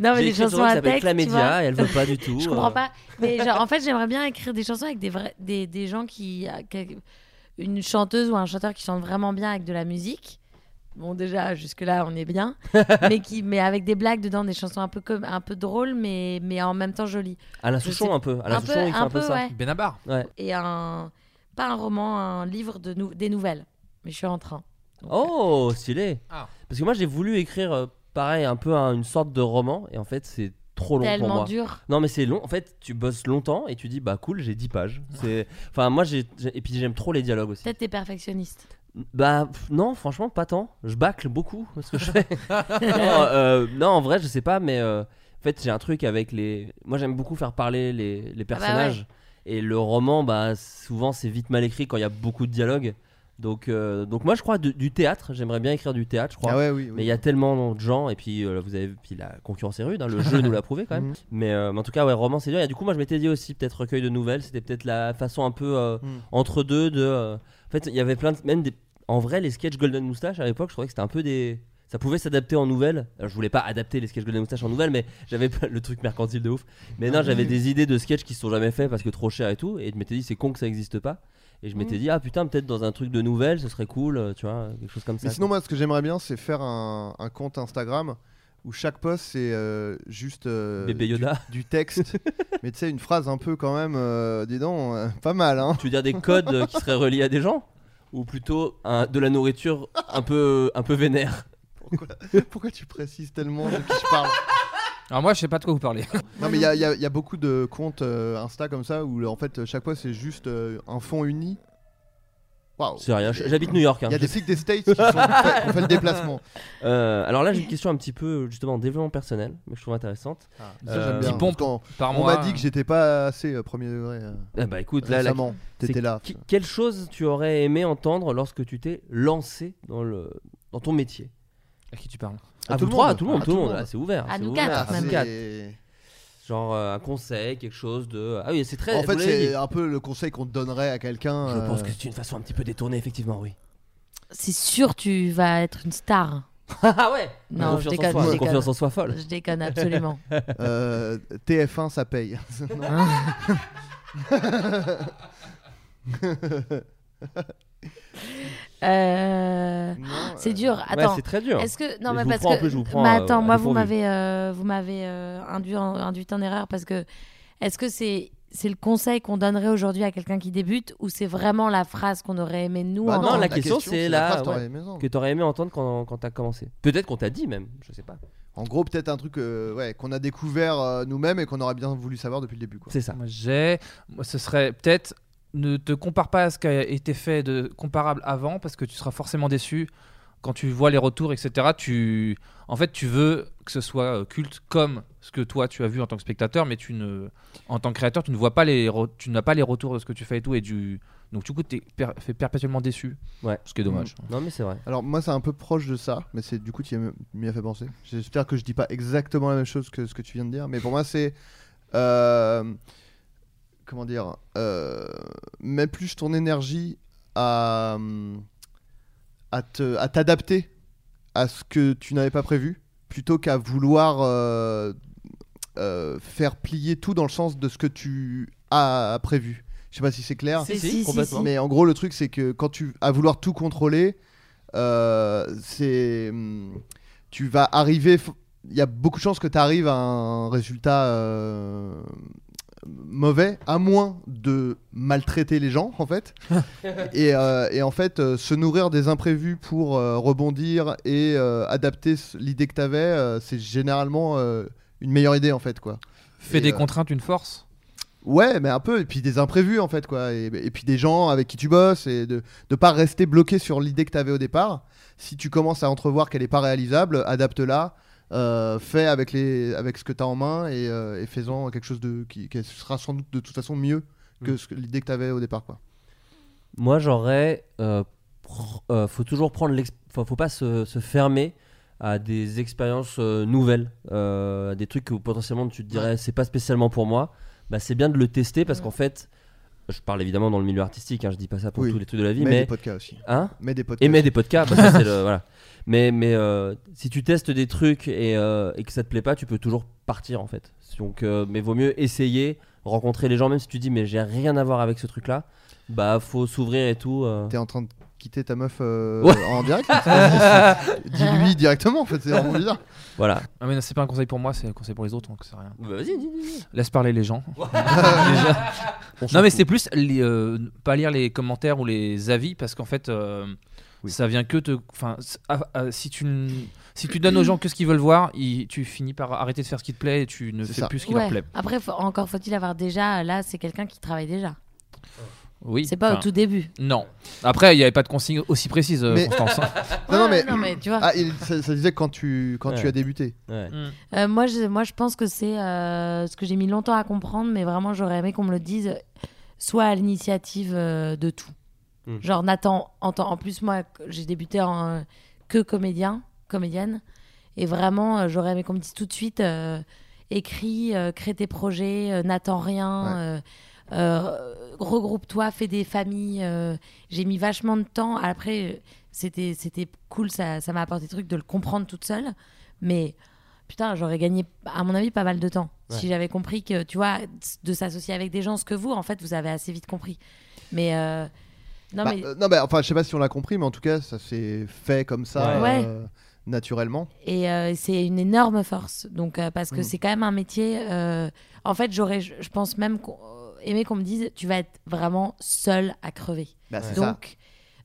S5: J'ai
S7: mais des
S5: écrit une chanson
S7: chansons
S5: qui
S7: à
S5: s'appelle
S7: texte. tu vois.
S5: Clamédia et elle veut pas du tout.
S7: Je
S5: euh.
S7: comprends pas. Mais genre, en fait, j'aimerais bien écrire des chansons avec des, vrais, des, des gens qui, euh, qui- Une chanteuse ou un chanteur qui chante vraiment bien avec de la musique. Bon, déjà, jusque-là, on est bien. mais, qui, mais avec des blagues dedans, des chansons un peu, comme, un peu drôles, mais, mais en même temps jolies.
S5: Alain
S7: Je
S5: Souchon
S7: sais-
S5: un peu. Alain
S7: un peu,
S5: Souchon, Ah, il fait un peu ça.
S8: Eh.
S7: ouais.
S8: Benabar.
S7: Et un. Pas un roman, un livre de nou- des nouvelles. Mais je suis en train. Donc,
S5: Oh, stylé.
S8: Ah.
S5: Parce que moi, j'ai voulu écrire euh, pareil, un peu un- une sorte de roman, et en fait, c'est trop long pour
S7: Tellement
S5: moi.
S7: dur.
S5: Non, mais c'est long. En fait, tu bosses longtemps et tu dis, bah cool, j'ai 10 pages.
S7: Ah.
S5: C'est... Enfin, moi, j'ai... j'ai- Et puis, j'aime trop les dialogues aussi.
S7: Peut-être t'es perfectionniste.
S5: Bah pff, non, franchement, pas tant. Je bâcle beaucoup ce que je fais. non, euh, non, en vrai, je sais pas, mais euh, en fait, j'ai un truc avec les. Moi, j'aime beaucoup faire parler les, les personnages. Et le roman, bah souvent, c'est vite mal écrit quand il y a beaucoup de dialogues. Donc, euh, donc moi, je crois du, du théâtre. J'aimerais bien écrire du théâtre, je crois.
S6: Ah ouais, oui. oui.
S5: Mais il y a tellement de gens, et puis euh, vous avez, puis la concurrence est rude, hein, le jeu nous l'a prouvé quand même.
S6: Mhm.
S5: Mais, euh, mais en tout cas, ouais, roman c'est dur. Et du coup, moi je m'étais dit aussi, peut-être recueil de nouvelles, c'était peut-être la façon un peu euh,
S6: Mhm.
S5: entre deux de. euh, En fait, il y avait plein de. Même des... En vrai, les sketchs Golden Moustache à l'époque, je trouvais que c'était un peu des. Ça pouvait s'adapter en nouvelles. Alors, je voulais pas adapter les sketchs Golden Moustache en nouvelles, mais j'avais pas- le truc mercantile de ouf. Mais
S6: Ah
S5: non, j'avais des idées de sketchs qui se sont jamais faits parce que trop cher et tout. Et je m'étais dit, c'est con que ça existe pas. Et je
S6: Mhm.
S5: m'étais dit, ah putain, peut-être dans un truc de nouvelles, ce serait cool, euh, tu vois, quelque chose comme ça.
S6: Mais sinon,
S5: quoi.
S6: moi, ce que j'aimerais bien, c'est faire un, un compte Instagram où chaque post, c'est euh, juste euh,
S5: Bébé
S6: du,
S5: Yoda.
S6: du texte. mais tu sais, une phrase un peu quand même, euh, dis donc, euh, pas mal, hein.
S5: Tu veux dire des codes euh, qui seraient reliés à des gens Ou plutôt un- de la nourriture un peu, un peu vénère
S6: Pourquoi, pourquoi tu précises tellement de qui je parle
S8: Alors, moi, je sais pas de quoi vous parlez.
S6: Non, mais il y, a- il y a- il y a beaucoup de comptes euh, Insta comme ça où, en fait, chaque post, c'est juste euh, un fond uni. Waouh.
S5: C'est rien, j- j'habite New York. hein.
S6: Il y a des flics des States qui sont, on fait, on fait le déplacement.
S5: Euh, alors là, j'ai une question un petit peu justement en développement personnel, mais que je trouve intéressante.
S6: Ça,
S5: Euh,
S6: j'aime bien.
S8: petit pompe
S6: Parce qu'on-
S8: Par
S6: Ah. on
S8: mois.
S6: m'a dit que j'étais pas assez euh, premier degré. euh,
S5: Ah bah écoute, là, la-
S6: récemment.
S5: c'est
S6: T'étais là.
S5: qui- quelle chose tu aurais aimé entendre lorsque tu t'es lancé dans, le, dans ton métier
S8: À qui tu parles
S5: à,
S6: tout
S5: vous
S6: le
S5: trois,
S6: monde.
S5: à tout le monde,
S6: À
S5: tout le monde, là, c'est ouvert.
S7: À
S5: c'est
S7: nous
S5: ouvert.
S7: quatre,
S6: Ah,
S7: même.
S6: c'est-
S5: quatre. Genre euh, un conseil, quelque chose de. Ah oui, c'est très.
S6: En
S5: vous
S6: fait,
S5: l'avez
S6: c'est
S5: dit.
S6: un peu le conseil qu'on te donnerait à quelqu'un.
S5: Je
S6: euh,
S5: pense que c'est une façon un petit peu détournée, effectivement, oui.
S7: C'est sûr, tu vas être une star.
S5: ah ouais
S7: Non,
S5: confiance,
S7: je
S5: en soi,
S7: déconne, je
S5: la
S7: déconne.
S5: confiance en soi folle.
S7: Je déconne absolument.
S6: euh, TF1, ça paye. Non.
S7: Euh,
S6: Non,
S7: C'est
S6: euh,
S7: dur.
S5: ouais,
S7: Attends.
S5: c'est très dur.
S7: Est-ce que non
S5: Mais je
S7: mais,
S5: vous
S7: parce
S5: prends un
S7: que
S5: peu, je vous prends,
S7: mais
S5: euh, à
S7: attends moi vous
S5: dépourvu.
S7: m'avez euh, vous m'avez euh, induit en, induite en erreur parce que est-ce que c'est c'est le conseil qu'on donnerait aujourd'hui à quelqu'un qui débute ou c'est vraiment la phrase qu'on aurait aimé nous
S6: bah
S7: en-
S5: non, la question, c'est la-
S6: phrase que t'aurais
S5: ouais.
S6: aimé entendre.
S5: que t'aurais aimé entendre quand, quand t'as commencé Peut-être qu'on t'a dit même, je sais pas.
S6: En gros, peut-être un truc euh, ouais, qu'on a découvert euh, nous-mêmes et qu'on aurait bien voulu savoir depuis le début. Quoi.
S5: C'est ça.
S8: Moi, j'ai. Moi, ce serait peut-être. Ne te compare pas à ce qui a été fait de comparable avant parce que tu seras forcément déçu quand tu vois les retours, etc. Tu, en fait, tu veux que ce soit euh, culte comme ce que toi tu as vu en tant que spectateur, mais tu ne, en tant que créateur, tu ne vois pas les, re- tu n'as pas les retours de ce que tu fais et tout, et du, donc du coup, t'es per- fait perpétuellement déçu.
S5: Ouais.
S8: Ce qui est dommage.
S6: Mm.
S5: Non, mais c'est vrai.
S6: Alors, moi, c'est un peu proche de ça, mais c'est du coup, tu m'y as fait penser. J'espère que je dis pas exactement la même chose que ce que tu viens de dire, mais pour moi, c'est. euh, comment dire euh, Mets plus ton énergie à, hum, à te- à t'adapter à ce que tu n'avais pas prévu plutôt qu'à vouloir euh, euh, faire plier tout dans le sens de ce que tu a prévu. Je sais pas si c'est clair.
S8: Si, si,
S7: complètement.
S6: Mais en gros, le truc, c'est que quand tu à vouloir tout contrôler, euh, c'est hum, tu vas arriver. f- Il y a beaucoup de chances que tu arrives à un résultat euh, mauvais, à moins de maltraiter les gens, en fait. et, euh, et en fait, euh, se nourrir des imprévus pour euh, rebondir et euh, adapter s- l'idée que tu avais, c'est généralement euh, une meilleure idée, en fait, quoi.
S8: Fais
S6: Et,
S8: des
S6: euh,
S8: contraintes une force.
S6: Ouais, mais un peu, et puis des imprévus en fait, quoi. Et, et puis des gens avec qui tu bosses, et de ne pas rester bloqué sur l'idée que tu avais au départ. Si tu commences à entrevoir qu'elle n'est pas réalisable, adapte-la, euh, fais avec, les, avec ce que tu as en main et, euh, et fais-en quelque chose de, qui, qui sera sans doute de toute façon mieux que ce que- l'idée que tu avais au départ, quoi.
S5: Moi, j'aurais. euh, pr- euh, faut toujours prendre. l'ex- Faut, faut pas se, se fermer à des expériences euh, nouvelles, euh, à des trucs que potentiellement tu te dirais c'est pas spécialement pour moi. Bah, c'est bien de le tester parce qu'en fait, je parle évidemment dans le milieu artistique, hein, je dis pas ça pour
S6: Oui.
S5: tous les trucs de la vie,
S6: Mets des
S5: mais.
S6: podcasts aussi.
S5: Hein
S6: Mets des podcasts.
S5: et mets des podcasts parce que c'est le- voilà. mais mais euh, si tu testes des trucs et, euh, et que ça te plaît pas tu peux toujours partir en fait donc euh, mais vaut mieux essayer rencontrer les gens même si tu dis mais j'ai rien à voir avec ce truc là bah faut s'ouvrir et tout euh.
S6: T'es en train de quitter ta meuf euh,
S5: Ouais.
S6: en direct là Dis-lui directement, en fait, c'est vraiment bizarre.
S5: voilà
S8: Ah mais non, c'est pas un conseil pour moi, c'est un conseil pour les autres, donc c'est rien.
S5: vas-y
S8: Laisse parler les gens. Déjà. Non mais c'est plus les, euh, pas lire les commentaires ou les avis parce qu'en fait euh,
S6: Oui.
S8: ça vient que te enfin c- ah, ah, si tu n- si tu donnes aux gens que ce qu'ils veulent voir, ils- tu finis par arrêter de faire ce qui te plaît et tu ne
S6: C'est
S8: fais
S6: ça.
S8: plus ce qui leur
S7: Ouais.
S8: plaît.
S7: Après, faut- encore faut-il avoir déjà. Là, c'est quelqu'un qui travaille déjà.
S8: Oui.
S7: C'est pas
S8: enfin,
S7: au tout début.
S8: Non. Après il n'y avait pas de consigne aussi précise euh,
S6: Mais-
S8: Constance.
S6: Non, non, mais.
S7: non, mais tu vois.
S6: Ah, il- ça, ça disait quand tu, quand tu
S5: Ouais.
S6: as débuté.
S5: Ouais.
S8: hein.
S7: Euh, moi, je, moi, je pense que c'est euh, ce que j'ai mis longtemps à comprendre, mais vraiment, j'aurais aimé qu'on me le dise, euh, soit à l'initiative euh, de tout.
S5: Mm.
S7: Genre, Nathan, en, tant- en plus, moi, que- j'ai débuté en euh, que comédien, comédienne, et vraiment, euh, j'aurais aimé qu'on me dise tout de suite, euh, écris, euh, crée tes projets, euh, n'attends rien.
S6: Ouais.
S7: euh, euh, regroupe-toi, fais des familles. euh, j'ai mis vachement de temps. Après, euh, c'était c'était cool, ça ça m'a apporté des trucs de le comprendre toute seule. Mais putain, j'aurais gagné, à mon avis, pas mal de temps. Si j'avais compris que, tu vois, de s'associer avec des gens, ce que vous, en fait, vous avez assez vite compris. Mais. euh, non,
S6: Bah,
S7: mais.
S6: euh, non, bah, enfin, je sais pas si on l'a compris, mais en tout cas, ça s'est fait comme ça,
S7: Ouais.
S6: euh, naturellement.
S7: Et euh, c'est une énorme force. Donc, euh, parce que
S6: Mm.
S7: c'est quand même un métier. euh, en fait, j'aurais, je je pense même qu'on- euh, aimé qu'on me dise, tu vas être vraiment seul à crever.
S6: Bah, c'est ça.
S7: Donc,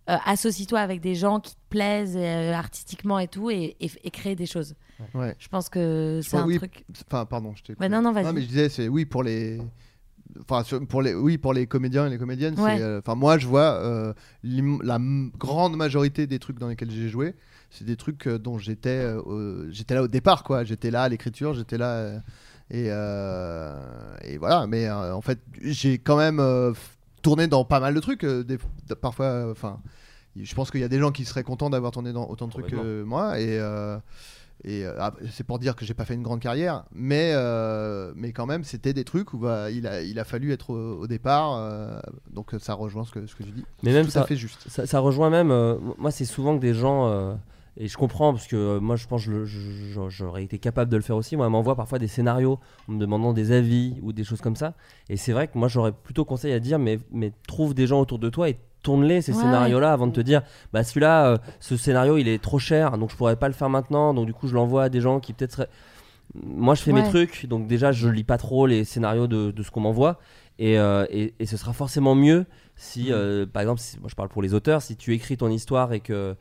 S7: euh, associe-toi avec des gens qui te plaisent euh, artistiquement et tout, et, et, et crée des choses.
S6: Ouais.
S7: Je pense que c'est
S6: crois-
S7: un
S6: oui.
S7: truc.
S6: Enfin, pardon, je t'ai.
S7: Bah,
S6: coupé.
S7: non, non, vas-y.
S6: mais je disais, c'est oui pour les. Enfin, sur- pour les, oui, pour les comédiens et les comédiennes, c'est,
S7: Ouais.
S6: euh, enfin, moi je vois euh, l'im- la m- grande majorité des trucs dans lesquels j'ai joué, c'est des trucs euh, dont j'étais euh, au- j'étais là au départ, quoi. J'étais là à l'écriture, j'étais là, euh, et, euh, et voilà. Mais euh, en fait, j'ai quand même euh, f- tourné dans pas mal de trucs, euh, des- d- parfois, euh, enfin. je pense qu'il y a des gens qui seraient contents d'avoir tourné dans autant de trucs que moi. Et, euh, et euh, ah, c'est pour dire que j'ai pas fait une grande carrière, mais, euh, mais quand même, c'était des trucs où bah, il, a, il a fallu être au, au départ. euh, donc ça rejoint ce que, ce que tu dis.
S5: mais même
S6: Tout
S5: ça
S6: à fait juste.
S5: ça, ça rejoint même. euh, moi, c'est souvent que des gens. euh, et je comprends, parce que euh, moi, je pense que je le- je- je- j'aurais été capable de le faire aussi. Moi, elle m'envoie parfois des scénarios en me demandant des avis ou des choses comme ça. Et c'est vrai que moi, j'aurais plutôt conseil à dire mais, mais trouve des gens autour de toi et tourne-les ces
S7: Ouais,
S5: scénarios-là avant de te dire bah celui-là, euh, ce scénario, il est trop cher, donc je pourrais pas le faire maintenant. Donc, du coup, je l'envoie à des gens qui peut-être seraient. Moi, je fais mes
S7: Ouais.
S5: trucs, donc déjà, je lis pas trop les scénarios de, de ce qu'on m'envoie. Et, euh, et- et ce sera forcément mieux si,
S6: Mm.
S5: euh, par exemple, si- moi, je parle pour les auteurs, si tu écris ton histoire et que,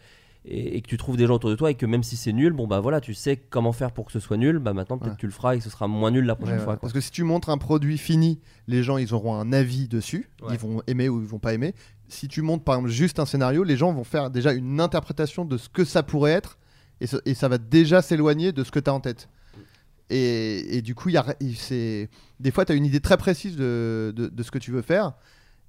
S5: et, et que tu trouves des gens autour de toi et que même si c'est nul, bon bah voilà, tu sais comment faire pour que ce soit nul, bah maintenant peut-être
S6: Ouais.
S5: tu le feras et que ce sera moins nul la prochaine
S6: Ouais,
S5: fois.
S6: ouais.
S5: quoi.
S6: Parce que si tu montres un produit fini, les gens ils auront un avis dessus,
S5: Ouais.
S6: ils vont aimer ou ils vont pas aimer. Si tu montres par exemple juste un scénario, les gens vont faire déjà une interprétation de ce que ça pourrait être et, ça- et ça va déjà s'éloigner de ce que tu as en tête. Et, et du coup, il y a- il- c'est- des fois tu as une idée très précise de, de- de ce que tu veux faire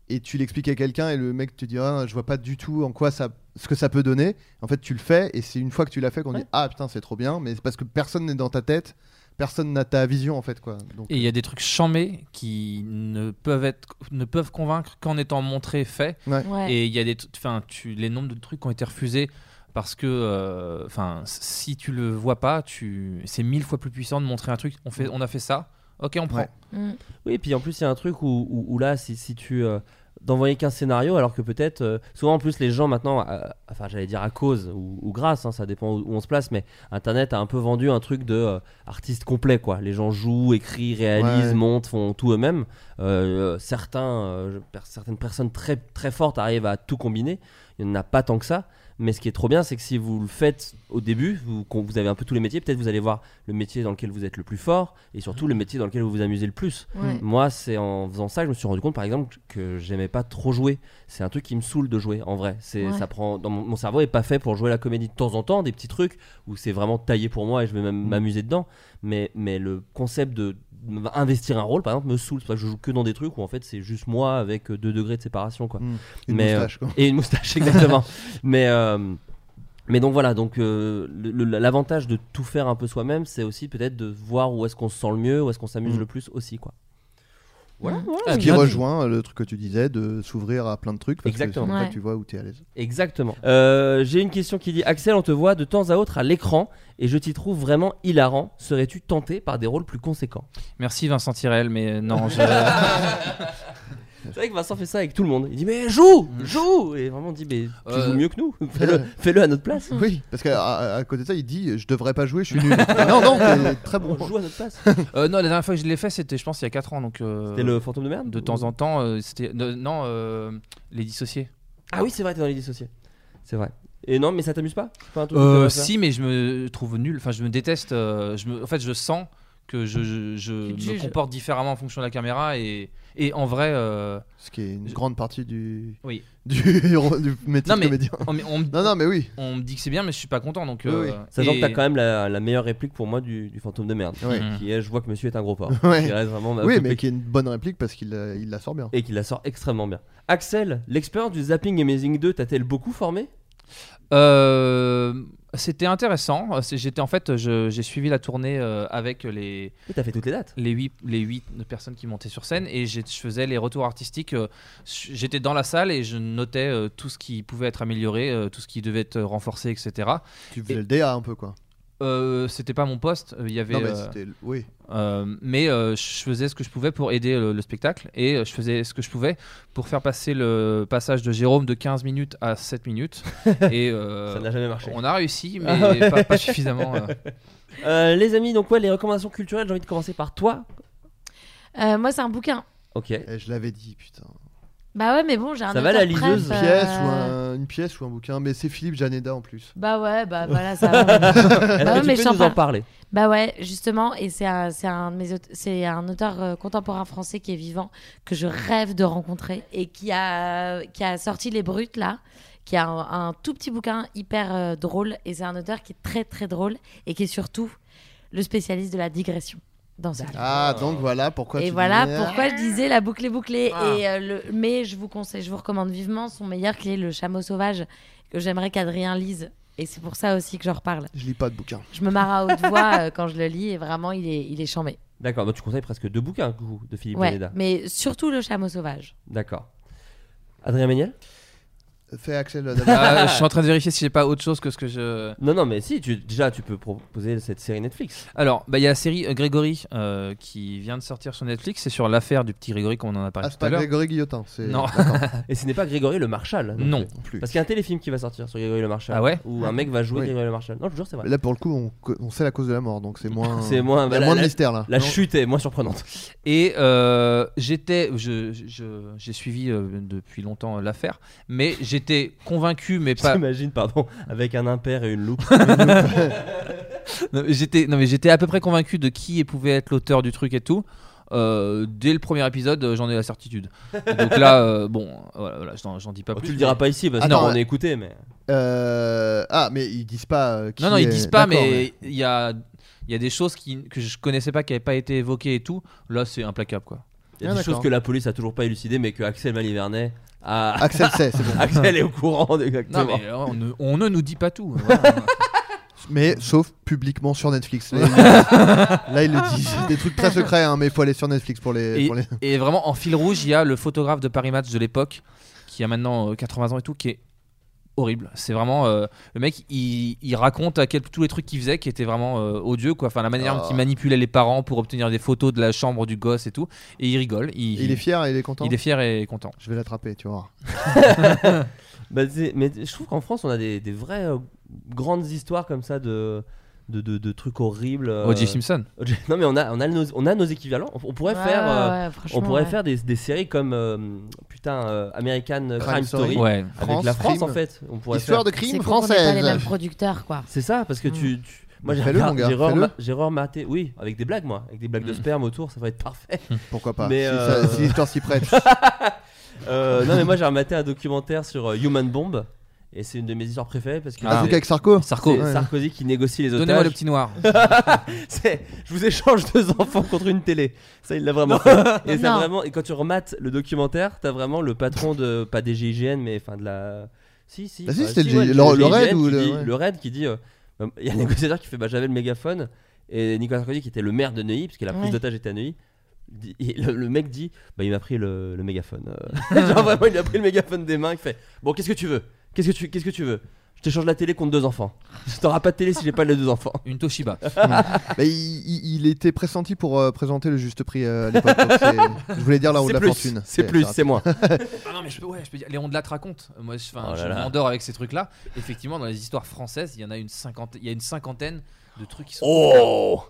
S6: et tu l'expliques à quelqu'un et le mec te dit ah, je vois pas du tout en quoi ça ce que ça peut donner. En fait, tu le fais et c'est une fois que tu l'as fait qu'on dit ah putain, c'est trop bien, mais c'est parce que personne n'est dans ta tête. Personne n'a ta vision en fait quoi. Donc,
S8: Et il y a des trucs chamés qui ne peuvent être ne peuvent convaincre qu'en étant montrés faits
S7: Ouais.
S8: Et il y a des, t- enfin, tu, les nombres de trucs qui ont été refusés parce que, euh, Mm. enfin, si tu le vois pas, tu, c'est mille fois plus puissant de montrer un truc. On fait, on a fait ça. Ok, on prend.
S6: euh, Ouais.
S7: Mm.
S5: Oui, et puis en plus, il y a un truc où, où- où là, si, si tu. euh, d'envoyer qu'un scénario, alors que peut-être. euh, souvent, en plus, les gens maintenant. euh, enfin, j'allais dire à cause ou, ou grâce, hein, ça dépend où, où on se place, mais Internet a un peu vendu un truc de euh, artiste complet, quoi. Les gens jouent, écrivent, réalisent,
S6: Ouais.
S5: montent, font tout eux-mêmes. Euh, certains, euh, je- per- certaines personnes très, très fortes arrivent à tout combiner. Il n'y en a pas tant que ça. Mais ce qui est trop bien, c'est que si vous le faites au début, vous, qu'on- vous avez un peu tous les métiers, peut-être vous allez voir le métier dans lequel vous êtes le plus fort et surtout le métier dans lequel vous vous amusez le plus.
S7: Ouais.
S6: Mm.
S5: Moi, c'est en faisant ça que je me suis rendu compte, par exemple, que j'aimais pas trop jouer. C'est un truc qui me saoule de jouer, en vrai. C'est,
S7: Ouais.
S5: ça prend, dans mon, mon cerveau est pas fait pour jouer la comédie de temps en temps, des petits trucs où c'est vraiment taillé pour moi et je vais
S7: Mm.
S5: même m'amuser dedans. Mais, mais le concept de m- investir un rôle, par exemple, me saoule. C'est pour ça que je joue que dans des trucs où en fait c'est juste moi avec 2 degrés de séparation, quoi.
S6: Mm. Une
S5: Mais, euh,
S6: moustache, quoi.
S5: Et une moustache, exactement. mais, euh, mais donc voilà, donc euh, le- le- l'avantage de tout faire un peu soi-même, c'est aussi peut-être de voir où est-ce qu'on se sent le mieux, où est-ce qu'on s'amuse
S6: Mm.
S5: le plus aussi, quoi.
S8: Ah,
S7: Mm.
S6: Ce qui
S5: bien dit.
S6: rejoint euh, le truc que tu disais de s'ouvrir à plein de trucs. Parce
S5: Exactement.
S6: Que c'est comme ça
S7: Ouais.
S6: que tu vois où t'es à l'aise.
S5: Exactement. Euh, J'ai une question qui dit Axel, on te voit de temps à autre à l'écran et je t'y trouve vraiment hilarant. Serais-tu tenté par des rôles plus conséquents
S8: Merci Vincent Tirel, mais euh, non, je-
S5: C'est vrai que Vincent fait ça avec tout le monde. Il dit Mais joue Joue Et vraiment, on dit Mais tu
S8: Mm. Euh.
S5: joues mieux que nous. Fais-le fais-le à notre place.
S6: Oui, parce qu'à à- à côté de ça, il dit Je devrais pas jouer, je suis nul. non, non, t'es
S8: Ah
S6: très bon.
S5: On joue à notre place.
S8: Euh, non, la dernière fois que je l'ai fait, c'était, je pense, il y a 4 ans. Donc, euh,
S5: C'était le fantôme de merde
S8: De temps en temps, euh, c'était. de- Non, euh, les dissociés.
S5: Ah oui, c'est vrai, t'es dans les dissociés. C'est vrai. Et non, mais ça t'amuse pas C'est pas un truc que
S8: Euh,
S5: t'aimerais faire
S8: si, mais je me trouve nul. Enfin, je me déteste. euh, je me... En fait, je sens que je, je, je
S7: Tu te
S8: me
S7: juges.
S8: comporte différemment en fonction de la caméra. Et, et en vrai. euh,
S6: Ce qui est une
S8: Je-
S6: grande partie du,
S8: Oui.
S6: du, du métier
S8: Non,
S6: de
S8: mais-
S6: comédien.
S8: on, me- on me-
S6: Non, non, mais oui.
S8: on me dit que c'est bien, mais je suis pas content. Donc,
S6: Oui,
S8: euh,
S5: Sachant
S8: et-
S5: que t'as quand même la, la meilleure réplique pour moi du, du fantôme de merde.
S6: Ouais.
S8: Mm.
S5: Qui est Je vois que monsieur est un gros porc.
S6: Ouais.
S5: Qui reste vraiment
S8: Bah,
S5: ma-
S6: Oui, mais qui est une bonne réplique parce qu'il euh, il la sort bien.
S5: Et qui la sort extrêmement bien. Axel, l'expérience du Zapping Amazing 2 t'a-t-elle beaucoup formé
S8: Euh, C'était intéressant. Euh, c'est- J'étais en fait, je- j'ai suivi la tournée euh, avec les,
S5: Et t'as fait toutes les dates.
S8: les huit, les huit personnes qui montaient sur scène et j'ai- je faisais les retours artistiques. euh, je- J'étais dans la salle et je notais euh, tout ce qui pouvait être amélioré, euh, tout ce qui devait être renforcé, etc.
S6: Tu faisais le DA un peu quoi.
S8: Euh, c'était pas mon poste, euh, il y avait.
S6: Non, mais
S8: euh,
S6: c'était. Oui.
S8: euh, mais euh, je faisais ce que je pouvais pour aider le, le spectacle et euh, je faisais ce que je pouvais pour faire passer le passage de Jérôme de 15 minutes à 7 minutes. et euh,
S5: ça n'a jamais marché.
S8: on a réussi, mais
S5: Ah ouais.
S8: pas, pas suffisamment. euh.
S5: Euh, les amis, donc ouais, les recommandations culturelles, j'ai envie de commencer par toi.
S7: Euh, moi, c'est un bouquin.
S5: Ok.
S6: Eh, je l'avais dit, putain.
S7: Bah ouais, mais bon, j'ai un.
S5: Ça va, la
S7: auteur prep,
S5: liseuse
S6: Une
S7: euh,
S6: pièce, ou un, une pièce ou un bouquin, mais c'est Philippe Janeda en plus.
S7: Bah ouais, bah voilà, ça va.
S5: Est-ce
S7: Bah
S5: que
S7: ouais,
S5: tu
S7: mais
S5: peux
S7: je t'en
S5: nous en
S7: parle.
S5: parler
S7: bah ouais, justement, et c'est un, c'est un, de mes aute- c'est un auteur euh, contemporain français qui est vivant, que je rêve de rencontrer, et qui a, qui a sorti Les Brutes, là, qui a un, un tout petit bouquin hyper euh, drôle, et c'est un auteur qui est très très drôle, et qui est surtout le spécialiste de la digression dans un livre.
S6: Ah, donc voilà pourquoi tu
S7: et voilà
S6: disais-
S7: pourquoi je disais la boucle est bouclée. Et, euh, le... Mais je vous conseille, je vous recommande vivement son meilleur qui est Le Chameau Sauvage, que j'aimerais qu'Adrien lise. Et c'est pour ça aussi que j'en reparle.
S6: Je lis pas de bouquin.
S7: Je me marre à haute voix euh, quand je le lis et vraiment il est, il est chambé.
S5: D'accord, donc tu conseilles presque deux bouquins du coup, de Philippe
S7: Ouais,
S5: Janeda.
S7: mais surtout Le Chameau Sauvage.
S5: D'accord. Adrien Méniel
S6: Fais Axel euh, d'abord.
S8: Ah, je suis en train de vérifier si j'ai pas autre chose que ce que je.
S5: Non, non, mais si, tu, déjà tu peux proposer cette série Netflix.
S8: Alors, bah, il y a la série euh, Grégory euh, qui vient de sortir sur Netflix. C'est sur l'affaire du petit Grégory qu'on en a parlé
S6: Ah, c'est
S8: tout à
S6: pas
S8: l'heure.
S6: Grégory Guillotin. c'est-
S8: Non.
S6: D'accord,
S5: Et ce n'est pas Grégory Le Marshal.
S8: Non.
S5: plus.
S6: non plus.
S5: Parce qu'il y a un téléfilm qui va sortir sur Grégory Le Marshal.
S8: Ah ouais
S5: Où un mec va jouer
S6: Oui.
S5: Grégory Le Marshal. Non, je te jure, c'est vrai.
S6: Là pour le coup, on, co- on sait la cause de la mort, donc c'est moins.
S5: C'est moins-
S6: il y
S5: bah,
S6: a
S5: la-
S6: moins de
S5: la-
S6: mystère là.
S5: La
S6: Non.
S5: chute est moins surprenante.
S8: Et euh, j'étais, je- je- j'ai suivi euh, depuis longtemps euh, l'affaire, mais j'étais convaincu, mais pas.
S5: J'imagine, pardon, avec un impair et une loupe.
S8: Non, mais J'étais, non mais j'étais à peu près convaincu de qui pouvait être l'auteur du truc et tout. Euh, dès le premier épisode, euh, j'en ai la certitude. Donc là, euh, bon, voilà, voilà, j'en j'en
S6: Oh,
S8: dis pas plus.
S5: tu le diras pas ici parce
S8: Ah
S6: Attends,
S5: qu'on
S6: ouais.
S5: est écouté, mais.
S6: Euh, Ah, mais ils disent pas. euh, qui
S8: Non, non,
S6: est-
S8: ils disent pas,
S6: D'accord,
S8: mais il y a, il y a des choses qui, que je connaissais pas, qui n'avaient pas été évoquées et tout. Là, c'est implacable, quoi.
S5: Il y a
S6: Ah,
S5: des choses
S6: d'accord.
S5: que la police a toujours pas élucidées, mais que Axel Malivernet a.
S6: Axel sait, c'est bon.
S5: Axel est au courant, exactement.
S8: Non, mais euh, on, ne, on ne nous dit pas tout. voilà.
S6: Mais sauf publiquement sur Netflix. Là, ils- là, ils le disent. Des trucs très secrets, hein, mais il faut aller sur Netflix pour les.
S8: Et-
S6: pour les-
S8: Et vraiment, en fil rouge, il y a le photographe de Paris Match de l'époque, qui a maintenant euh, 80 ans et tout, qui est horrible. C'est vraiment euh, le mec, il, il raconte à quel, tous les trucs qu'il faisait qui étaient vraiment euh, odieux quoi. Enfin la manière dont
S6: Ah.
S8: il manipulait les parents pour obtenir des photos de la chambre du gosse et tout. Et il rigole. Il,
S6: Il est fier et il est content.
S8: il est fier et content.
S6: Je vais l'attraper, tu vois.
S8: euh.
S5: Bah, c'est- mais je trouve qu'en France, on a des, des vraies euh, grandes histoires comme ça de, de, de- de trucs horribles. euh,
S8: O.J. Simpson.
S5: O.J. Non, mais on a, on a, nos, on a nos équivalents. On, on pourrait
S7: Ouais,
S5: faire, euh,
S7: ouais,
S5: on
S7: franchement,
S5: pourrait
S7: ouais.
S5: faire des, des séries comme euh, putain euh, American Crime,
S6: Crime
S5: Story
S6: Story.
S8: Ouais.
S5: avec
S6: France,
S5: la France
S6: crime.
S5: en fait. On pourrait
S6: Histoire
S5: faire-
S6: de
S7: C'est
S6: crime
S7: con qu'on ait pas les mêmes
S6: française.
S7: producteurs, quoi.
S5: C'est ça, parce que
S7: Hmm.
S5: tu. tu- Moi, j'ai
S6: Fais-le, mon
S5: regard-
S6: gars,
S5: j'ai re-
S6: fais-le. Hmm.
S5: j'ai rematé. Oui, avec des blagues, moi. Avec des blagues de
S8: Mm.
S5: sperme autour, ça va être parfait.
S6: Pourquoi pas
S5: Mais,
S6: si,
S5: euh, Ah
S6: ça- si l'histoire s'y prête.
S5: Euh, non, mais moi, j'ai rematé un documentaire sur euh, Human Bomb. Et c'est une de mes histoires préférées parce que.
S6: Un
S8: Ah.
S6: truc avec Sarko.
S8: Sarko.
S5: C'est
S6: Ouais.
S5: Sarkozy qui négocie les
S8: Donnez-moi
S5: otages.
S8: le petit noir.
S5: C'est- je vous échange deux enfants contre une télé. Ça, il l'a vraiment fait. Et, ça,
S7: Non.
S5: vraiment, et quand tu remates le documentaire, t'as vraiment le patron de. Pas des GIGN, mais enfin de la. Si, Bah si.
S6: Ah si,
S5: enfin,
S6: c'était le G- le- le
S5: GIGN,
S6: raid ou
S5: qui
S6: le-
S5: dit-
S6: ouais.
S5: le raid qui dit. euh, bah, Il y a un négociateur qui fait bah, j'avais le mégaphone. Et Nicolas Sarkozy, qui était le maire de Neuilly, puisque la prise
S7: Ouais.
S5: d'otage était à Neuilly. dit- et le, le mec dit bah, il m'a pris le, le mégaphone. euh. Genre vraiment, il a pris le mégaphone des mains. Il fait bon, qu'est-ce que tu veux Qu'est-ce que tu, qu'est-ce que tu veux Je t'échange la télé contre deux enfants. T'auras pas de télé si j'ai pas les deux enfants.
S8: Une Toshiba. Mmh.
S6: Bah, il, il- il était pressenti pour euh, présenter le juste prix euh, à l'époque. donc c'est- Je voulais dire la roue de
S5: C'est
S6: la
S5: plus,
S6: fortune.
S5: C'est plus, c'est moins.
S8: Ah non, mais je peux, ouais, je peux dire. Léon de Latte raconte. Moi, je, enfin,
S5: Oh là
S8: je
S5: là.
S8: m'endors avec ces trucs-là. Effectivement, dans les histoires françaises, il y en a une cinquantaine, il y a une cinquantaine de trucs qui sont.
S5: Oh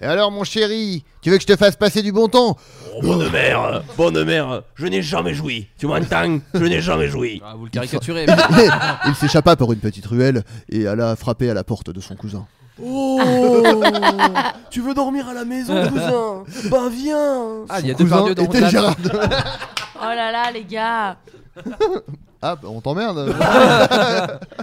S6: Et alors, mon chéri, tu veux que je te fasse passer du bon temps
S5: Bonne mère, euh, bonne mère, euh, je n'ai jamais joui. Tu m'entends Je n'ai jamais joui.
S8: Ah, vous le caricaturez.
S6: Mais Il s'échappa par une petite ruelle et alla frapper à la porte de son cousin.
S5: Oh Tu veux dormir à la maison, cousin Ben viens
S8: Ah, il y a
S6: Son
S8: deux
S6: cousin
S8: pardieux dans
S6: était Gérard Depardieu.
S7: Oh là là, les gars.
S6: Ah, bah, on t'emmerde.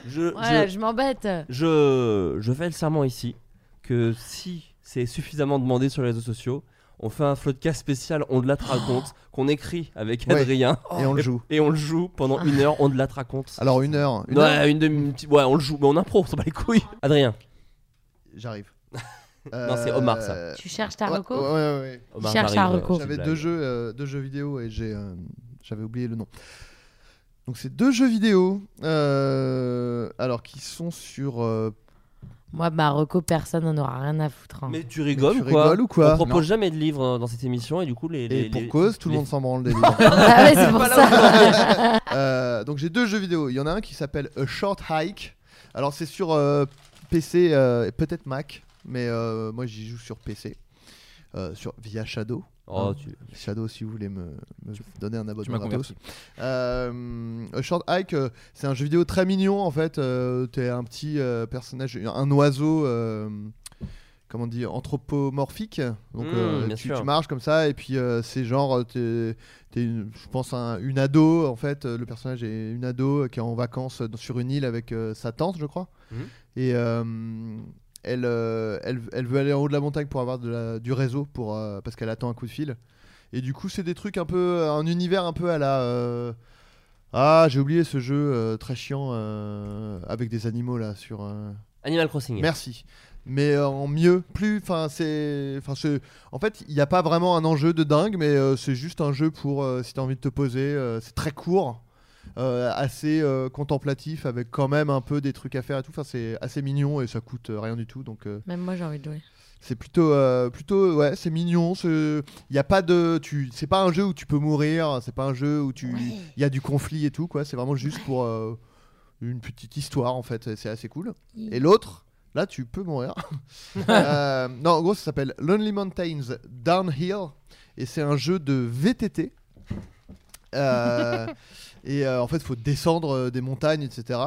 S5: je,
S7: Voilà,
S5: je,
S7: je m'embête.
S5: je, je fais le serment ici que si c'est suffisamment demandé sur les réseaux sociaux, on fait un floodcast spécial, on de la te raconte, qu'on écrit avec
S6: Ouais.
S5: Adrien
S6: et on le joue.
S5: et on le joue pendant une heure, on de la te raconte.
S6: Alors, une heure. Ah, Une
S5: ouais,
S6: heure
S5: une demi une petite- ouais, on le joue, mais on impro, on s'en bat les couilles. Adrien,
S6: J'arrive.
S5: Non, c'est Omar, ça.
S6: Euh,
S7: Tu cherches ta
S6: ouais,
S7: reco
S6: ouais, ouais, ouais.
S5: Omar,
S7: Cherche
S5: t'arrives,
S7: un recours.
S5: euh,
S6: J'avais
S5: blague.
S6: deux jeux, euh, deux jeux vidéo et j'ai, euh, j'avais oublié le nom. Donc c'est deux jeux vidéo, euh, alors qui sont sur. euh,
S7: Moi, ma reco, personne n'en aura rien à foutre. hein.
S5: Mais tu rigoles
S6: tu
S5: ou quoi
S6: rigoles ou quoi
S5: On propose jamais de livres euh, dans cette émission et du coup les.
S6: et
S5: les-
S6: pour
S5: les-
S6: cause, tout
S5: les-
S6: le monde s'en branle des livres.
S7: Ah ouais, c'est pour ça.
S6: Euh, donc j'ai deux jeux vidéo. Il y en a un qui s'appelle A Short Hike. Alors c'est sur euh, PC euh, et peut-être Mac, mais euh, moi j'y joue sur PC. Euh, sur, via Shadow.
S5: Oh, tu-
S6: Shadow, si vous voulez me, me donner un
S8: Tu m'as
S6: abonnement gratos.
S8: converti.
S6: Euh, A Short Hike, euh, c'est un jeu vidéo très mignon en fait. Euh, T'es un petit euh, personnage, un oiseau, euh, comment on dit, anthropomorphique. Donc
S5: Mm,
S6: euh,
S5: bien
S6: tu,
S5: sûr.
S6: tu marches comme ça et puis euh, c'est genre, euh, t'es, t'es une- je pense un- une ado en fait. Euh, Le personnage est une ado euh, qui est en vacances dans- sur une île avec euh, sa tante, je crois.
S5: Mhm.
S6: Et euh, elle, euh, elle, elle veut aller en haut de la montagne pour avoir de la- du réseau pour, euh, parce qu'elle attend un coup de fil. Et du coup, c'est des trucs un peu. Un univers un peu à la. euh, Ah, j'ai oublié ce jeu euh, très chiant euh, avec des animaux là sur. euh,
S5: Animal Crossing.
S6: Merci. Mais euh, en mieux, plus. Enfin, c'est. Enfin, c'est- En fait, il n'y a pas vraiment un enjeu de dingue, mais euh, c'est juste un jeu pour euh, si t'as envie de te poser. euh, c'est très court, euh, assez euh, contemplatif, avec quand même un peu des trucs à faire et tout. Enfin, c'est assez mignon et ça coûte euh, rien du tout, donc. euh,
S7: Même moi, j'ai envie de jouer.
S6: c'est plutôt, euh, plutôt, ouais, c'est mignon. Il y a pas de, tu, c'est pas un jeu où tu peux mourir. C'est pas un jeu où tu, il y a du conflit et tout quoi. C'est vraiment juste pour euh, une petite histoire en fait. C'est assez cool.
S7: Mm.
S6: Et l'autre, là, tu peux mourir. Euh, non, en gros, ça s'appelle Lonely Mountains Downhill et c'est un jeu de VTT. Euh, et euh, en fait, faut descendre euh, des montagnes, etc.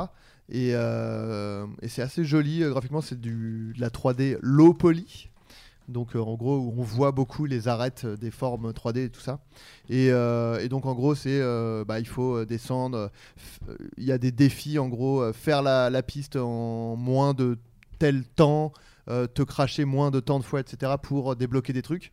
S6: Et, euh, et c'est assez joli euh, graphiquement, c'est du- de la 3D low poly. Donc euh, en gros, où on voit beaucoup les arêtes euh, des formes 3D et tout ça. Et, euh, et donc en gros, c'est euh, bah, il faut euh, descendre. euh, f- euh, Il y a des défis en gros, euh, faire la, la piste en moins de tel temps, euh, te cracher moins de temps de fois, etc. pour débloquer des euh, trucs.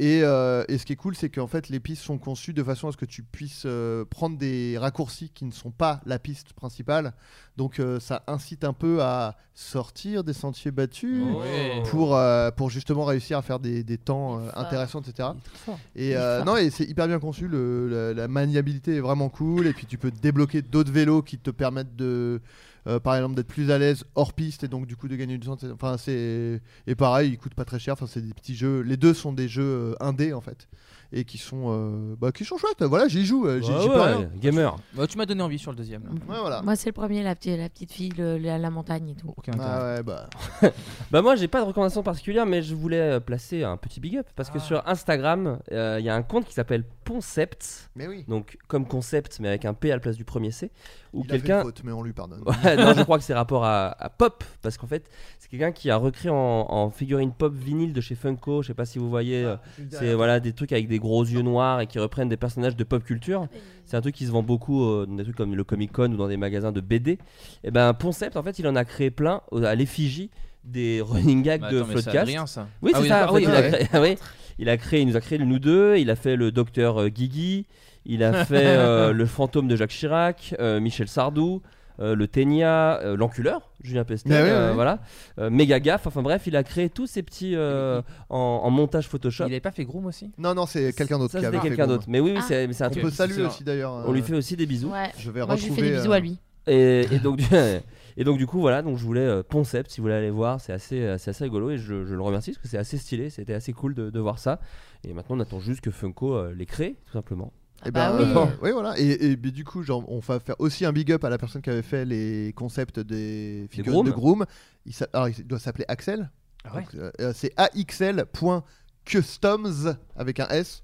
S6: Et, euh, et ce qui est cool, c'est qu'en fait, les pistes sont conçues de façon à ce que tu puisses euh, prendre des raccourcis qui ne sont pas la piste principale. Donc, euh, ça incite un peu à sortir des sentiers battus
S5: Oh,
S8: Ouais.
S6: pour, euh, pour justement réussir à faire des, des temps euh,
S7: Il est fort.
S6: intéressants, etc.
S8: fort.
S6: Et euh, non, et c'est hyper bien conçu. le- la, la maniabilité est vraiment cool. Et puis, tu peux débloquer d'autres vélos qui te permettent de. euh, par exemple, d'être plus à l'aise hors piste et donc du coup de gagner du temps. etc. Enfin, c'est et pareil, ils coûtent pas très cher. Enfin, c'est des petits jeux. Les deux sont des jeux euh, indés en fait et qui sont euh, bah, qui sont chouettes. Voilà, j'y joue. euh, J'y
S5: Ouais,
S6: j'y peux
S5: ouais,
S6: rien.
S5: gamer.
S8: Bah, tu m'as donné envie sur le deuxième.
S5: Ah,
S8: là.
S6: Ouais, voilà.
S7: Moi, c'est le premier, la, petite- la petite fille, le- la, la montagne et tout.
S8: Aucun intérêt.
S6: Ah ouais, bah.
S5: Bah moi j'ai pas de recommandation particulière mais je voulais euh, placer un petit big up parce que sur Instagram euh, il y a un compte qui s'appelle Concept
S6: Mais oui.
S5: donc comme concept mais avec un P à la place du premier C où
S6: Il a fait
S5: quelqu'un
S6: une faute, mais on lui pardonne.
S5: Ouais, non, je crois que c'est rapport à, à pop parce qu'en fait, c'est quelqu'un qui a recréé en, en figurine pop vinyle de chez Funko. Je sais pas si vous voyez, euh, c'est voilà des trucs avec des gros yeux noirs et qui reprennent des personnages de pop culture. C'est un truc qui se vend beaucoup euh, dans des trucs comme le Comic Con ou dans des magasins de BD. Et ben, Poncept, en fait, il en a créé plein au- à l'effigie des running gags
S8: Mais
S5: de
S8: Bah, attends, mais c'est
S5: Floodcast.
S8: Adrien, ça.
S5: Oui,
S8: Ah
S5: c'est ça.
S8: d'accord,
S5: en fait,
S8: oui,
S5: il,
S8: oui.
S5: a créé, ah oui. Il a créé- il nous a créé le nous deux. Il a fait le docteur euh, Guigui. Il a fait euh, le fantôme de Jacques Chirac, euh, Michel Sardou, euh, le Ténia, euh, l'enculeur, Julien Pestel.
S6: Mais ouais,
S5: euh,
S6: ouais.
S5: Voilà. Euh, méga gaffe. Enfin bref, il a créé tous ces petits euh, en, en montage Photoshop.
S8: Il avait pas fait Groom aussi
S6: Non, non, c'est quelqu'un d'autre
S5: Ça,
S6: qui
S5: c'était
S6: avait fait
S5: quelqu'un
S6: gros.
S5: d'autre. Mais oui, oui,
S7: Ah.
S5: c'est mais c'est un
S6: On
S8: Ok.
S5: truc.
S6: peut saluer
S8: C'est
S6: aussi d'ailleurs. euh,
S5: On lui fait aussi des bisous.
S7: Ouais.
S6: Je vais
S7: Moi, je lui fais des
S6: retrouver.
S7: bisous
S6: euh,
S7: à lui.
S5: Et, et donc, et donc du coup voilà, donc je voulais euh, Poncept si vous voulez aller voir, c'est assez, euh, c'est assez rigolo et je, je le remercie parce que c'est assez stylé, c'était assez cool de, de voir ça. Et maintenant on attend juste que Funko euh, les crée tout simplement.
S6: Et
S7: Bah
S6: ben,
S7: oui.
S6: euh, oui, voilà. Et, et ben, du coup, genre, on va faire aussi un big up à la personne qui avait fait les concepts des figurines
S5: grooms.
S6: de Groom. Il, s'a- alors, il doit s'appeler Axel.
S8: Ah ouais.
S6: Donc, euh, euh, C'est axl.customs avec un S.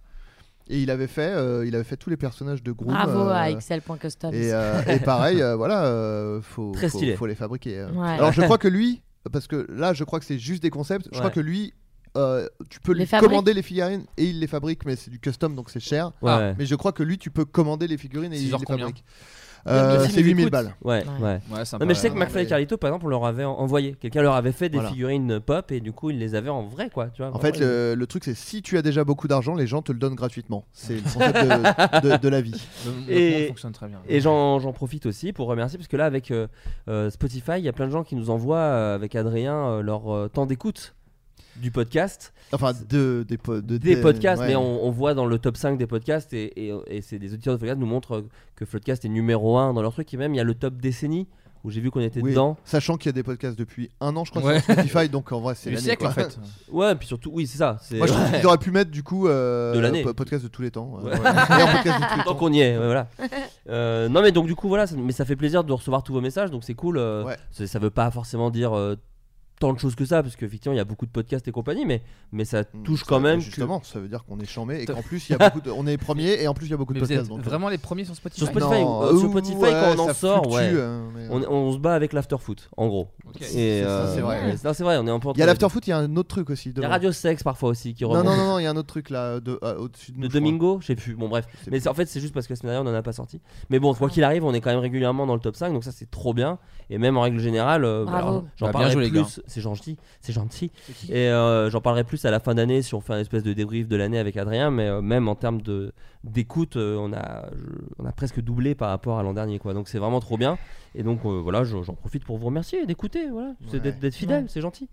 S6: Et il avait fait, euh, il avait fait tous les personnages de Groom.
S7: Bravo
S6: euh,
S7: à Excel.custom.
S6: Et, euh, et pareil, euh, voilà, euh, faut,
S5: Très
S6: faut,
S5: stylé.
S6: faut les fabriquer. euh.
S7: Ouais.
S6: Alors je crois que lui, parce que là je crois que c'est juste des concepts, je crois
S5: Ouais.
S6: que lui, euh, tu peux
S7: Les
S6: lui
S7: fabrique.
S6: commander les figurines et il les fabrique, mais c'est du custom donc c'est cher.
S5: Ouais,
S8: Ah,
S5: ouais.
S6: Mais je crois que lui, tu peux commander les figurines et
S8: C'est
S6: il
S8: genre
S6: les
S8: combien
S6: fabrique. Euh,
S7: Mais si
S6: c'est
S7: nous
S6: 8000
S7: écoute.
S6: balles.
S5: Ouais,
S7: Ouais.
S5: ouais.
S8: Ouais, sympa.
S5: Non, mais je sais que
S6: Ah bah, Ouais,
S5: McFly et
S6: mais-
S5: Carlito par exemple on leur avait en- envoyé, quelqu'un leur avait fait des
S6: Voilà.
S5: figurines pop et du coup ils les avaient en vrai quoi, tu vois.
S6: En
S5: vraiment,
S6: fait,
S5: ils-
S6: le, le truc, c'est si tu as déjà beaucoup d'argent, les gens te le donnent gratuitement. C'est le concept de, de- de la vie.
S8: Le- le
S5: Et-
S8: monde fonctionne très bien.
S5: Et j'en j'en profite aussi pour remercier, parce que là, avec euh, euh, Spotify, il y a plein de gens qui nous envoient, euh, avec Adrien, euh, leur euh, temps d'écoute du podcast.
S6: Enfin, de, des, po- de-
S5: des
S6: des-
S5: podcasts,
S6: ouais.
S5: mais on, on voit dans le top 5 des podcasts, et, et, et c'est des auditeurs de podcast nous montrent que Floodcast est numéro 1 dans leur truc, et même il y a le top décennie, où j'ai vu qu'on était
S6: Oui.
S5: dedans.
S6: Sachant qu'il y a des podcasts depuis un an, je crois,
S8: Ouais.
S6: sur Spotify, donc en vrai, c'est
S8: du
S6: l'année,
S8: siècle
S6: quoi.
S8: en fait.
S5: Ouais, et puis surtout, oui, c'est ça. c'est-
S6: Moi, je trouve qu'ils auraient pu mettre du coup euh,
S5: De l'année.
S6: po- podcast de tous les temps. euh,
S5: Ouais.
S6: meilleur podcast de tous les
S5: Tant
S6: temps.
S5: qu'on y est, ouais, voilà. Euh, non, mais donc du coup, voilà, ça- mais ça fait plaisir de recevoir tous vos messages, donc c'est cool. euh,
S6: Ouais.
S5: c'est- Ça veut pas forcément dire euh, tant de choses que ça, parce qu'effectivement, il y a beaucoup de podcasts et compagnie, mais, mais ça touche
S6: Mm. Ça,
S5: quand même. que-
S6: Justement, ça veut dire qu'on est chambé et qu'en plus, il y a beaucoup de- on est premier et en plus, il y a beaucoup de
S8: Mais vous êtes
S6: podcasts. donc, euh,
S8: vraiment les premiers sur Spotify.
S5: Sur Spotify,
S6: non,
S5: euh, sur
S6: euh,
S5: Spotify,
S6: ouais,
S5: quand on en
S6: ça
S5: sort,
S6: fluctue,
S5: ouais.
S6: euh, mais,
S5: On,
S6: euh,
S5: on se bat avec l'afterfoot, en gros.
S8: Ok.
S5: Et,
S6: C'est ça,
S8: euh,
S6: c'est vrai,
S5: mais-
S6: ouais.
S5: non, c'est vrai, on est un peu entre
S6: Il y
S5: les
S6: a
S5: deux.
S6: l'afterfoot, il y a un autre truc aussi.
S5: Il y a
S6: devant.
S5: Radio Sex parfois aussi qui
S6: Non,
S5: remonte.
S6: non, non, non, il y a un autre truc là de- à- au-dessus de nous.
S5: De
S6: je crois.
S5: Domingo, je sais plus. Bon, bref.
S6: sais
S5: Mais
S6: plus.
S5: c'est- en fait, c'est juste parce que la semaine dernière, on en a pas sorti. Mais bon, quoi qu'il arrive, on est quand même régulièrement dans le top 5, donc ça, c'est trop bien. Et même en règle générale, euh,
S7: Bravo.
S5: alors, j'en
S8: Bah, bien
S5: parlerai
S8: joué, les gars.
S5: plus. C'est gentil, c'est gentil. Et euh, j'en parlerai plus à la fin d'année si on fait un espèce de débrief de l'année avec Adrien. Mais euh, même en termes de- d'écoute, euh, on, a, je- on a presque doublé par rapport à l'an dernier, quoi. Donc c'est vraiment trop bien. Et donc euh, voilà, je- j'en profite pour vous remercier d'écouter, voilà, C'est
S6: Ouais.
S5: d'être d'être fidèle,
S7: Ouais.
S5: c'est gentil.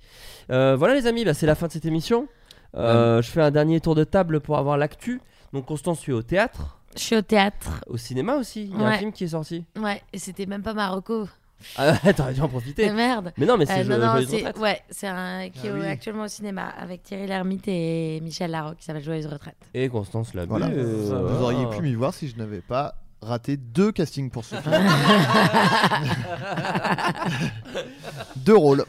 S5: Euh, voilà les amis, bah, c'est la fin de cette émission. Euh, Je fais un dernier tour de table pour avoir l'actu. Donc Constance, tu es au théâtre,
S7: Je suis au théâtre.
S5: au cinéma aussi. Il y a un
S7: Ouais.
S5: film qui est sorti.
S7: Ouais, et c'était même pas Marocco.
S5: Ah, t'aurais dû en profiter.
S7: Eh merde.
S5: Mais non, mais
S7: Euh,
S5: c'est je-
S7: non, non,
S5: Joyeuse
S7: c'est
S5: Retraite.
S7: ouais, c'est un qui
S6: Ah
S7: est au-
S6: oui.
S7: actuellement au cinéma avec Thierry Lhermitte et Michel Larocque qui s'appelle Joyeuse Retraite.
S5: Et Constance l'a
S6: Voilà.
S5: vu, euh,
S6: Vous auriez
S5: voilà.
S6: pu m'y voir si je n'avais pas raté deux castings pour ce film. deux rôles.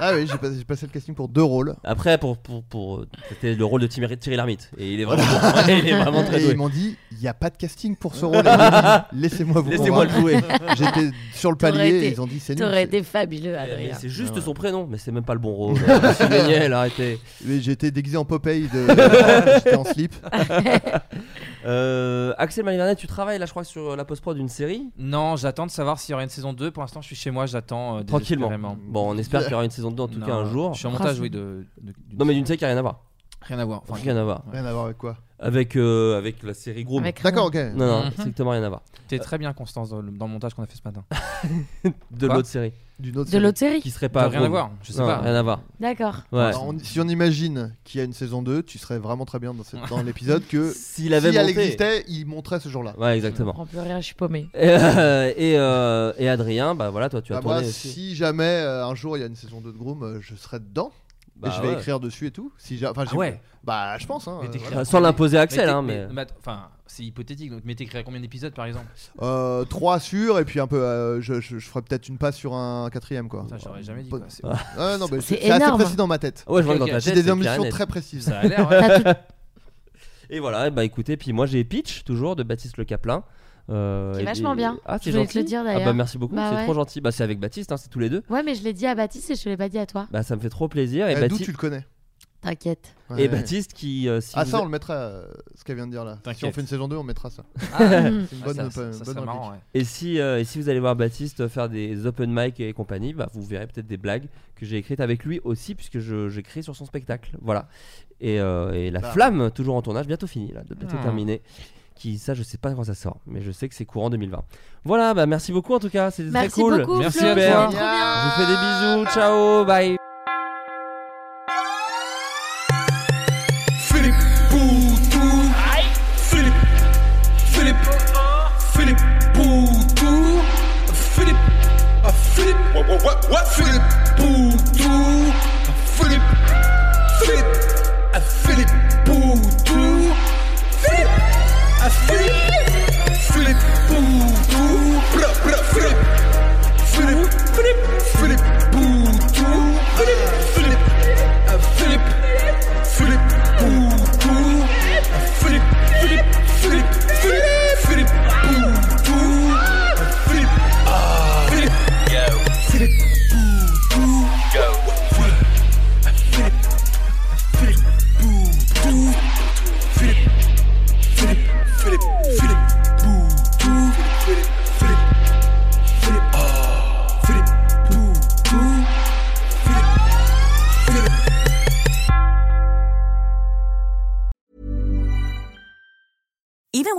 S6: Ah oui, j'ai passé, j'ai passé le casting pour deux rôles.
S5: Après, pour, pour, pour, euh, c'était le rôle de Thierry Thierry Lhermitte. Et il est vraiment, il est vraiment très
S6: Et ils
S5: doué.
S6: m'ont dit, il n'y a pas de casting pour ce rôle. Et j'ai dit, Laissez-moi vous
S5: Laissez-moi le
S6: convaincre.
S5: jouer.
S6: J'étais sur le
S7: T'aurais
S6: palier
S7: été-
S6: et ils ont dit c'est nul.
S7: T'aurais
S6: c'est-
S7: été fabuleux,
S5: Eh, Mais
S7: Adrien.
S5: C'est juste
S8: Ah
S6: Ouais.
S5: son prénom, mais c'est même pas le bon rôle. C'est génial, arrêtez.
S6: Mais J'étais déguisé en Popeye, de... j'étais en slip.
S5: Euh, Axel Malivernet, tu travailles là, je crois, sur la post-prod d'une série.
S8: Non, j'attends de savoir s'il y aura une saison 2. Pour l'instant, je suis chez moi, j'attends euh,
S5: Tranquillement.
S8: désespérément.
S5: Bon, on espère qu'il y aura une saison 2 en tout
S8: Non,
S5: cas un jour.
S8: Je suis en montage, oui. De, de- d'une
S5: Non, mais
S8: série.
S5: d'une série qui a rien à voir.
S2: Rien à voir. Enfin,
S5: Rien à voir.
S6: Rien à voir avec quoi
S5: Avec, euh, avec la série Groom.
S7: Avec
S6: D'accord, ok.
S7: Ron.
S5: Non, non,
S8: Mhm.
S5: strictement rien à voir.
S8: T'es très bien, Constance, dans le, dans le montage qu'on a fait ce matin.
S5: De
S8: Quoi
S5: l'autre série.
S6: D'une autre
S7: De
S6: série.
S7: l'autre série
S5: Qui serait pas.
S8: T'as rien à
S5: Groom.
S8: voir, je sais
S5: Non,
S8: pas.
S5: Rien à voir.
S7: D'accord.
S5: Ouais.
S6: Alors, on- si on imagine qu'il y a une saison 2, tu serais vraiment très bien dans, cette- dans l'épisode que
S5: S'il avait
S6: Euh, si elle
S5: monté.
S6: existait, il montrait ce jour-là.
S5: Ouais,
S7: Je
S5: exactement.
S7: comprends plus rien, je suis paumé.
S5: Et, euh, et, euh, et Adrien, bah voilà, toi tu as
S6: Bah,
S5: tourné.
S6: moi,
S5: aussi.
S6: si jamais euh, un jour il y a une saison 2 de Groom, euh, je serais dedans.
S5: Bah,
S6: et je vais
S5: ouais.
S6: écrire dessus et tout. Si j'ai- enfin,
S8: Ah
S6: j'ai-
S8: ouais.
S6: Bah, je pense. Hein,
S8: Mais
S6: euh,
S8: t'écris-
S5: Euh, Sans l'imposer à Axel,
S8: t'es-
S5: hein, mais.
S8: att- Enfin, c'est hypothétique, donc, mais t'écrirais combien d'épisodes par exemple
S6: voilà. Euh, trois sur, et puis un peu. euh, je, je, je ferais peut-être une passe sur un quatrième, quoi.
S8: Ça, j'aurais jamais dit
S6: Pas-
S8: quoi. C'est-
S6: Ouais, non, mais
S7: C'est
S6: c'est c'est assez
S7: énorme.
S6: précis dans ma tête.
S5: Ah Ouais, je vois
S8: Ok,
S5: que dans
S8: ok,
S5: ta
S8: j'ai
S6: J'ai
S5: tête,
S6: des
S5: c'est
S6: ambitions
S5: clair et net.
S6: très précises.
S8: Ça a l'air, ouais.
S7: T'as tout-
S5: Et voilà, et bah écoutez, puis moi j'ai Pitch, toujours de Baptiste Le Caplin. Euh,
S7: Qui est
S5: et-
S7: vachement bien.
S5: Ah, c'est
S7: Je voulais
S5: gentil.
S7: te le dire,
S5: Ah bah
S7: d'ailleurs.
S5: merci beaucoup,
S7: Bah
S5: c'est
S7: ouais.
S5: trop gentil. Bah c'est avec Baptiste, hein, c'est tous les deux.
S7: Ouais, mais je l'ai dit à Baptiste et je te l'ai pas dit à toi.
S5: Bah ça me fait trop plaisir. Et,
S6: Euh, D'où
S5: Baptiste,
S6: tu le connais
S7: T'inquiète.
S6: Ouais.
S5: et Baptiste qui. euh, si
S6: Ah,
S5: vous-
S6: ça, on le mettra, euh, ce qu'elle vient de dire là. Si on
S8: T'inquiète.
S6: fait une saison 2, on mettra ça. C'est une
S8: Ah,
S6: bonne,
S8: ça,
S6: bonne,
S8: ça, ça serait
S6: réplique.
S8: marrant, ouais.
S5: et, si, euh, et si vous allez voir Baptiste faire des open mic et compagnie, bah vous verrez peut-être des blagues que j'ai écrites avec lui aussi, puisque je- j'écris sur son spectacle. Voilà. Et, euh, et La
S6: Bah.
S5: Flamme, toujours en tournage, bientôt fini, là, de bientôt
S8: Ah.
S5: terminé. Qui, ça, je sais pas quand ça sort, mais je sais que c'est courant 2020. Voilà, bah merci beaucoup en tout cas, c'était très
S7: Merci
S5: cool.
S7: beaucoup.
S8: Merci
S7: Flo,
S8: à
S7: c'était
S5: toi.
S7: trop
S6: Yeah.
S7: bien.
S5: Je vous fais des bisous, ciao, bye.
S9: Philippe Poutou. Philippe. Philippe. Philippe Poutou. Philippe. Ah, Philippe. Ouais, ouais, ouais, ouais. Philippe Poutou. Philippe. Philippe. Ah, Philippe Poutou. Philippe. Ah, Philippe. Philippe Poutou. Bra, bra, Philippe. Philippe. Philippe. Philippe Poutou. Philippe. Philippe.
S7: Uh,
S9: Ah, Philippe. Philippe Poutou. Ah, Philippe. Philippe. Philippe. Philippe. Philippe Poutou. Ah, Philippe. Ah, Philippe. Philippe Poutou. Philippe. Ah, Philippe. Ah, Philippe Poutou. Philippe. Philippe. Philippe. Philippe Poutou. Philippe. Philippe. Philippe. Ah, Philippe Poutou.
S10: Even